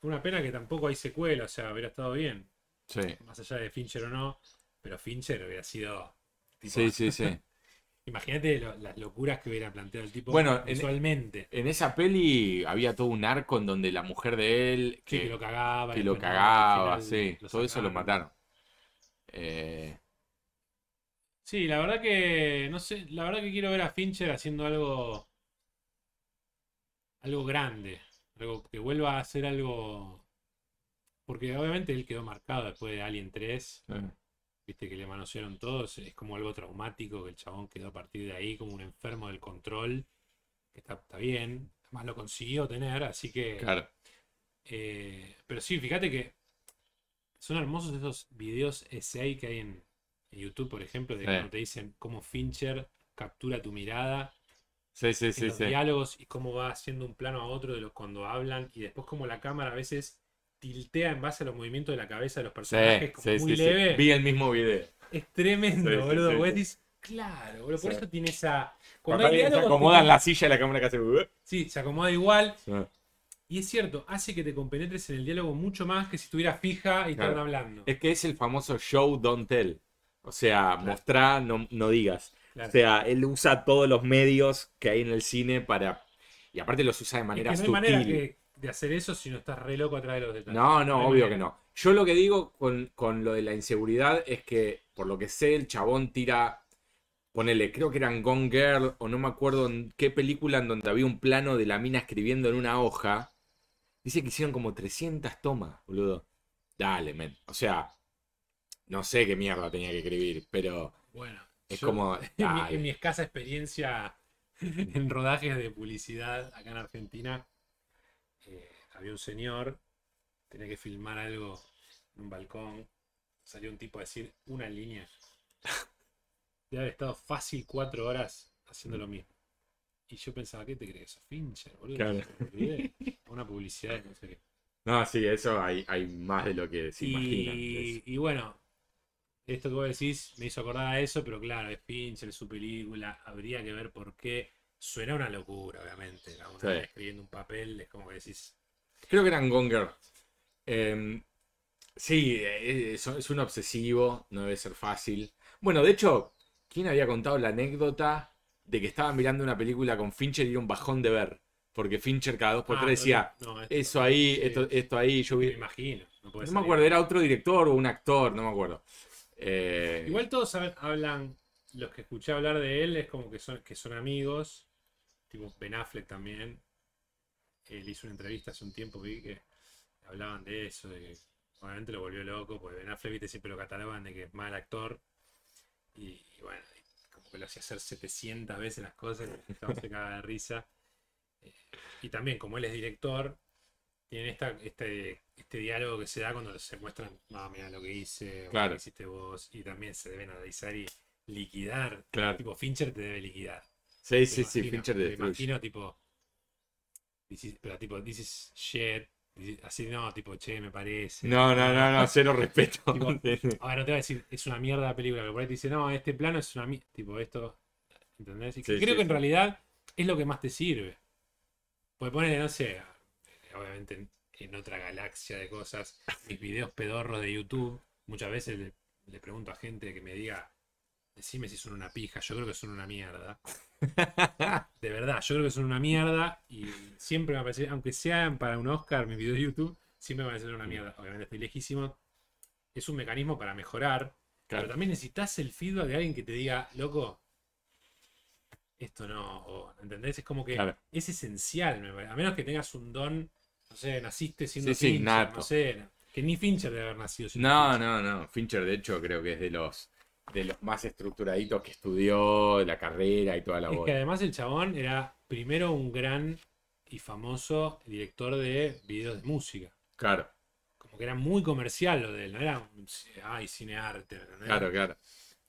B: fue una pena que tampoco hay secuela, o sea, hubiera estado bien.
A: Sí,
B: Más allá de Fincher o no, pero Fincher hubiera sido. tipo,
A: sí, sí, sí.
B: Imagínate lo- las locuras que hubiera planteado el tipo
A: Bueno, en- e
B: visualmente.
A: En esa peli había todo un arco en donde la mujer de él,
B: Sí, que lo cagaba.
A: que
B: y
A: lo
B: después no, al
A: cagaba,
B: final
A: sí, todo eso lo
B: sacaron.
A: mataron. Eh,
B: Sí, la verdad que. No sé, la verdad que quiero ver a Fincher haciendo algo. Algo grande. Algo que vuelva a hacer algo. Porque obviamente él quedó marcado después de Alien 3. Viste que le manosearon todos. Es como algo traumático que el chabón quedó a partir de ahí como un enfermo del control. Que está, está bien. Además lo consiguió tener, así que.
A: claro.
B: Eh, pero sí, fíjate que son hermosos esos videos essay que hay en, en YouTube, por ejemplo, de
A: Sí.
B: cuando te dicen cómo Fincher captura tu mirada
A: Sí, sí,
B: en
A: sí,
B: los
A: sí.
B: diálogos y cómo va haciendo un plano a otro de los cuando hablan y después cómo la cámara a veces tiltea en base a los movimientos de la cabeza de los
A: Sí,
B: personajes como
A: sí, sí,
B: muy
A: sí.
B: leve.
A: Vi el mismo video.
B: Es tremendo,
A: Sí, sí,
B: boludo.
A: sí,
B: Vos
A: sí.
B: decís, claro, boludo, por
A: Sí.
B: eso tiene esa.
A: Cuando
B: Cuando hay
A: se
B: diálogos,
A: acomodan
B: te-
A: la silla y la cámara que hace. uh,
B: Sí, se acomoda igual.
A: Sí.
B: Y es cierto, hace que te compenetres en el diálogo mucho más que si estuviera fija y
A: Claro.
B: estaban hablando.
A: Es que es el famoso show, don't tell. O sea, mostrá, no, no digas.
B: Claro.
A: O sea, él usa todos los medios que hay en el cine para. Y aparte los usa de manera
B: es que no hay
A: sutil.
B: manera que- de hacer eso si no estás re loco atrás de los detalles.
A: No, no,
B: hay
A: obvio
B: manera.
A: que no. Yo lo que digo con, con lo de la inseguridad es que, por lo que sé, el chabón tira, ponele, creo que eran Gone Girl o no me acuerdo en qué película en donde había un plano de la mina escribiendo en una hoja. Dice que hicieron como 300 tomas, boludo. Dale, men. O sea, no sé qué mierda tenía que escribir, pero
B: Bueno,
A: es
B: yo-
A: como...
B: en mi,
A: dale.
B: en mi escasa experiencia en rodajes de publicidad acá en Argentina, eh, había un señor, tenía que filmar algo en un balcón, salió un tipo a decir una línea. Debe haber estado fácil cuatro horas haciendo lo mismo. Y yo pensaba, ¿qué te crees? Fincher, boludo.
A: Claro.
B: Una publicidad, de no sé qué.
A: No, sí, eso hay, hay más de lo que se imaginan.
B: Y, y bueno, esto que vos decís me hizo acordar a eso, pero claro, es Fincher, su película, habría que ver por qué. Suena una locura, obviamente. ¿no? Una
A: Sí.
B: vez escribiendo un papel es como que decís,
A: Creo que eran Gone Girl. Eh, sí, eh, es, es un obsesivo, no debe ser fácil. Bueno, de hecho, ¿quién había contado la anécdota de que estaba mirando una película con Fincher y era un bajón de ver? Porque Fincher cada dos por
B: "Ah,
A: tres decía,
B: no, esto-
A: eso ahí,
B: sí,
A: esto, esto ahí, yo
B: Me
A: vi...
B: imagino. No, puede
A: No me
B: salir.
A: acuerdo, era otro director o un actor, no me acuerdo. Eh,
B: Igual todos hab- hablan, los que escuché hablar de él es como que son, que son amigos, tipo Ben Affleck también. Él hizo una entrevista hace un tiempo que vi que hablaban de eso, de que obviamente lo volvió loco, porque Ben Affleck viste, siempre lo catalogan de que es mal actor. Y, y bueno, y como que lo hacía hacer 700 veces las cosas, y todo se cagaba de risa. Eh, Y también, como él es director, tienen esta, este, este diálogo que se da cuando se muestran, ah, mira lo que hice, o lo
A: Claro.
B: que hiciste vos, y también se deben analizar y liquidar.
A: claro.
B: Tipo, Fincher te debe liquidar.
A: Sí,
B: Me
A: sí, sí,
B: imagino,
A: Fincher
B: me
A: destruye.
B: imagino, tipo, this is- pero tipo, this is shit, this is- así no, tipo, che, me parece.
A: No, no, no, no, cero respeto.
B: Tipo, Ahora no te voy a decir, es una mierda la película, pero por ahí te dice, no, este plano es una mierda. Tipo, esto. ¿Entendés? Y
A: Sí,
B: creo
A: sí,
B: que en
A: sí.
B: realidad es lo que más te sirve. Porque ponele, no sé, obviamente en, en otra galaxia de cosas, mis videos pedorros de YouTube, muchas veces le, le pregunto a gente que me diga, decime si son una pija, yo creo que son una mierda. De verdad, yo creo que son una mierda y siempre me parece, aunque sean para un Oscar mis videos de YouTube, siempre me parecen una mierda. Obviamente estoy lejísimo. Es un mecanismo para mejorar, pero
A: Claro.
B: también necesitas el feedback de alguien que te diga, loco, esto no, o, ¿entendés? Es como que
A: Claro.
B: es esencial, me parece. A menos que tengas un don, no sé, naciste siendo
A: Sí, sí,
B: Fincher,
A: nato.
B: no sé, que ni Fincher debe haber nacido siendo
A: No,
B: Fincher.
A: no, no. Fincher, de hecho, creo que es de los de los más estructuraditos que estudió la carrera y toda la
B: Es que
A: bola.
B: además el chabón era primero un gran y famoso director de videos de música.
A: Claro,
B: como que era muy comercial lo de él, no era un ci- ay, cine arte, ¿me entendés?
A: claro, claro.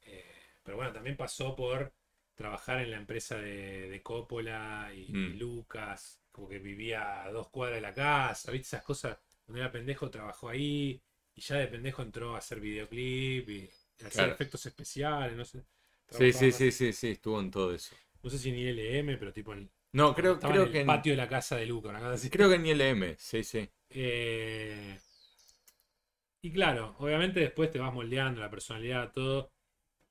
B: Eh, pero bueno, también pasó por trabajar en la empresa de, de Coppola y,
A: Mm.
B: y Lucas, como que vivía a dos cuadras de la casa, ¿viste? Esas cosas, cuando era pendejo trabajó ahí y ya de pendejo entró a hacer videoclip y a hacer
A: Claro.
B: efectos especiales, no sé.
A: Sí,
B: Trabajaba
A: sí,
B: más-
A: sí, sí, sí, estuvo en todo eso.
B: No sé si en ILM, pero tipo en,
A: No, creo,
B: estaba
A: creo
B: en el
A: que en,
B: patio de la casa de Lucas, una cosa así.
A: creo que en ILM, sí, sí.
B: Eh, y claro, obviamente después te vas moldeando la personalidad, todo.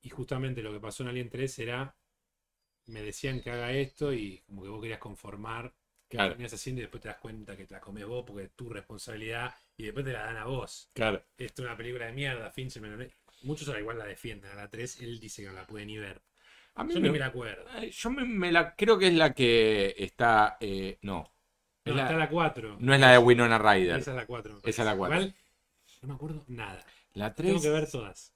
B: Y justamente lo que pasó en Alien 3 era, me decían que haga esto y como que vos querías conformar,
A: Claro,
B: terminás haciendo y después te das cuenta que te la comes vos porque es tu responsabilidad y después te la dan a vos.
A: claro.
B: Esto es una película de mierda, Fincher, me la- muchos ahora igual la defienden, a la 3 él dice que no la puede ni ver.
A: A mí
B: Yo
A: me,
B: ni me la acuerdo.
A: eh, yo me, me la creo que es la que está eh, no. Es
B: No,
A: la-
B: está la 4.
A: no es la de Winona Ryder.
B: Esa es la 4.
A: Esa es la cuatro.
B: no me acuerdo nada.
A: la
B: Tengo que
A: 3,
B: ver todas.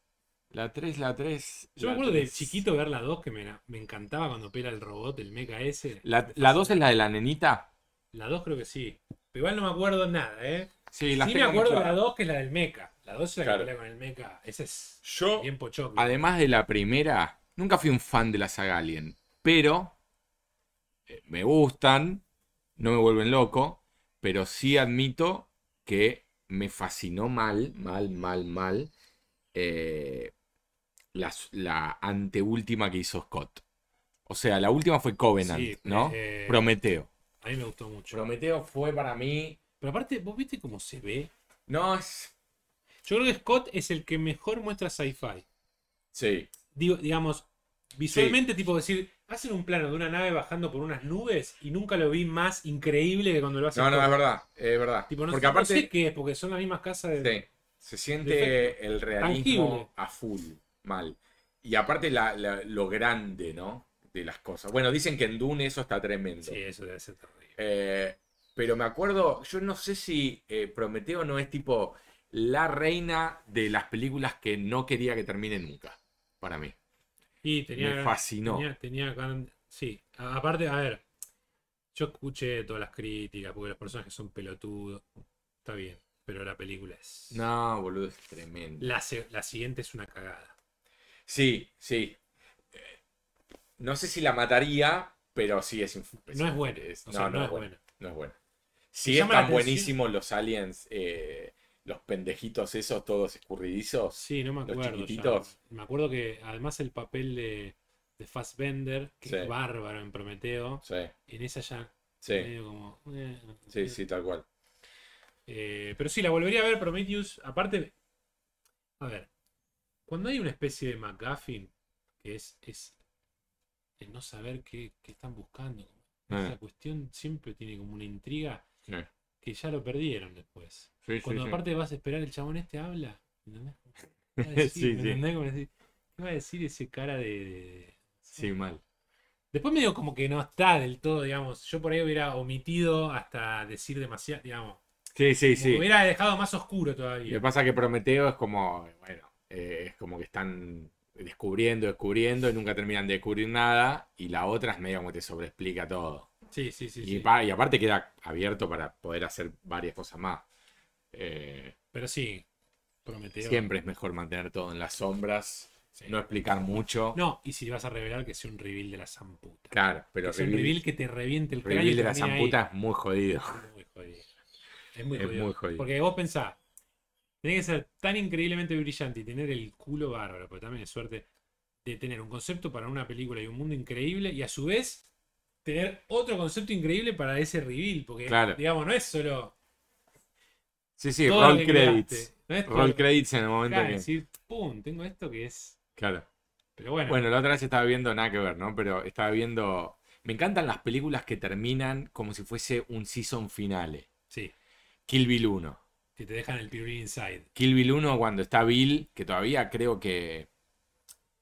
A: la 3, la 3.
B: Yo me acuerdo de chiquito ver la 2 que me, me encantaba cuando pela el robot, el mecha ese.
A: La, la 2 es la de la nenita.
B: La 2 creo que sí. Pero igual no me acuerdo nada, ¿eh?
A: Sí, las
B: Sí me
A: tengo
B: acuerdo de
A: mucho-
B: la 2 que es la del mecha. La 2 es la
A: Claro.
B: que pelea con el mecha. Esa es
A: Yo
B: bien pochoque.
A: Además de la primera, nunca fui un fan de la saga Alien, pero eh, me gustan, no me vuelven loco, pero sí admito que me fascinó mal, mal, mal, mal eh, la, s- la anteúltima que hizo Scott. O sea, la última fue Covenant,
B: Sí,
A: ¿no?
B: eh,
A: Prometeo.
B: a mí me gustó mucho.
A: Prometeo fue para mí.
B: Pero aparte, ¿vos viste cómo se ve?
A: No es.
B: Yo creo que Scott es el que mejor muestra sci-fi.
A: Sí,
B: Digo, digamos, visualmente, tipo decir, hacen un plano de una nave bajando por unas nubes y nunca lo vi más increíble que cuando lo hacen.
A: no, no,
B: Scott.
A: es verdad, es verdad.
B: Tipo, no,
A: Porque
B: sé- no
A: aparte.
B: sé qué es, porque son las mismas casas de.
A: Sí, se siente
B: Defecto.
A: el realismo
B: Tangible.
A: a full, mal. Y aparte la- la- lo grande, ¿no? De las cosas. Bueno, dicen que en Dune eso está tremendo.
B: Sí, eso debe ser terrible.
A: Eh, pero me acuerdo, yo no sé si eh, Prometeo no es tipo la reina de las películas que no quería que terminen nunca, para mí.
B: Y tenía,
A: me fascinó.
B: tenía, tenía gan- Sí, a- aparte, a ver, yo escuché todas las críticas porque los personajes son pelotudos. Está bien, pero la película es.
A: No, boludo, es tremendo.
B: La, se- la siguiente es una cagada.
A: Sí, sí. Eh, No sé si la mataría, pero sí es... inf-
B: No es buena.
A: es-
B: o sea, no, es buena.
A: No es buena.
B: Me
A: Sí,
B: llama la
A: están
B: atención-
A: buenísimos los aliens, eh, los pendejitos esos, todos escurridizos.
B: Sí, no me
A: Los
B: acuerdo. ya.
A: chiquititos.
B: Me acuerdo que además el papel de, de Fassbender, que
A: Sí.
B: es bárbaro en Prometeo,
A: Sí,
B: en esa ya
A: sí,
B: medio como. eh, no sé.
A: sí, sí, tal cual.
B: Eh, pero sí, la volvería a ver Prometheus. Aparte, a ver, cuando hay una especie de McGuffin, que es, es el no saber qué, qué están buscando. Esa
A: Eh,
B: cuestión siempre tiene como una intriga
A: sí,
B: que ya lo perdieron después.
A: sí,
B: Cuando
A: sí.
B: aparte vas a esperar, el chabón este habla. ¿Entendés? ¿Qué va a
A: Sí,
B: decir?
A: sí.
B: ¿Me entendés? Como decir, ¿Qué va a decir ese cara de- de...
A: Sí, mal.
B: Después medio como que no está del todo, digamos. Yo por ahí hubiera omitido hasta decir demasiado, digamos.
A: Sí, sí,
B: Como que
A: sí.
B: Hubiera dejado más oscuro
A: Lo que
B: todavía.
A: pasa es que Prometeo es como, bueno, eh, es como que están descubriendo, descubriendo y nunca terminan de descubrir nada. Y la otra es medio como que te sobreexplica todo.
B: Sí, sí, sí.
A: y,
B: sí.
A: pa- y aparte queda abierto para poder hacer varias cosas más. Eh,
B: Pero sí, Prometeo.
A: siempre es mejor mantener todo en las sombras,
B: Sí.
A: no explicar mucho.
B: No, y si vas a revelar que sea un reveal de la zamputa.
A: Claro, pero
B: Que sea un reveal que te reviente el cráneo.
A: reveal
B: y
A: de la
B: termina ahí.
A: zamputa es muy jodido.
B: Es muy jodido. Es muy
A: Es
B: jodido.
A: muy jodido.
B: Porque vos pensás, tenés que ser tan increíblemente brillante y tener el culo bárbaro, pero también es suerte de tener un concepto para una película y un mundo increíble y a su vez tener otro concepto increíble para ese reveal, porque
A: Claro.
B: digamos, no es solo
A: Sí, sí,
B: todo lo
A: roll
B: que creaste,
A: credits.
B: no es todo-
A: Roll credits en el momento
B: claro,
A: que.
B: decir, pum, tengo esto que es,
A: Claro.
B: pero bueno,
A: Bueno, la otra vez estaba viendo, nada que ver, ¿no? Pero estaba viendo. Me encantan las películas que terminan como si fuese un season finale.
B: sí,
A: Kill Bill 1.
B: que te dejan el Pure Inside.
A: Kill Bill 1 cuando está Bill, que todavía creo que.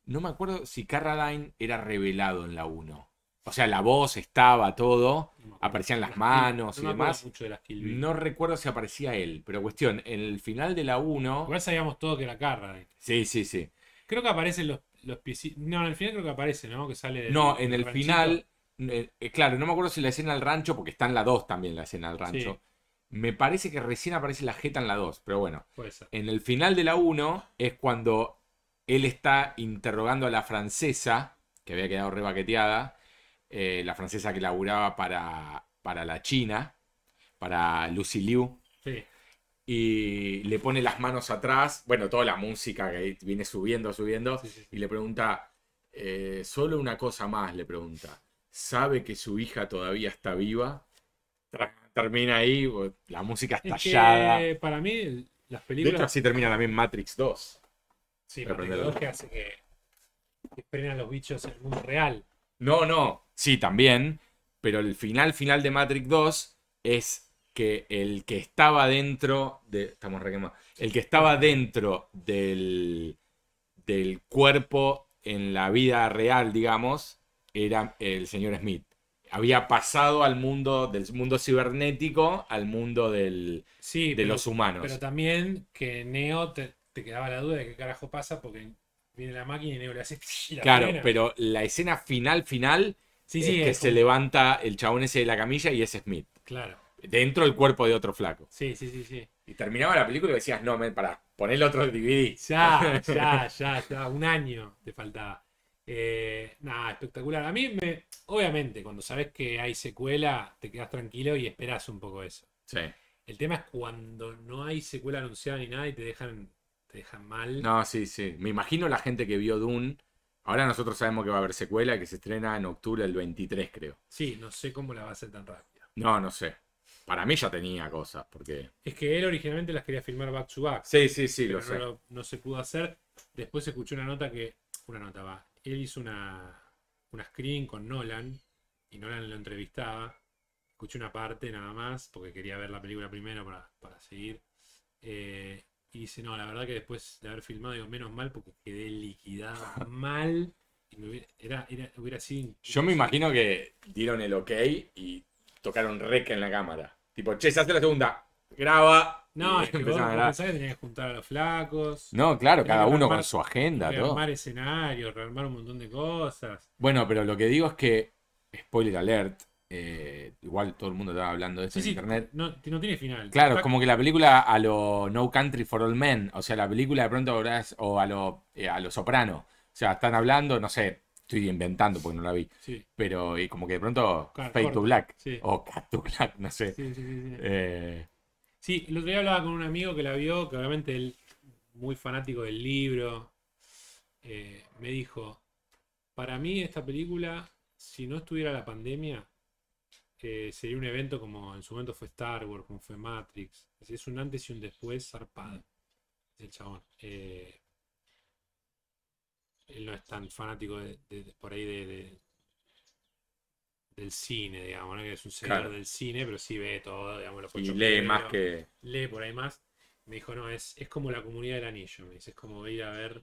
A: No me acuerdo si Carradine era revelado en la 1. O sea, la voz estaba, todo.
B: No me acuerdo.
A: Aparecían las
B: Kill-
A: manos y
B: no me acuerdo
A: demás.
B: mucho de las Kill Bill.
A: No recuerdo si aparecía él, pero cuestión, en el final de la 1.
B: Igual sabíamos todo que era Carradine.
A: Sí, sí, sí.
B: Creo que aparecen los, los piecitos. No, en el final creo que aparece, ¿no? Que sale. del-
A: No, en
B: del
A: el
B: ranchito.
A: final. eh, eh, claro, no me acuerdo si la escena al rancho, porque está en la 2 también la escena al rancho.
B: Sí.
A: Me parece que recién aparece la jeta en la 2, pero bueno.
B: Puede ser.
A: En el final de la 1 es cuando él está interrogando a la francesa, que había quedado rebaqueteada, eh, la francesa que laburaba para, para la China, para Lucy Liu,
B: Sí.
A: y le pone las manos atrás, bueno, toda la música que viene subiendo, subiendo,
B: Sí, sí, sí.
A: y le pregunta, eh, solo una cosa más, le pregunta, ¿sabe que su hija todavía está viva? Tra- Termina ahí, bo- la música
B: Es que,
A: estallada.
B: para mí, el- las
A: De hecho,
B: películas.
A: así termina también Matrix 2.
B: Sí,
A: voy a
B: Matrix
A: aprenderlo.
B: 2 que hace que. que frenen a los bichos en el mundo real.
A: No, no, sí, también, pero el final final de Matrix 2 es que el que estaba dentro de... Estamos requemados. El que estaba dentro del, del cuerpo en la vida real, digamos, era el señor Smith. Había pasado al mundo del mundo cibernético al mundo del,
B: Sí,
A: de
B: pero,
A: los humanos.
B: pero también que Neo te, te quedaba la duda de qué carajo pasa porque viene la máquina y Neo le hace. y la
A: claro,
B: frena.
A: pero la escena final final
B: Sí,
A: es
B: sí,
A: que
B: es
A: se
B: como-
A: levanta el chabón ese de la camilla y es Smith.
B: Claro.
A: Dentro del cuerpo de otro flaco.
B: Sí, sí, sí, sí.
A: Y terminaba la película y decías, no, men, para poner otro DVD.
B: Ya, ya, ya, ya. Un año te faltaba. Eh, nada, espectacular. A mí me. Obviamente, cuando sabes que hay secuela, te quedas tranquilo y esperás un poco eso.
A: Sí.
B: El tema es cuando no hay secuela anunciada ni nada y te dejan, te dejan mal.
A: No, sí, sí. Me imagino la gente que vio Dune. Ahora nosotros sabemos que va a haber secuela que se estrena en octubre del 23, creo.
B: Sí, no sé cómo la va a hacer tan rápido.
A: No, no sé. Para mí ya tenía cosas, porque.
B: Es que él originalmente las quería filmar back to back.
A: Sí, sí, sí, lo
B: pero no,
A: sé.
B: lo- no se pudo hacer. Después escuché una nota que. Una nota va. Él hizo una, una screen con Nolan y Nolan lo entrevistaba. Escuché una parte nada más porque quería ver la película primero para, para seguir. Eh, y dice: No, la verdad que después de haber filmado, digo, menos mal porque quedé liquidado mal. Y me hubiera, era, era- hubiera sido.
A: Yo me imagino que dieron el ok y tocaron rec en la cámara. Tipo, che, se hace la segunda. Graba.
B: No,
A: Y
B: es que vos,
A: empezaron a
B: vos
A: grabar.
B: pensás que tenías que juntar a los flacos.
A: No, claro,
B: Tenía
A: cada
B: que
A: uno
B: armar-
A: con su agenda, todo.
B: Rearmar escenarios, rearmar un montón de cosas.
A: Bueno, pero lo que digo es que, spoiler alert, eh, igual todo el mundo estaba hablando de eso
B: Sí,
A: en
B: sí,
A: internet.
B: No, no tiene final.
A: Claro, es
B: Está-
A: como que la película a lo No Country for All Men, o sea, la película de pronto habrás- o a lo, eh, a lo Soprano. O sea, están hablando, no sé, estoy inventando porque no la vi.
B: Sí,
A: Pero y como que de pronto
B: Claro,
A: Fade
B: corta,
A: to Black
B: sí.
A: o Cat to Black, no sé.
B: sí, sí, sí, sí.
A: Eh,
B: Sí, el otro día hablaba con un amigo que la vio, que obviamente él, muy fanático del libro, eh, me dijo, para mí esta película, si no estuviera la pandemia, eh, sería un evento como en su momento fue Star Wars, como fue Matrix. Es decir, es un antes y un después zarpado. Es el chabón. Eh, él no es tan fanático de, de- de- por ahí de, de- del cine, digamos, ¿no? que es un señor
A: Claro.
B: del cine, pero sí ve todo, digamos, los
A: y
B: ocho
A: lee
B: primeros
A: más que.
B: lee por ahí más. Me dijo, no, es, es como la comunidad del anillo. Me dice, es como ir a ver. me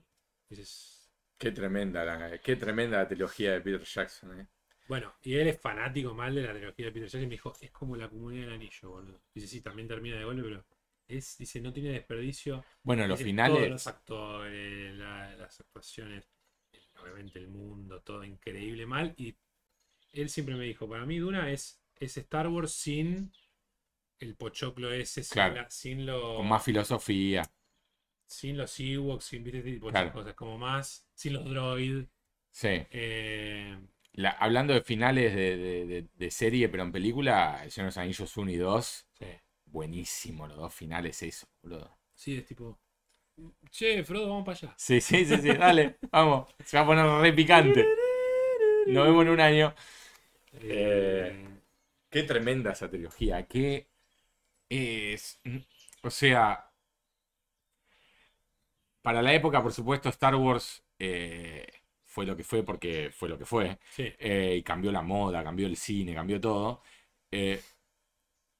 B: dice, "Es-
A: Qué tremenda la, qué tremenda la trilogía de Peter Jackson. eh.
B: Bueno, y él es fanático mal de la trilogía de Peter Jackson. y Me dijo, es como la comunidad del anillo, boludo. Dice, sí, también termina de golpe, pero. Es, dice, no tiene desperdicio.
A: Bueno, los
B: Dice,
A: finales.
B: Todos los actores, la- las actuaciones, obviamente el mundo, todo increíble mal. Y él siempre me dijo, para mí Duna es, es Star Wars sin el pochoclo ese, sin,
A: Claro.
B: la- sin lo...
A: Con más filosofía.
B: sin los Ewoks, sin ¿viste? este tipo de
A: Claro.
B: cosas, como más, sin los droid.
A: Sí.
B: eh,
A: La- hablando de finales de, de- de- de serie, pero en película, El Señor de los Anillos 1 y 2,
B: sí.
A: buenísimo los dos finales, eso, boludo.
B: Sí, es tipo, che, Frodo, vamos para allá.
A: Sí, sí, sí, sí, dale, vamos. Se va a poner re picante. Nos vemos en un año. Eh,
B: Eh,
A: Qué tremenda esa trilogía. Qué es. mm, O sea. Para la época, por supuesto, Star Wars eh, fue lo que fue porque fue lo que fue.
B: sí.
A: Eh, y cambió la moda, cambió el cine, cambió todo. Eh,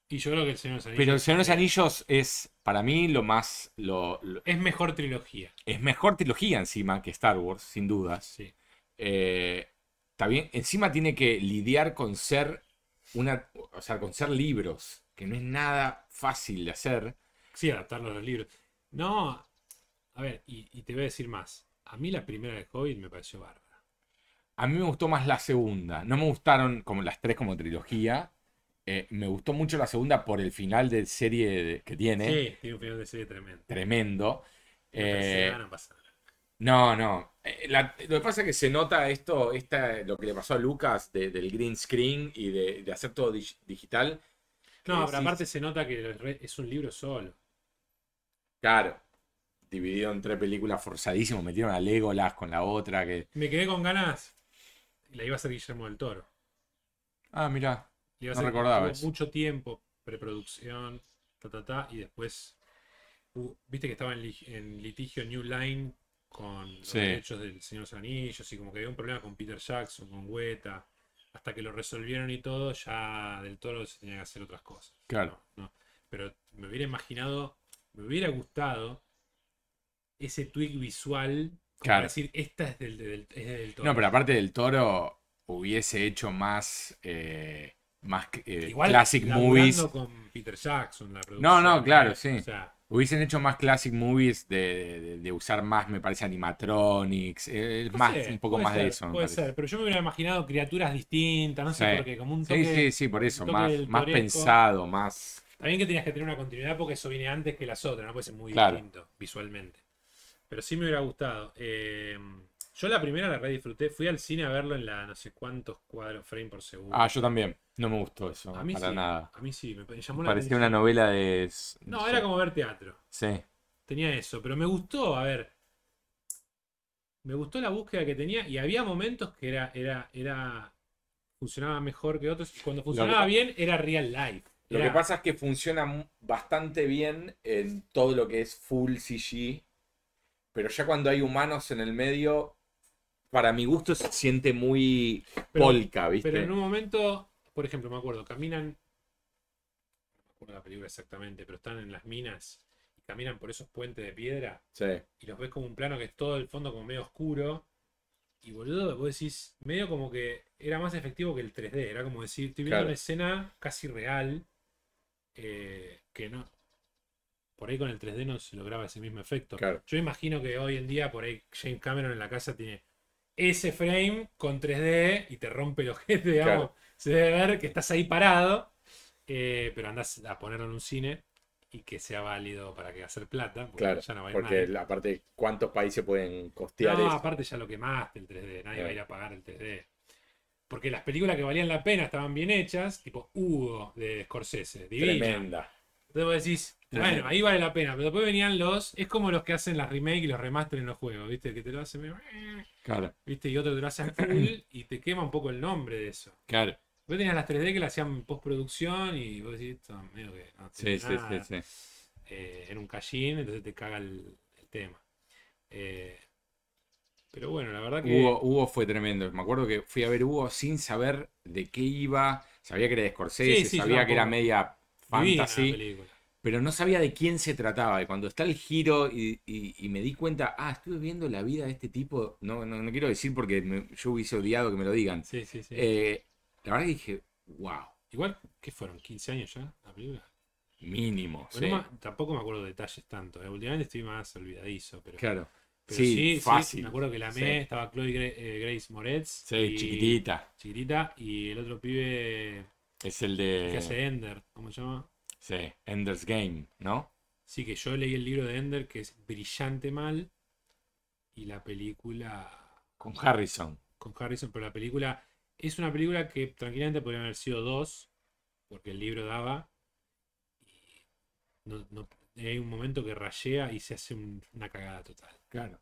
B: Y yo creo que el Señor de los Anillos
A: pero El Señor de los Anillos es, para mí, lo más. Lo, lo-
B: es mejor trilogía.
A: es mejor trilogía encima que Star Wars, sin dudas.
B: Sí.
A: Eh, está bien. Encima tiene que lidiar con ser una, o sea, con ser libros, que no es nada fácil de hacer.
B: Sí, adaptarlo a los libros. No, a ver, y, y te voy a decir más. A mí la primera de Hobbit me pareció bárbara.
A: A mí me gustó más la segunda. No me gustaron como las tres como trilogía. Eh, me gustó mucho la segunda por el final de serie de- que tiene.
B: Sí, tiene un final de serie tremendo.
A: Tremendo.
B: La tercera
A: Eh,
B: no pasa nada.
A: no, no. Eh, la- lo que pasa es que se nota esto, esta, lo que le pasó a Lucas de- del green screen y de, de hacer todo dig- digital.
B: No,
A: eh,
B: pero
A: sí,
B: aparte se nota que es un libro solo.
A: Claro. Dividido en tres películas forzadísimo. Metieron a Legolas con la otra que.
B: Me quedé con ganas. La iba a hacer Guillermo del Toro.
A: Ah, mirá.
B: Le iba a
A: No
B: hacer-
A: recordaba
B: tuvo
A: eso.
B: mucho tiempo, preproducción, ta, ta, ta, y después, hu- viste que estaba en, li- en litigio New Line con los
A: Sí.
B: derechos del Señor de los Anillos, y como que había un problema con Peter Jackson, con Weta, hasta que lo resolvieron y todo, ya del toro se tenía que hacer otras cosas.
A: Claro.
B: No, no. Pero me hubiera imaginado, me hubiera gustado ese tweak visual como
A: Claro.
B: para decir, esta es del, del- es del toro.
A: No, pero aparte del toro, hubiese hecho más. eh, más eh, classic
B: laburando
A: movies.
B: con Peter Jackson, la producción.
A: No, no, claro,
B: ¿eh?
A: sí.
B: O sea,
A: Hubiesen hecho más classic movies de, de- de usar más, me parece, animatronics. eh,
B: no
A: más,
B: sé,
A: un poco
B: puede
A: más de
B: ser,
A: eso. me
B: Puede
A: parece.
B: ser, pero yo me hubiera imaginado criaturas distintas, no sé
A: Sí.
B: por qué, como un toque.
A: Sí, sí, sí, por eso.
B: toque
A: Más,
B: del
A: más
B: toresco.
A: pensado, más.
B: También que tenías que tener una continuidad porque eso viene antes que las otras, no puede ser muy
A: Claro.
B: distinto visualmente. Pero sí me hubiera gustado. Eh, yo la primera la re disfruté, fui al cine a verlo en la no sé cuántos cuadros frame por segundo.
A: Ah, yo también. No me gustó eso.
B: a mí
A: para
B: sí,
A: nada.
B: a mí sí, me me llamó la
A: Parecía una
B: atención.
A: novela de.
B: No, era como ver teatro.
A: Sí.
B: tenía eso, pero me gustó, a ver. Me gustó la búsqueda que tenía y había momentos que era, era, era, funcionaba mejor que otros. y Cuando funcionaba
A: pa-
B: bien era real life.
A: Lo
B: Era-
A: que pasa es que funciona mu- bastante bien en todo lo que es full CG, pero ya cuando hay humanos en el medio, para mi gusto se siente muy
B: pero-
A: polka, ¿viste?
B: Pero en un momento, por ejemplo, me acuerdo, caminan. No me acuerdo la película exactamente, pero están en las minas y caminan por esos puentes de piedra
A: Sí.
B: y los ves como un plano que es todo el fondo como medio oscuro. Y boludo, vos decís, medio como que era más efectivo que el 3D. Era como decir, estoy viendo
A: Claro.
B: una escena casi real eh, que no. Por ahí con el 3D no se lograba ese mismo efecto.
A: Claro.
B: Yo imagino que hoy en día, por ahí, James Cameron en la casa tiene ese frame con 3D y te rompe el ojete, digamos.
A: Claro.
B: Se debe ver que estás ahí parado, eh, pero andás a ponerlo en un cine. y que sea válido para que hacer plata. Porque
C: Claro,
B: ya no va a ir
C: porque
B: nadie.
C: aparte, ¿cuántos países pueden costear
B: No,
C: esto?
B: aparte ya lo quemaste el 3D, nadie va a
C: Eh.
B: ir a pagar el 3D. Porque las películas que valían la pena estaban bien hechas, tipo Hugo de Scorsese, divina.
C: Tremenda.
B: Entonces vos decís, bueno,
C: Tremendo.
B: ahí vale la pena, pero después venían los, es como los que hacen las remakes y los remaster en los juegos, ¿viste? Que te lo hacen medio, eh,
A: Claro,
B: ¿viste? Y otro te lo hace a full y te quema un poco el nombre de eso.
A: claro.
B: Vos tenías las 3D que las hacían en postproducción y vos decís, esto medio que no
A: Sí,
B: tiene
A: sí, sí,
B: nada".
A: sí.
B: eh, en un callín, entonces te caga el, el tema. Eh, pero bueno, la verdad que.
A: Hugo, Hugo fue tremendo. Me acuerdo que fui a ver Hugo sin saber de qué iba. Sabía que era de Scorsese,
B: Sí, sí, yo
A: sabía que era
B: tampoco.
A: media
B: divina la
A: fantasy,
B: película.
A: pero no sabía de quién se trataba. Y cuando está el giro y, y- y me di cuenta, ah, estuve viendo la vida de este tipo. No, no, no quiero decir porque me- yo hubiese odiado que me lo digan.
B: Sí, sí, sí.
A: Eh, la verdad que dije, wow,
B: Igual, ¿qué fueron? ¿15 años ya la película?
A: mínimo.
B: Bueno,
A: sí.
B: no ma- tampoco me acuerdo de detalles tanto. eh, Últimamente estoy más olvidadizo, pero.
A: Claro.
B: pero
A: sí, fácil.
B: me acuerdo que la amé,
A: Sí.
B: estaba Chloe Gra- eh, Grace Moretz.
A: Sí,
B: y-
A: chiquitita.
B: Chiquitita, y el otro pibe
A: Es el
B: que
A: de
B: hace Ender, ¿cómo se llama?
A: sí, Ender's Game, ¿no?
B: Sí, que yo leí el libro de Ender, que es brillante mal, y la película
A: Con Harrison.
B: con Harrison, pero la película es una película que tranquilamente podrían haber sido dos, porque el libro daba. Y no- no- hay un momento que rayea y se hace un- una cagada total.
A: Claro.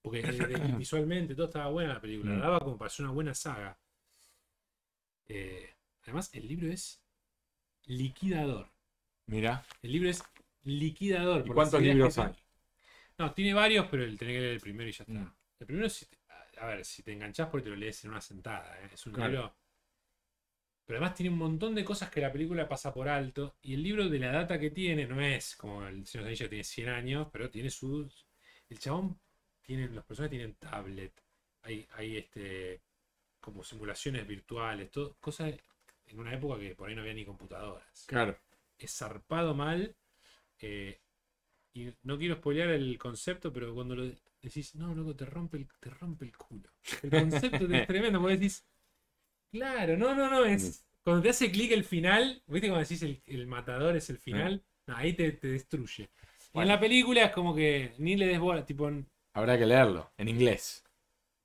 B: Porque eh, de- visualmente todo estaba buena la película,
A: Mm.
B: daba como para hacer una buena saga. Eh, además, el libro es liquidador.
A: Mira.
B: El libro es liquidador.
A: ¿Y
B: por
A: cuántos
B: las ideas
A: libros
B: que
A: hay?
B: tiene. No, tiene varios, pero el tenés que leer el primero y ya está.
A: Mm.
B: El primero, si te- a a ver, si te enganchás porque te lo lees en una sentada. ¿eh? Es un
A: Claro.
B: libro. Pero además tiene un montón de cosas que la película pasa por alto. Y el libro de la data que tiene no es como el Señor de los Anillos que tiene 100 años, pero tiene sus. El chabón tiene. Los personajes tienen tablet. Hay, hay este. Como simulaciones virtuales, todo, cosas en una época que por ahí no había ni computadoras
A: Claro.
B: es zarpado mal. eh, y no quiero spoilear el concepto, pero cuando lo decís, no, loco, te rompe el, te rompe el culo. El concepto es tremendo, porque decís, claro, no, no, no, es.
A: Mm.
B: Cuando te hace clic el final, ¿viste cuando decís el, el matador es el final? No, ahí te, te destruye. Y en
A: Mm. Bueno.
B: la película es como que ni le des bola, tipo.
A: Habrá que leerlo en inglés.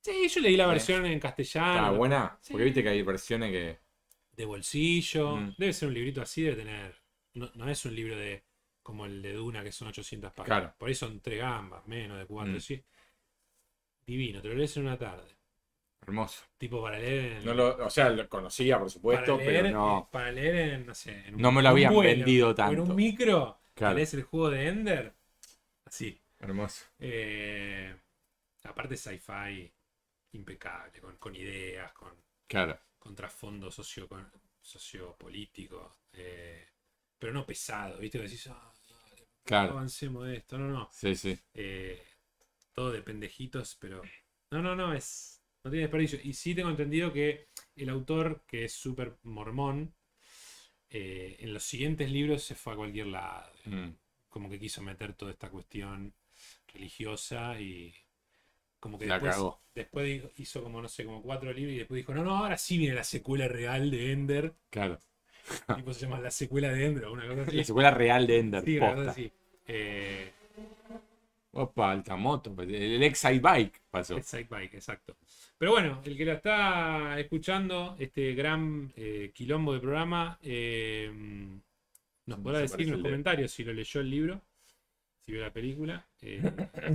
B: Sí, yo leí la
A: Sí.
B: versión en
A: ¿Está
B: castellano,
A: buena?
B: sí.
A: Porque viste que hay versiones que.
B: de bolsillo.
A: Mm.
B: Debe ser un librito así, debe tener. No, no es un libro de como el de Duna, que son 800 páginas.
A: Claro.
B: Por ahí son tres gambas, menos de cuatro.
A: Mm.
B: sí. Divino, te lo lees en una tarde.
A: Hermoso.
B: Tipo para leer en.
A: No lo, o sea, lo conocía, por
B: para
A: supuesto,
B: leer,
A: pero
B: eh,
A: no.
B: Para leer en, no sé, en
A: No me lo habían
B: un vuelo,
A: vendido
B: o En
A: tanto.
B: un micro, te
A: Claro.
B: lees el juego de Ender. Así.
A: Hermoso.
B: Eh, aparte, sci-fi impecable, con, con ideas, con,
A: Claro.
B: con trasfondo socio, con- sociopolítico, eh, pero no pesado, ¿viste? Que decís, "Ah, dale,
A: Claro.
B: avancemos de esto, no, no.
A: Sí, sí.
B: eh, todo de pendejitos, pero... No, no, no, es... No tiene desperdicio. Y sí tengo entendido que el autor, que es súper mormón, eh, en los siguientes libros se fue a cualquier lado.
A: Mm.
B: Como que quiso meter toda esta cuestión religiosa y... Como que
A: La
B: después
A: cagó.
B: Después dijo- hizo como, no sé, como cuatro libros y después dijo, no, no, ahora sí viene la secuela real de Ender.
A: Claro.
B: El tipo se llama la secuela de Ender o una cosa así.
A: La secuela real de Ender.
B: Sí, una cosa
A: posta.
B: así. Eh,
A: Opa, alta moto. pues, El Excite Bike pasó.
B: es Sidebike, exacto. Pero bueno, el que la está escuchando, este gran eh, quilombo de programa, eh,
A: Mm,
B: nos podrá
C: Desaparece
B: decir en los
C: el de-
B: comentarios si lo leyó el libro, si vio la película. eh,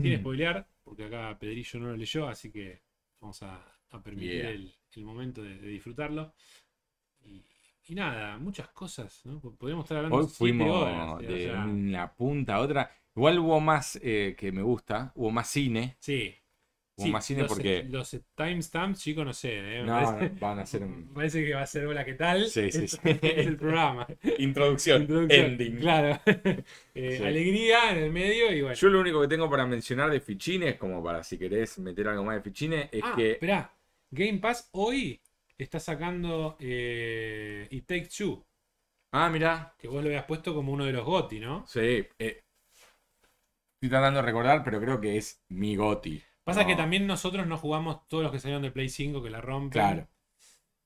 B: sin spoilear, porque acá Pedrillo no lo leyó, así que vamos a, a permitir
A: Yeah.
B: el, el momento de, de disfrutarlo. Y, y nada, muchas cosas, ¿no? Podríamos estar hablando
A: Hoy
B: siete
A: fuimos
B: horas, o
A: de
B: sea,
A: una punta a otra. Igual hubo más eh, que me gusta. Hubo más cine.
B: Sí.
A: Hubo más cine
B: los,
A: porque-
B: Los timestamps, chicos, no sé. ¿eh? Me
A: No,
B: parece-
A: no, van a ser un-
B: Parece que va a ser hola, ¿qué tal?
A: Sí, sí,
B: Es-
A: sí.
B: Es el programa.
C: Introducción,
B: Introducción,
C: ending.
B: Claro. Eh,
A: Sí.
B: Alegría en el medio y bueno.
A: Yo lo único que tengo para mencionar de fichines, como para si querés meter algo más de fichines, es
B: ah,
A: que.
B: esperá. Game Pass hoy está sacando eh, It Take Two,
A: Ah, mirá.
B: que vos lo habías puesto como uno de los GOTI, ¿no?
A: Sí. eh, estoy tratando de recordar, pero creo que es mi Goti.
B: Pasa
A: No,
B: que también nosotros no jugamos todos los que salieron de Play 5 que la rompen.
A: Claro. Eh.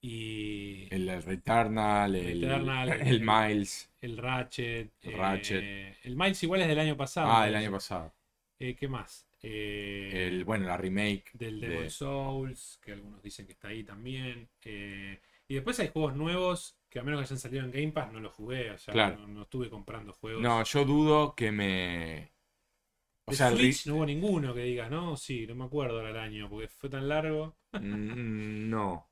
B: Y
A: El, el Returnal, el,
B: Returnal,
A: el Miles.
B: el Ratchet. eh,
A: Ratchet.
B: el Miles igual es del año pasado.
A: Ah,
B: me
A: del
B: parece.
A: año pasado.
B: Eh, ¿Qué más? Eh,
A: El, bueno, la remake.
B: del
A: de-
B: Demon Souls, que algunos dicen que está ahí también. eh, y después hay juegos nuevos que a menos que hayan salido en Game Pass no los jugué, o sea,
A: Claro.
B: no, no estuve comprando juegos.
A: No, yo dudo que me. O
B: De
A: sea, el
B: Switch
A: ri-
B: no hubo ninguno que digas, no, sí, no me acuerdo ahora el año, porque fue tan largo.
A: Mm, No,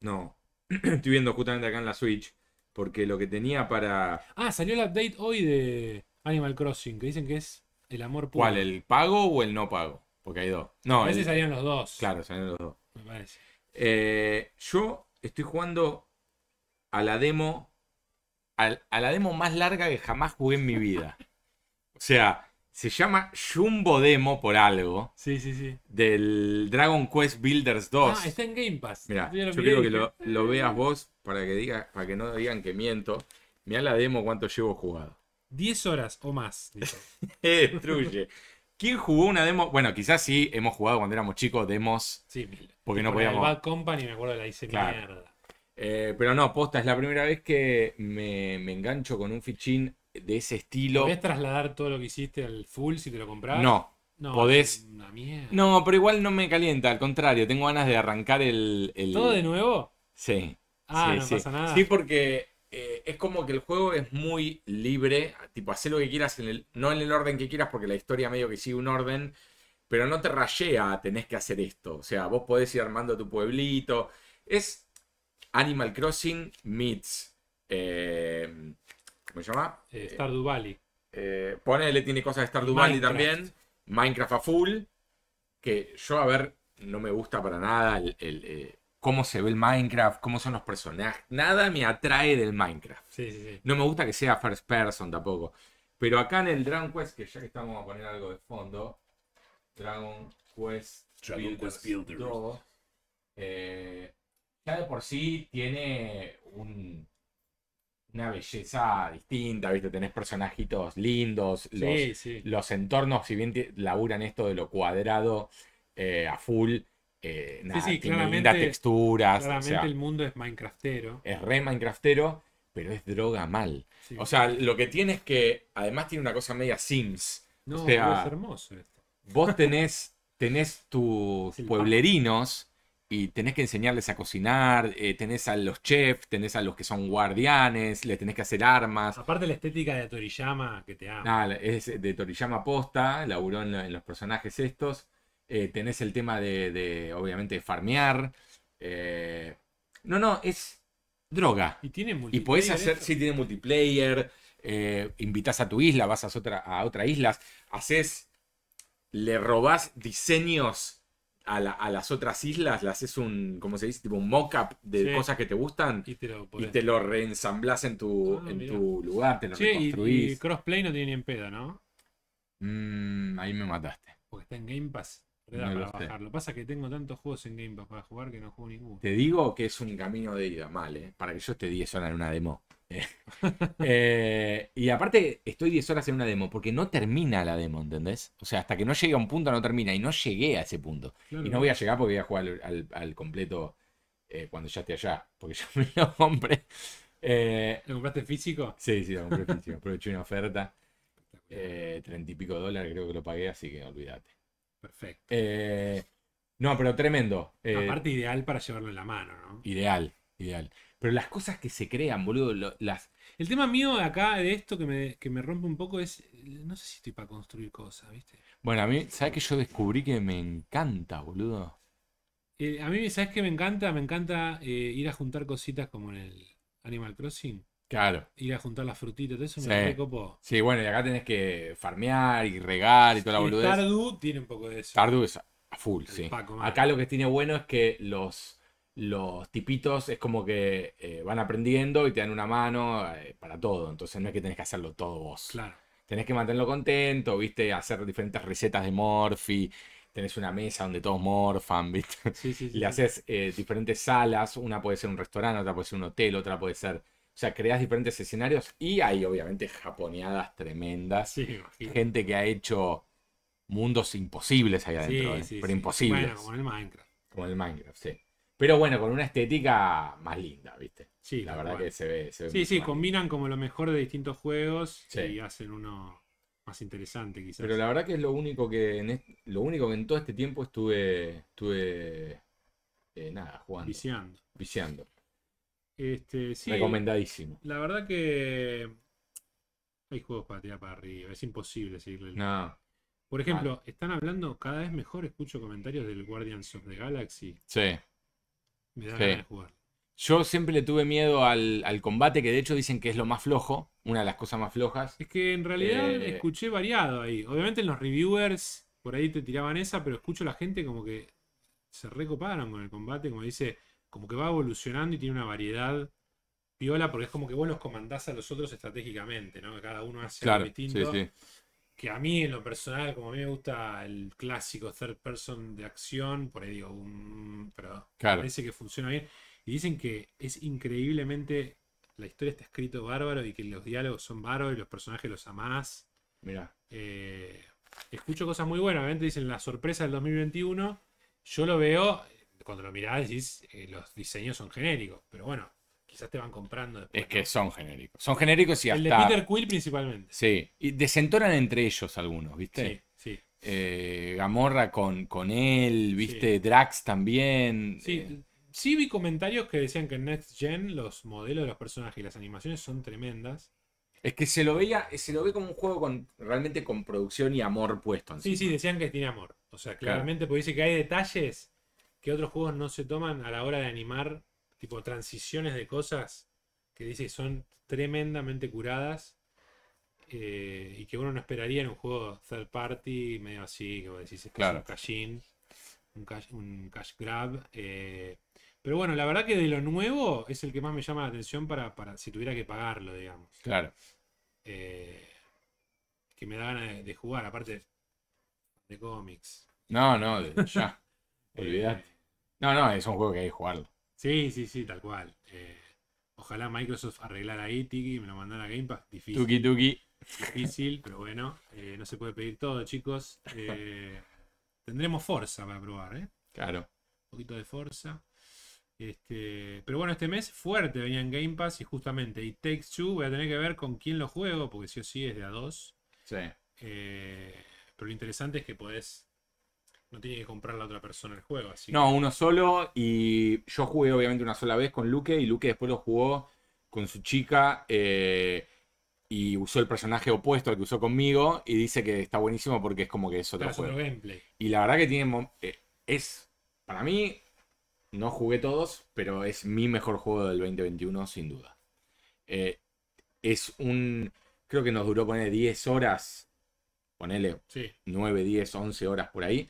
A: no. Estoy viendo justamente acá en la Switch. Porque lo que tenía para.
B: Ah, salió el update hoy de Animal Crossing, que dicen que es el amor puro.
A: ¿Cuál? ¿El pago o el no pago? Porque hay dos. No,
B: a veces
A: el-
B: salían los dos.
A: claro, salieron los dos.
B: Me parece.
A: Eh, yo estoy jugando a la demo. al- a la demo más larga que jamás jugué en mi vida. O sea, se llama Jumbo Demo por algo.
B: Sí, sí, sí.
A: Del Dragon Quest Builders 2.
B: Ah, está en Game Pass.
A: Mira,
B: Yo lo
A: yo
B: miré y
A: quiero que
B: dije,
A: lo, lo veas vos para que diga, para que no digan que miento. Mirá la demo cuánto llevo jugado.
B: 10 horas o más. dijo.
A: Destruye. ¿Quién jugó una demo? Bueno, quizás sí hemos jugado cuando éramos chicos demos,
B: Sí, mil.
A: porque no
B: Por la del
A: podíamos.
B: Bad Company me acuerdo la hice
A: Claro.
B: mierda.
A: Eh, pero no, posta, es la primera vez que me, me engancho con un fichín de ese estilo.
B: ¿Podés trasladar todo lo que hiciste al full si te lo compras?
A: No,
B: no
A: podés-
B: es Una mierda.
A: no, pero igual no me calienta, al contrario, tengo ganas de arrancar el. el-
B: ¿Todo de nuevo?
A: Sí.
B: Ah,
A: sí,
B: no
A: sí.
B: pasa nada.
A: Sí, porque eh, es como que el juego es muy libre. Tipo, haz lo que quieras, en el- no en el orden que quieras, porque la historia medio que sigue un orden. Pero no te rayea, tenés que hacer esto. O sea, vos podés ir armando tu pueblito. Es Animal Crossing meets. eh, ¿Cómo se llama?
B: Eh, Stardew Valley.
A: Eh, ponele, tiene cosas de Stardew Valley
B: Minecraft.
A: también. Minecraft a full. Que yo, a ver, no me gusta para nada el, el, eh, cómo se ve el Minecraft, cómo son los personajes. Nada me atrae del Minecraft.
B: Sí, sí, sí.
A: No me gusta que sea first person tampoco. Pero acá en el Dragon Quest, que ya que estamos a poner algo de fondo, Dragon Quest
D: Dragon
A: Builders
D: Quest Builders.
A: 2, eh, ya de por sí tiene un- una belleza distinta, ¿viste? Tenés personajitos lindos, los,
B: Sí, sí.
A: los entornos, si bien te- laburan esto de lo cuadrado eh, a full, eh, nada,
B: sí,
A: tiene
B: claramente-
A: lindas texturas, o
B: Claramente
A: sea,
B: el mundo es Minecraftero.
A: es re Minecraftero, pero es droga mal.
B: Sí.
A: O sea, lo que tiene es que además tiene una cosa media Sims.
B: no,
A: o sea-
B: pero es hermoso esto.
A: Vos tenés, tenés tus
B: Sí, el
A: pueblerinos y tenés que enseñarles a cocinar, eh, tenés a los chefs, tenés a los que son guardianes, les tenés que hacer armas.
B: Aparte la estética de Toriyama, que te amo.
A: Nada, es de Toriyama Posta, laburó en, en los personajes estos. Eh, tenés el tema de, de, obviamente, farmear. Eh, no, no, es droga.
B: Y tiene
A: Y
B: multiplayer
A: podés hacer,
B: esto.
A: si tiene multiplayer, eh, invitas a tu isla, vas a otra, a otra isla, haces, le robás diseños a, la- a las otras islas, le haces un, ¿cómo se dice? Tipo un mock-up de
B: Sí.
A: cosas que te gustan
B: Y te lo
A: y
B: podés-
A: te lo reensamblás en tu,
B: Ah,
A: en
B: mirá.
A: tu lugar, te lo
B: Che, y- y,
A: reconstruís.
B: crossplay no tiene ni en pedo, ¿no?
A: Mm, ahí me mataste.
B: Porque está en Game Pass. Re da
A: No
B: para
A: lo sé.
B: bajarlo. Pasa que tengo tantos juegos en Game Pass para jugar que no juego ninguno.
A: Te digo que es un camino de ida, mal, ¿eh? para que yo esté 10 horas en una demo. Eh, y aparte, estoy 10 horas en una demo, porque no termina la demo, ¿entendés? O sea, hasta que no llegue a un punto no termina, y no llegué a ese punto.
B: Claro.
A: Y no voy a llegar porque voy a jugar al, al- al completo eh, cuando ya esté allá, porque yo me lo compré. Eh,
B: ¿Lo compraste físico?
A: sí, sí, lo compré, sí, aproveché una oferta, eh, 30 y pico dólares creo que lo pagué, así que olvídate.
B: Perfecto.
A: Eh, no, pero tremendo. eh,
B: Aparte ideal para llevarlo en la mano, ¿no?
A: Ideal, ideal. Pero las cosas que se crean, boludo, lo- las.
B: El tema mío acá de esto que me, que me rompe un poco es, eh, no sé si estoy para construir cosas, ¿viste?
A: Bueno, a mí, ¿sabes que yo descubrí que me encanta, boludo?
B: Eh, a mí, ¿sabes qué me encanta? Me encanta eh, ir a juntar cositas como en el Animal Crossing.
A: Claro.
B: Ir a juntar las frutitas, todo eso me
A: Sí.
B: re copo.
A: Sí, bueno, y acá tenés que farmear y regar y toda la
B: Y el
A: boludez.
B: Stardew tiene un poco de eso.
A: Stardew es a full,
B: El
A: sí.
B: Paco, man.
A: Acá lo que tiene bueno es que los, los tipitos es como que eh, van aprendiendo y te dan una mano eh, para todo. Entonces no es que tenés que hacerlo todo vos.
B: Claro.
A: Tenés que mantenerlo contento, viste, hacer diferentes recetas de Morphy. Tenés una mesa donde todos morfan, viste.
B: Sí, sí,
A: Le
B: sí. sí.
A: haces eh, diferentes salas, una puede ser un restaurante, otra puede ser un hotel, otra puede ser. O sea, creas diferentes escenarios y hay obviamente japoneadas tremendas.
B: Sí, me imagino.
A: Gente que ha hecho mundos imposibles ahí adentro,
B: Sí,
A: ¿eh?
B: sí,
A: pero
B: sí.
A: imposibles.
B: Bueno, como en el Minecraft.
A: Como en el Minecraft, sí. Pero bueno, con una estética más linda, ¿viste?
B: Sí,
A: La
B: tal
A: verdad
B: cual.
A: que se ve. se ve
B: Sí,
A: mucho
B: sí,
A: más
B: combinan como lo mejor de distintos juegos
A: Sí.
B: y hacen uno más interesante quizás.
A: Pero la verdad que es lo único que en est- lo único que en todo este tiempo estuve estuve eh, nada, jugando,
B: Viciando.
A: viciando.
B: Este, sí,
A: Recomendadísimo.
B: la verdad que hay juegos para tirar para arriba, es imposible seguirle. el-
A: No,
B: Por ejemplo, están hablando cada vez mejor, escucho comentarios del Guardians of the Galaxy,
A: sí.
B: me da
A: Sí.
B: ganas de jugar.
A: Yo siempre le tuve miedo al, al combate, que de hecho dicen que es lo más flojo, una de las cosas más flojas.
B: Es que en realidad
A: Eh.
B: escuché variado ahí. Obviamente en los reviewers por ahí te tiraban esa, pero escucho a la gente como que se recoparon con el combate, como dice, como que va evolucionando y tiene una variedad piola, porque es como que vos los comandás a los otros estratégicamente, ¿no? Que cada uno hace algo distinto. Que a mí en lo personal, como a mí me gusta el clásico third person de acción, por ahí digo, un... pero
A: claro.
B: parece que funciona bien. Y dicen que es increíblemente. La historia está escrito bárbaro y que los diálogos son bárbaros y los personajes los amás.
A: Mira,
B: Eh, escucho cosas muy buenas. Obviamente dicen la sorpresa del 2021. Yo lo veo, eh, cuando lo mirás, decís, eh, los diseños son genéricos. Pero bueno, quizás te van comprando después.
A: es que
B: ¿no?
A: son genéricos. Son genéricos y
B: El de
A: hasta
B: Peter Quill principalmente.
A: sí, y desentonan entre ellos algunos, ¿viste?
B: Sí, sí.
A: Eh, Gamorra con, con él, ¿viste? Drax también. eh,
B: Sí, sí vi comentarios que decían que en Next Gen los modelos de los personajes y las animaciones son tremendas.
A: Es que se lo veía, se lo ve como un juego con realmente con producción y amor puesto.
B: Sí,
A: encima.
B: sí, decían que tiene amor. O sea, claramente, porque dice que hay detalles que otros juegos no se toman a la hora de animar, tipo transiciones de cosas que dice que son tremendamente curadas eh, y que uno no esperaría en un juego third party, medio así, que vos decís, es
A: Claro.
B: un cash-in, un cash, un cash grab. eh. Pero bueno, la verdad que de lo nuevo es el que más me llama la atención para, para si tuviera que pagarlo, digamos
A: Claro.
B: eh, que me da ganas de, de jugar, aparte de cómics.
A: No, no, de- ya.
B: Eh,
A: Olvidate. No, no, es un juego que hay que jugarlo.
B: sí, sí, sí, tal cual. Eh, ojalá Microsoft arreglara ahí, Tiki, y me lo mandara a Game Pass. Difícil,
A: Tuki tuki.
B: difícil, pero bueno, eh, no se puede pedir todo, chicos. Eh, tendremos Forza para probar, ¿eh?
A: Claro.
B: Un poquito de Forza. Este, pero bueno, este mes fuerte venía en Game Pass y justamente y Takes Two voy a tener que ver con quién lo juego, porque sí o sí es de a dos.
A: Sí.
B: Eh, pero lo interesante es que podés. No tiene que comprar la otra persona el juego, así
A: No, uno solo. Y yo jugué obviamente una sola vez con Luke. Y Luke después lo jugó con su chica. eh, y usó el personaje opuesto al que usó conmigo. Y dice que está buenísimo porque es como que es
B: que
A: otro
B: claro, es otro
A: juego.
B: gameplay.
A: Y la verdad que tiene. mom- eh, Es. Para mí. No jugué todos. Pero es mi mejor juego del 2021, sin duda. Eh, es un. Creo que nos duró poner 10 horas. Ponele
B: Sí,
A: 9, 10, 11 horas por ahí.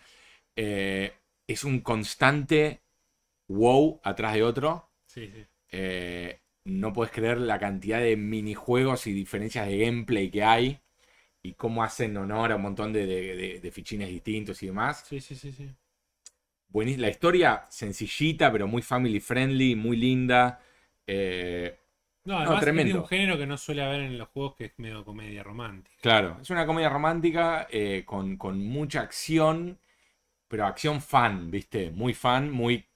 A: Eh, es un constante wow atrás de otro.
B: sí, sí.
A: Eh, no puedes creer la cantidad de minijuegos y diferencias de gameplay que hay. Y cómo hacen honor a un montón de, de- de- de fichines distintos y demás.
B: Sí, sí, sí, sí.
A: Buenís- La historia sencillita, pero muy family friendly, muy linda. Eh,
B: No, además es de
A: tremendo.
B: un género que no suele haber en los juegos que es medio comedia romántica.
A: Claro, es una comedia romántica eh, con, con mucha acción, pero acción fan, ¿viste? Muy fan, muy,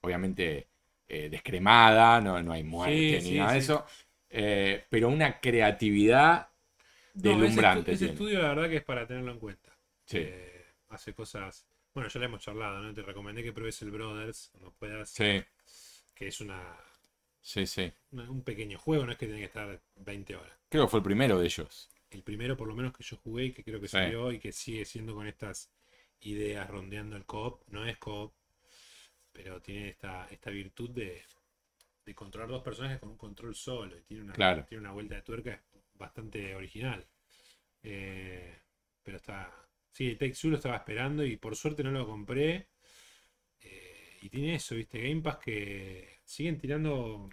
A: obviamente, eh, descremada, no, no hay muerte
B: Sí,
A: ni
B: sí,
A: nada de
B: sí.
A: eso, eh, pero una creatividad
B: No, ese estu-
A: deslumbrante.
B: ese,
A: tiene.
B: estudio, la verdad, que es para tenerlo en cuenta.
A: Sí,
B: Eh, hace cosas. Bueno, ya lo hemos charlado, ¿no? Te recomendé que pruebes el Brothers cuando puedas,
A: sí,
B: que es una,
A: sí, sí.
B: una- un pequeño juego, no es que tiene que estar 20 horas.
A: Creo que fue el primero de ellos.
B: el primero por lo menos que yo jugué y que creo que
A: Sí.
B: salió y que sigue siendo con estas ideas rondeando el co-op, no es co-op, pero tiene esta, esta virtud de, de controlar dos personajes con un control solo y tiene una,
A: Claro.
B: tiene una vuelta de tuerca bastante original. Eh, pero está... Sí, Take Two lo estaba esperando y por suerte no lo compré. Eh, y tiene eso, ¿viste? Game Pass que siguen tirando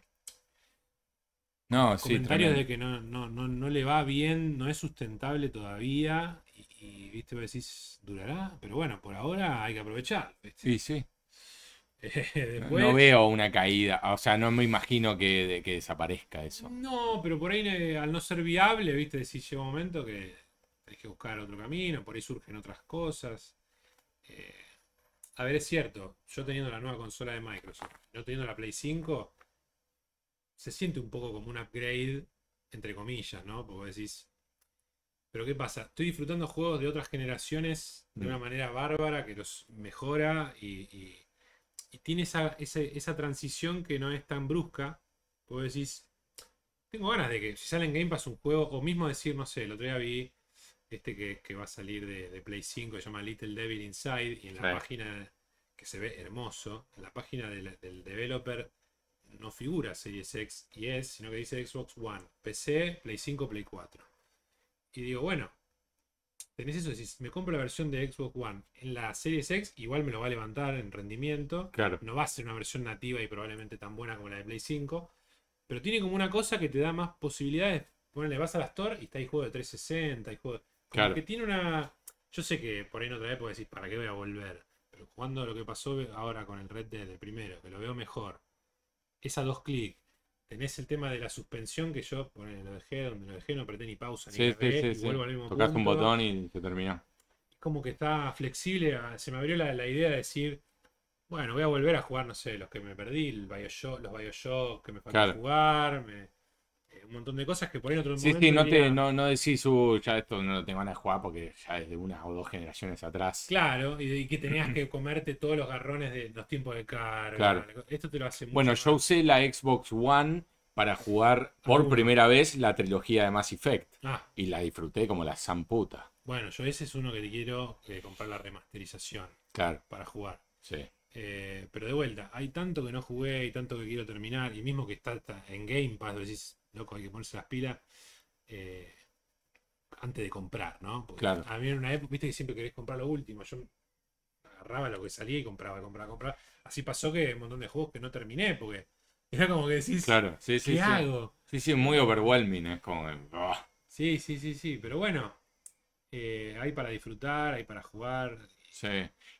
A: No, sí,
B: comentarios
A: tremendo.
B: de que no, no, no, no le va bien, no es sustentable todavía. Y, y, viste, vos decís, durará, pero bueno, por ahora hay que aprovechar. ¿viste?
A: Sí, sí.
B: Después,
A: No veo una caída, o sea, no me imagino que, de- que desaparezca eso.
B: no, pero por ahí eh, al no ser viable, viste, decís, llega un momento que tenés que buscar otro camino, por ahí surgen otras cosas. Eh, A ver, es cierto, yo teniendo la nueva consola de Microsoft, no teniendo la Play 5, se siente un poco como un upgrade, entre comillas, ¿no? Porque vos decís, pero ¿qué pasa? Estoy disfrutando juegos de otras generaciones de
A: Mm.
B: una manera bárbara que los mejora y, y- y tiene esa, ese- esa transición que no es tan brusca. Porque vos decís, tengo ganas de que si sale en Game Pass un juego, o mismo decir, no sé, el otro día vi este que, que va a salir de, de Play 5, se llama Little Devil Inside, y en la
A: Sí.
B: página que se ve hermoso, en la página del, del developer no figura Series X y S, sino que dice Xbox One, PC, Play 5, Play 4. Y digo, bueno, tenés eso, si me compro la versión de Xbox One en la Series X, igual me lo va a levantar en rendimiento.
A: Claro.
B: No va a ser una versión nativa y probablemente tan buena como la de Play 5. Pero tiene como una cosa que te da más posibilidades. Ponele, vas a la Store y está ahí juego de 360, hay juego. como
A: Claro.
B: que tiene una. Yo sé que por ahí en otra época decís, ¿para qué voy a volver? Pero jugando lo que pasó ahora con el Red Dead, el primero, que lo veo mejor. Es a dos clics. Tenés el tema de la suspensión que yo ponele, lo dejé donde lo dejé, no apreté ni pausa ni
A: Sí, sí,
B: cargué,
A: sí.
B: y
A: sí.
B: vuelvo al mismo
A: Tocás un
B: punto.
A: botón y se terminó.
B: Como que está flexible. a- Se me abrió la, la idea de decir, bueno, voy a volver a jugar, no sé, los que me perdí, el BioShock, los Bioshock que me faltó
A: Claro.
B: jugar, me- eh, un montón de cosas que por ahí en otro
A: Sí,
B: momento
A: sí, no, te,
B: diría,
A: no, no decís, "Uh, ya esto no lo tengo ganas de jugar porque ya es de una o dos generaciones atrás.
B: Claro, y, y que tenías que comerte todos los garrones de los tiempos de carga.
A: Claro.
B: Esto te lo hace mucho
A: Bueno,
B: más.
A: yo usé la Xbox One para jugar por
B: Alguno.
A: primera vez la trilogía de Mass Effect
B: Ah,
A: y la disfruté como la zamputa.
B: bueno, yo ese es uno que te quiero eh, comprar la remasterización
A: Claro,
B: para jugar.
A: sí.
B: Eh, pero de vuelta, hay tanto que no jugué y tanto que quiero terminar. Y mismo que está, está en Game Pass, decís, loco, hay que ponerse las pilas eh, antes de comprar, ¿no? Porque
A: Claro.
B: A mí en una época, viste que siempre querés comprar lo último. Yo agarraba lo que salía y compraba, compraba, compraba. Así pasó que un montón de juegos que no terminé, porque era como que decís,
A: Claro, sí,
B: ¿qué
A: sí, sí.
B: hago?
A: Sí, sí, muy overwhelming, es como... que, ah.
B: Sí, sí, sí, sí. Pero bueno, eh, hay para disfrutar, hay para jugar.
A: Sí.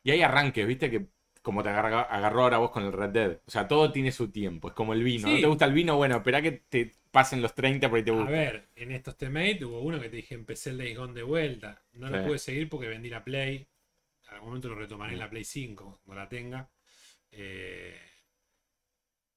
A: Y hay arranques, viste, que como te agarra- agarró ahora vos con el Red Dead. O sea, todo tiene su tiempo. Es como el vino.
B: Sí.
A: ¿No te gusta el vino? Bueno, espera que te pasen los 30 por ahí te
B: A
A: gusta.
B: ver, en estos teammates hubo uno que te dije, empecé el Days Gone de vuelta. No lo
A: Sí.
B: pude seguir porque vendí la Play. En algún momento lo retomaré en
A: Mm.
B: la Play 5, cuando la tenga. Eh,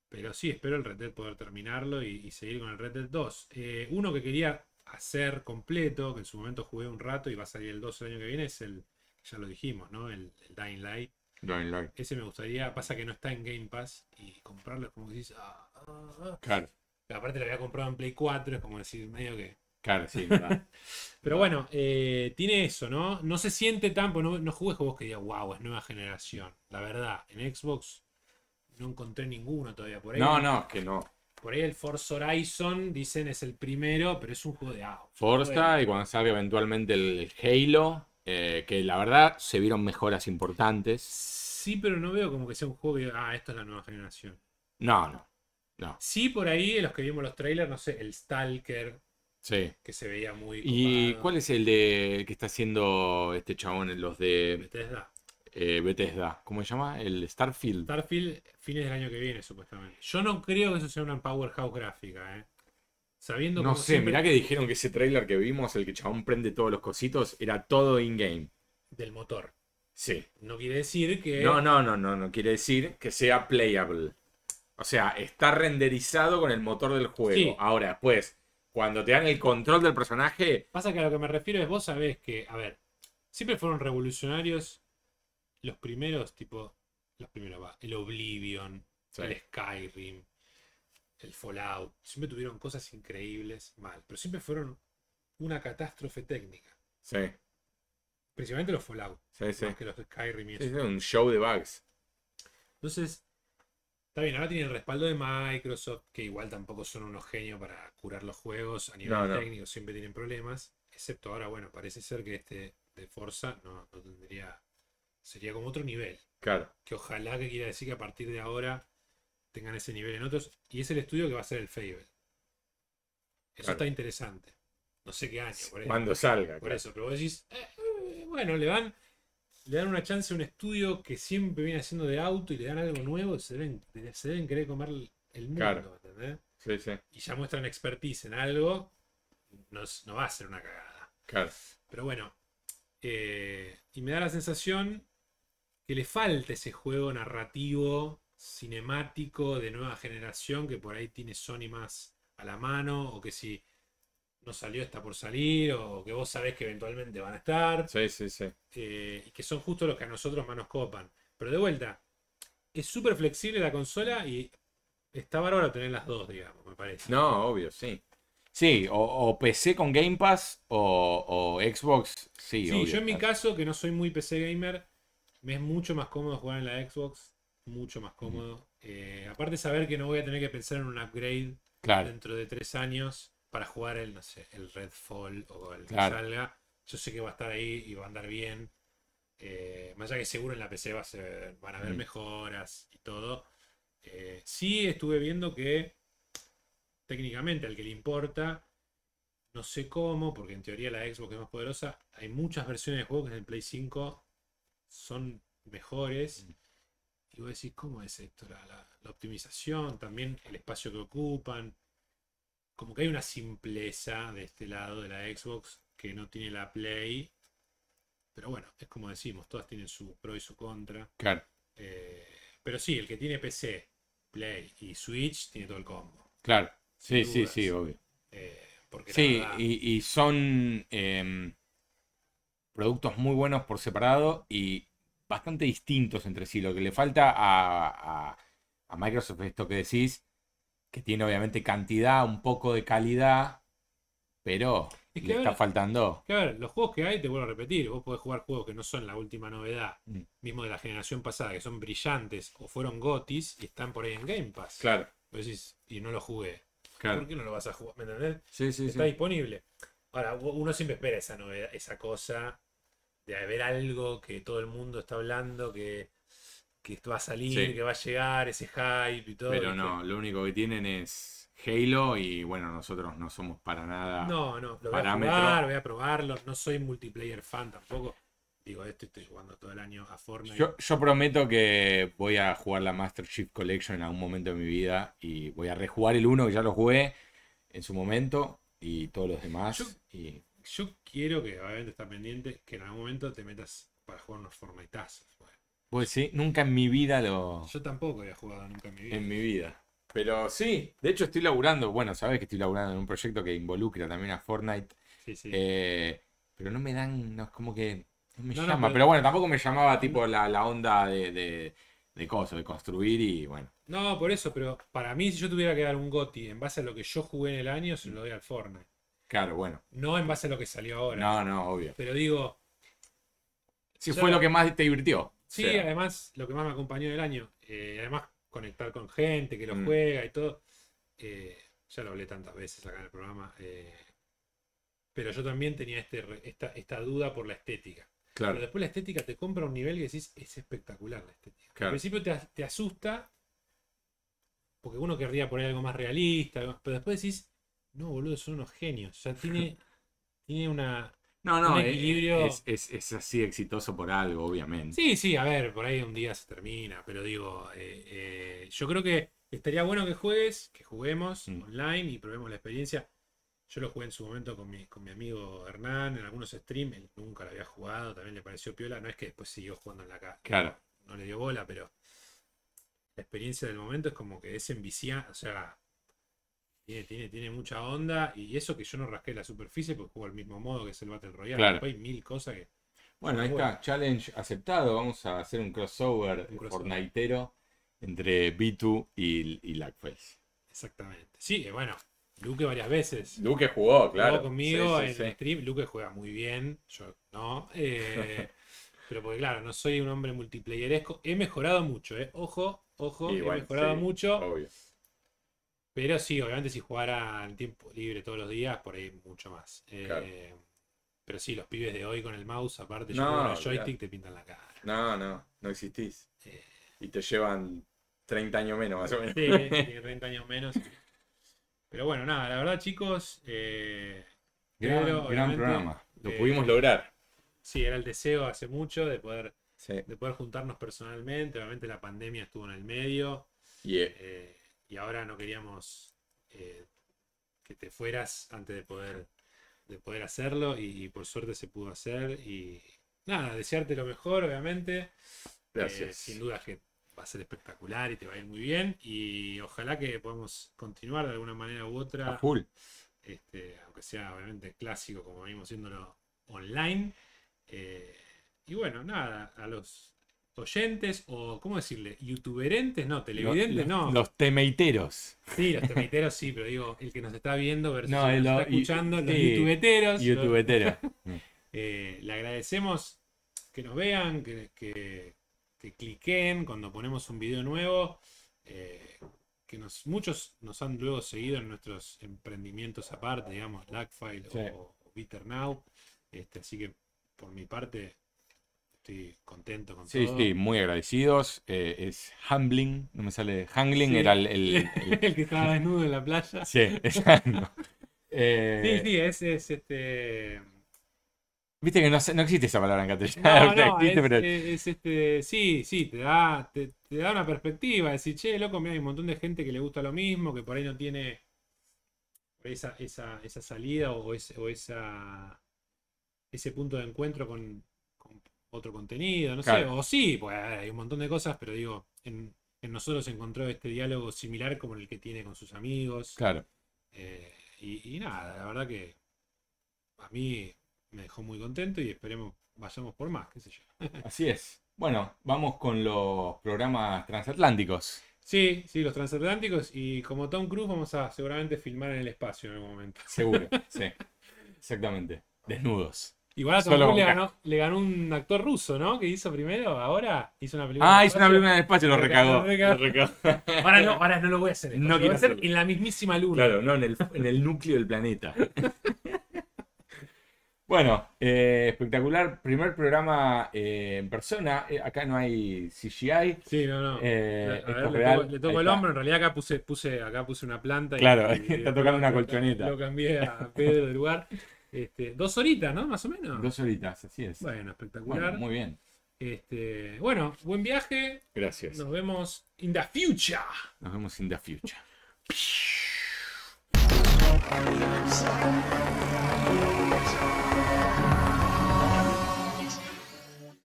B: pero sí, espero el Red Dead poder terminarlo y, y seguir con el Red Dead 2. Eh, uno que quería hacer completo, que en su momento jugué un rato y va a salir el 2 el año que viene, es el, ya lo dijimos, ¿no? El, el Dying Light.
A: Loin, loin.
B: Ese me gustaría, pasa que no está en Game Pass y comprarlo es como que dices, ah, ah, ah.
A: Claro,
B: Pero aparte lo había comprado en Play 4, es como decir, medio que...
A: claro, sí. verdad.
B: Pero bueno, eh, tiene eso, ¿no? No se siente tan, porque no, no jugué juegos que diga, wow, es nueva generación. La verdad, en Xbox no encontré ninguno todavía. Por ahí,
A: No, no, es que no.
B: Por ahí el Forza Horizon, dicen, es el primero, pero es un juego de agua.
A: Forza y cuando salga eventualmente el Halo, eh, que la verdad se vieron mejoras importantes.
B: Sí, pero no veo como que sea un juego que diga, ah, esto es la nueva generación.
A: No, no, no.
B: Sí, por ahí, los que vimos los trailers, no sé, el Stalker,
A: Sí.
B: que se veía muy...
A: ¿Y
B: copado.
A: cuál es el de el que está haciendo este chabón, los de
B: Bethesda.
A: eh, Bethesda? ¿Cómo se llama? El Starfield.
B: Starfield fines del año que viene, supuestamente. Yo no creo que eso sea una powerhouse gráfica, ¿eh? Sabiendo
A: No
B: como
A: sé,
B: siempre-
A: mirá que dijeron que ese trailer que vimos, el que chabón prende todos los cositos, era todo in-game.
B: del motor.
A: Sí.
B: No quiere decir que.
A: No, no, no, no, no quiere decir que sea playable. O sea, está renderizado con el motor del juego.
B: Sí.
A: Ahora, pues, cuando te dan el control del personaje,
B: Pasa que a lo que me refiero es vos sabés que, a ver, siempre fueron revolucionarios los primeros, tipo, los primeros, va, el Oblivion,
A: Sí.
B: el Skyrim, el Fallout. Siempre tuvieron cosas increíbles, mal, pero siempre fueron una catástrofe técnica.
A: sí,
B: Principalmente los Fallout,
A: sí, sí.
B: más que los Skyrim y
A: Sí,
B: eso.
A: sí, un show de bugs.
B: Entonces, está bien, ahora tiene el respaldo de Microsoft, que igual tampoco son unos genios para curar los juegos a nivel
A: No, no.
B: técnico, siempre tienen problemas. Excepto ahora, bueno, parece ser que este de Forza no, no tendría. Sería como otro nivel.
A: Claro.
B: Que ojalá que quiera decir que a partir de ahora tengan ese nivel en otros. Y es el estudio que va a ser el Fable. Eso
A: Claro.
B: está interesante. No sé qué año, por ahí.
A: Cuando salga.
B: Por
A: claro.
B: eso, pero vos decís, eh, eh, bueno, le dan, le dan una chance a un estudio que siempre viene haciendo de auto y le dan algo nuevo, se deben, se deben querer comer el mundo,
A: Claro.
B: ¿entendés?
A: Sí, sí,
B: Y ya muestran expertise en algo, no, es- no va a ser una cagada.
A: claro.
B: Pero bueno, eh, y me da la sensación que le falta ese juego narrativo, cinemático, de nueva generación, que por ahí tiene Sony más a la mano, o que si no salió está por salir, o que vos sabés que eventualmente van a estar,
A: Sí, sí, sí.
B: eh, y que son justo los que a nosotros más nos copan. Pero de vuelta, es súper flexible la consola y está bárbaro tener las dos, digamos, me parece.
A: No, obvio, sí.
E: Sí, o, o PC con Game Pass o, o Xbox. Sí,
B: Sí,
E: obvio,
B: yo en mi
E: claro.
B: caso, que no soy muy PC gamer, me es mucho más cómodo jugar en la Xbox, mucho más cómodo. Eh, aparte saber que no voy a tener que pensar en un upgrade
E: Claro.
B: dentro de tres años para jugar el, no sé, el Redfall o el
E: Claro.
B: que salga. Yo sé que va a estar ahí y va a andar bien. Eh, más allá que seguro en la PC va a ser- van a haber
A: Mm.
B: mejoras y todo. Eh, sí estuve viendo que técnicamente al que le importa, no sé cómo, porque en teoría la Xbox es más poderosa, hay muchas versiones de juegos que en el Play 5 son mejores. Y vos decís, ¿cómo es esto? La, la- la optimización, también el espacio que ocupan. Como que hay una simpleza de este lado de la Xbox que no tiene la Play. Pero bueno, es como decimos, todas tienen su pro y su contra.
E: Claro,
B: Eh, pero sí, el que tiene PC, Play y Switch tiene todo el combo.
E: claro. Sí,
B: Sin
E: sí,
B: dudas.
E: sí, obvio.
B: Eh, porque la
E: Sí,
B: verdad-
E: y, y son em, productos muy buenos por separado y bastante distintos entre sí. Lo que le falta a, a- a Microsoft, esto que decís, que tiene obviamente cantidad, un poco de calidad, pero
B: Es que
E: le
B: a
E: está
B: ver-
E: faltando.
B: Que, a ver, los juegos que hay, te vuelvo a repetir, vos podés jugar juegos que no son la última novedad,
E: Mm.
B: mismo de la generación pasada, que son brillantes o fueron gotis y están por ahí en Game Pass.
A: Claro,
B: Vos decís, y no lo jugué. ¿Por
A: claro.
B: qué no lo vas a jugar? ¿Me entendés?
A: Sí, sí,
B: Está
A: sí.
B: disponible. Ahora, u- uno siempre espera esa novedad, esa cosa de haber algo que todo el mundo está hablando, que, que va a salir,
A: Sí.
B: que va a llegar, ese hype y todo.
A: Pero
B: ¿viste?
A: no, lo único que tienen es Halo y bueno, nosotros no somos para nada.
B: No, no, lo voy
A: Parámetro.
B: a probar, voy a probarlo. No soy multiplayer fan tampoco. Digo, esto estoy jugando todo el año a Fortnite.
E: Yo, yo prometo que voy a jugar la Master Chief Collection en algún momento de mi vida y voy a rejugar el 1 que ya lo jugué en su momento y todos los demás.
B: Yo-
E: y-
B: Yo quiero que, obviamente, está pendiente, que en algún momento te metas para jugar unos Fortniteazos. Bueno,
E: Pues sí, nunca en mi vida lo.
B: yo tampoco había jugado nunca en mi vida.
E: En mi vida. Pero sí, de hecho estoy laburando. Bueno, sabes que estoy laburando en un proyecto que involucra también a Fortnite.
B: Sí, sí.
E: eh, pero no me dan. No es como que. No me
B: No, no,
E: llama.
B: pero-
E: pero... bueno, tampoco me llamaba tipo la, la onda de, de, de cosas, de construir y bueno.
B: No, por eso, pero para mí, si yo tuviera que dar un GOTI en base a lo que yo jugué en el año, se lo doy al Fortnite.
E: Claro, bueno.
B: No en base a lo que salió ahora.
E: No, no, obvio.
B: Pero digo,
E: Si
B: Ya
E: fue
B: lo-
E: lo que más te divirtió.
B: sí,
E: O sea,
B: además, lo que más me acompañó del año. eh, además, conectar con gente que lo
A: Mm.
B: juega y todo. eh, ya lo hablé tantas veces acá en el programa. eh, pero yo también tenía este, re- esta, esta duda por la estética. Pero
A: Claro,
B: después la estética te compra un nivel que decís, es espectacular la estética. Al
A: Claro.
B: principio te, as- te asusta, porque uno querría poner algo más realista, algo- pero después decís, no, boludo, son unos genios. O sea, tiene, tiene una...
A: no, no,
B: un
A: eh,
B: equilibrio-
A: Es, es- es así exitoso por algo, obviamente.
B: Sí, sí, a ver, por ahí un día se termina, pero digo, eh, eh, yo creo que estaría bueno que juegues, que juguemos
A: Mm.
B: online y probemos la experiencia. Yo lo jugué en su momento con mi, con mi amigo Hernán en algunos streams, él nunca lo había jugado, también le pareció piola, no es que después siguió jugando en la, ca-
E: Claro.
B: no le dio bola, pero la experiencia del momento es como que es enviciada, o sea, tiene, tiene, tiene mucha onda y eso que yo no rasqué la superficie porque juego al mismo modo que es el Battle Royale,
E: Claro.
B: después hay mil cosas que...
E: Bueno, ahí
B: Bueno.
E: está, challenge aceptado. Vamos a hacer un crossover
B: Un crossover.
E: fornaitero entre B2 y, y Lackface.
B: Exactamente. Sí, eh, bueno, Luque varias veces.
A: Duque jugó, claro.
B: Jugó conmigo
A: Sí, sí,
B: en
A: sí.
B: el stream, Luque juega muy bien, yo no. eh, pero porque claro, no soy un hombre multiplayeresco, he mejorado mucho, eh. Ojo, ojo,
A: Y
B: he
A: bueno,
B: mejorado
A: sí,
B: mucho.
A: Obvio.
B: Pero sí, obviamente si jugara en tiempo libre todos los días, por ahí mucho más. Eh,
A: Claro.
B: Pero sí, los pibes de hoy con el mouse, aparte, yo
A: No,
B: con el
A: olvidate.
B: joystick te pintan la cara.
A: No, no, no existís.
B: Eh,
A: Y te llevan 30 años menos, más o menos.
B: sí, tiene 30 años menos. Pero bueno, nada, la verdad, chicos, eh,
E: Gran,
B: Pero,
E: gran
B: obviamente,
E: programa.
A: Lo
B: eh,
A: pudimos lograr.
B: sí, era el deseo hace mucho de poder,
A: Sí.
B: de poder juntarnos personalmente. Obviamente la pandemia estuvo en el medio.
A: Y, eh,
B: eh, y ahora no queríamos eh, que te fueras antes de poder, de poder hacerlo y, y por suerte se pudo hacer y nada, desearte lo mejor obviamente
E: Gracias.
B: Eh, sin duda que va a ser espectacular y te va a ir muy bien. Y ojalá que podamos continuar de alguna manera u
A: A
B: otra,
A: full.
B: este, aunque sea obviamente clásico, como venimos haciéndolo online. Eh, y bueno, nada, a los oyentes o, ¿cómo decirle? Youtuberentes, no, televidentes,
A: Los-
B: no.
A: Los temeiteros.
B: Sí, los temeiteros sí, pero digo, el que nos está viendo versus
A: No,
B: el que
A: el-
B: nos está
A: y-
B: escuchando, los
A: sí,
B: youtubeteros. los-
A: Youtubeteros.
B: eh, le agradecemos que nos vean, que, que- que cliquen cuando ponemos un video nuevo. eh, que nos, muchos nos han luego seguido en nuestros emprendimientos aparte, digamos, Lagfile
A: Sí.
B: o, o Bitter Now. Este, así que por mi parte estoy contento con
A: Sí,
B: todo.
A: sí, muy agradecidos. Eh, es Hambling, no me sale. Hangling
B: Sí.
A: era el. el- el-
B: El que estaba desnudo en la playa.
A: sí, exacto. Eh,
B: Sí, sí, es, es este.
A: Viste que no, sé- no existe esa palabra en castellano.
B: No, no,
A: existe,
B: es,
A: pero-
B: es- es este, sí, sí, te da, te, te da una perspectiva, decir, che, loco, mira, hay un montón de gente que le gusta lo mismo, que por ahí no tiene esa, esa, esa salida o, ese- o esa, ese punto de encuentro con, con otro contenido, no sé,
A: Claro.
B: o sí, pues hay un montón de cosas, pero digo, en, en nosotros encontró este diálogo similar como el que tiene con sus amigos.
A: Claro.
B: Eh, y, y nada, la verdad que a mí me dejó muy contento y esperemos vayamos por más, qué sé yo.
A: Así es. Bueno, vamos con los programas transatlánticos.
B: Sí, sí, los transatlánticos y como Tom Cruise vamos a seguramente filmar en el espacio en algún momento.
A: Seguro, sí. Exactamente. Desnudos.
B: Igual a Tom
A: Solo
B: Cruise le
A: con
B: ganó, le ganó un actor ruso, ¿no? Que hizo primero, ahora hizo una película.
A: Ah,
B: en
A: hizo una
B: espacio.
A: película en el espacio, lo
B: Lo
A: recagó.
B: recagó.
A: Lo recagó.
B: Ahora no, ahora no lo voy a hacer.
A: No
B: No lo voy
A: quiero
B: a hacer
A: hacerlo.
B: en la mismísima luna.
A: Claro, no, en el, en el núcleo del planeta. Bueno, eh, espectacular. Primer programa eh, en persona. Eh, acá no hay CGI.
B: Sí, no, no.
A: Eh,
B: A
A: esto
B: ver,
A: es
B: le,
A: real.
B: toco, le toco
A: Ahí
B: el
A: está.
B: hombro, en realidad acá puse, puse, acá puse una planta. y-
A: Claro,
B: y-
A: está tocando una colchoneta.
B: Lo cambié a Pedro de lugar. Este, dos horitas, ¿no? Más o menos.
A: Dos horitas, así es.
B: Bueno, espectacular.
A: Bueno, muy bien.
B: Este, bueno, buen viaje.
A: Gracias.
B: Nos vemos in the future.
A: Nos vemos in the future.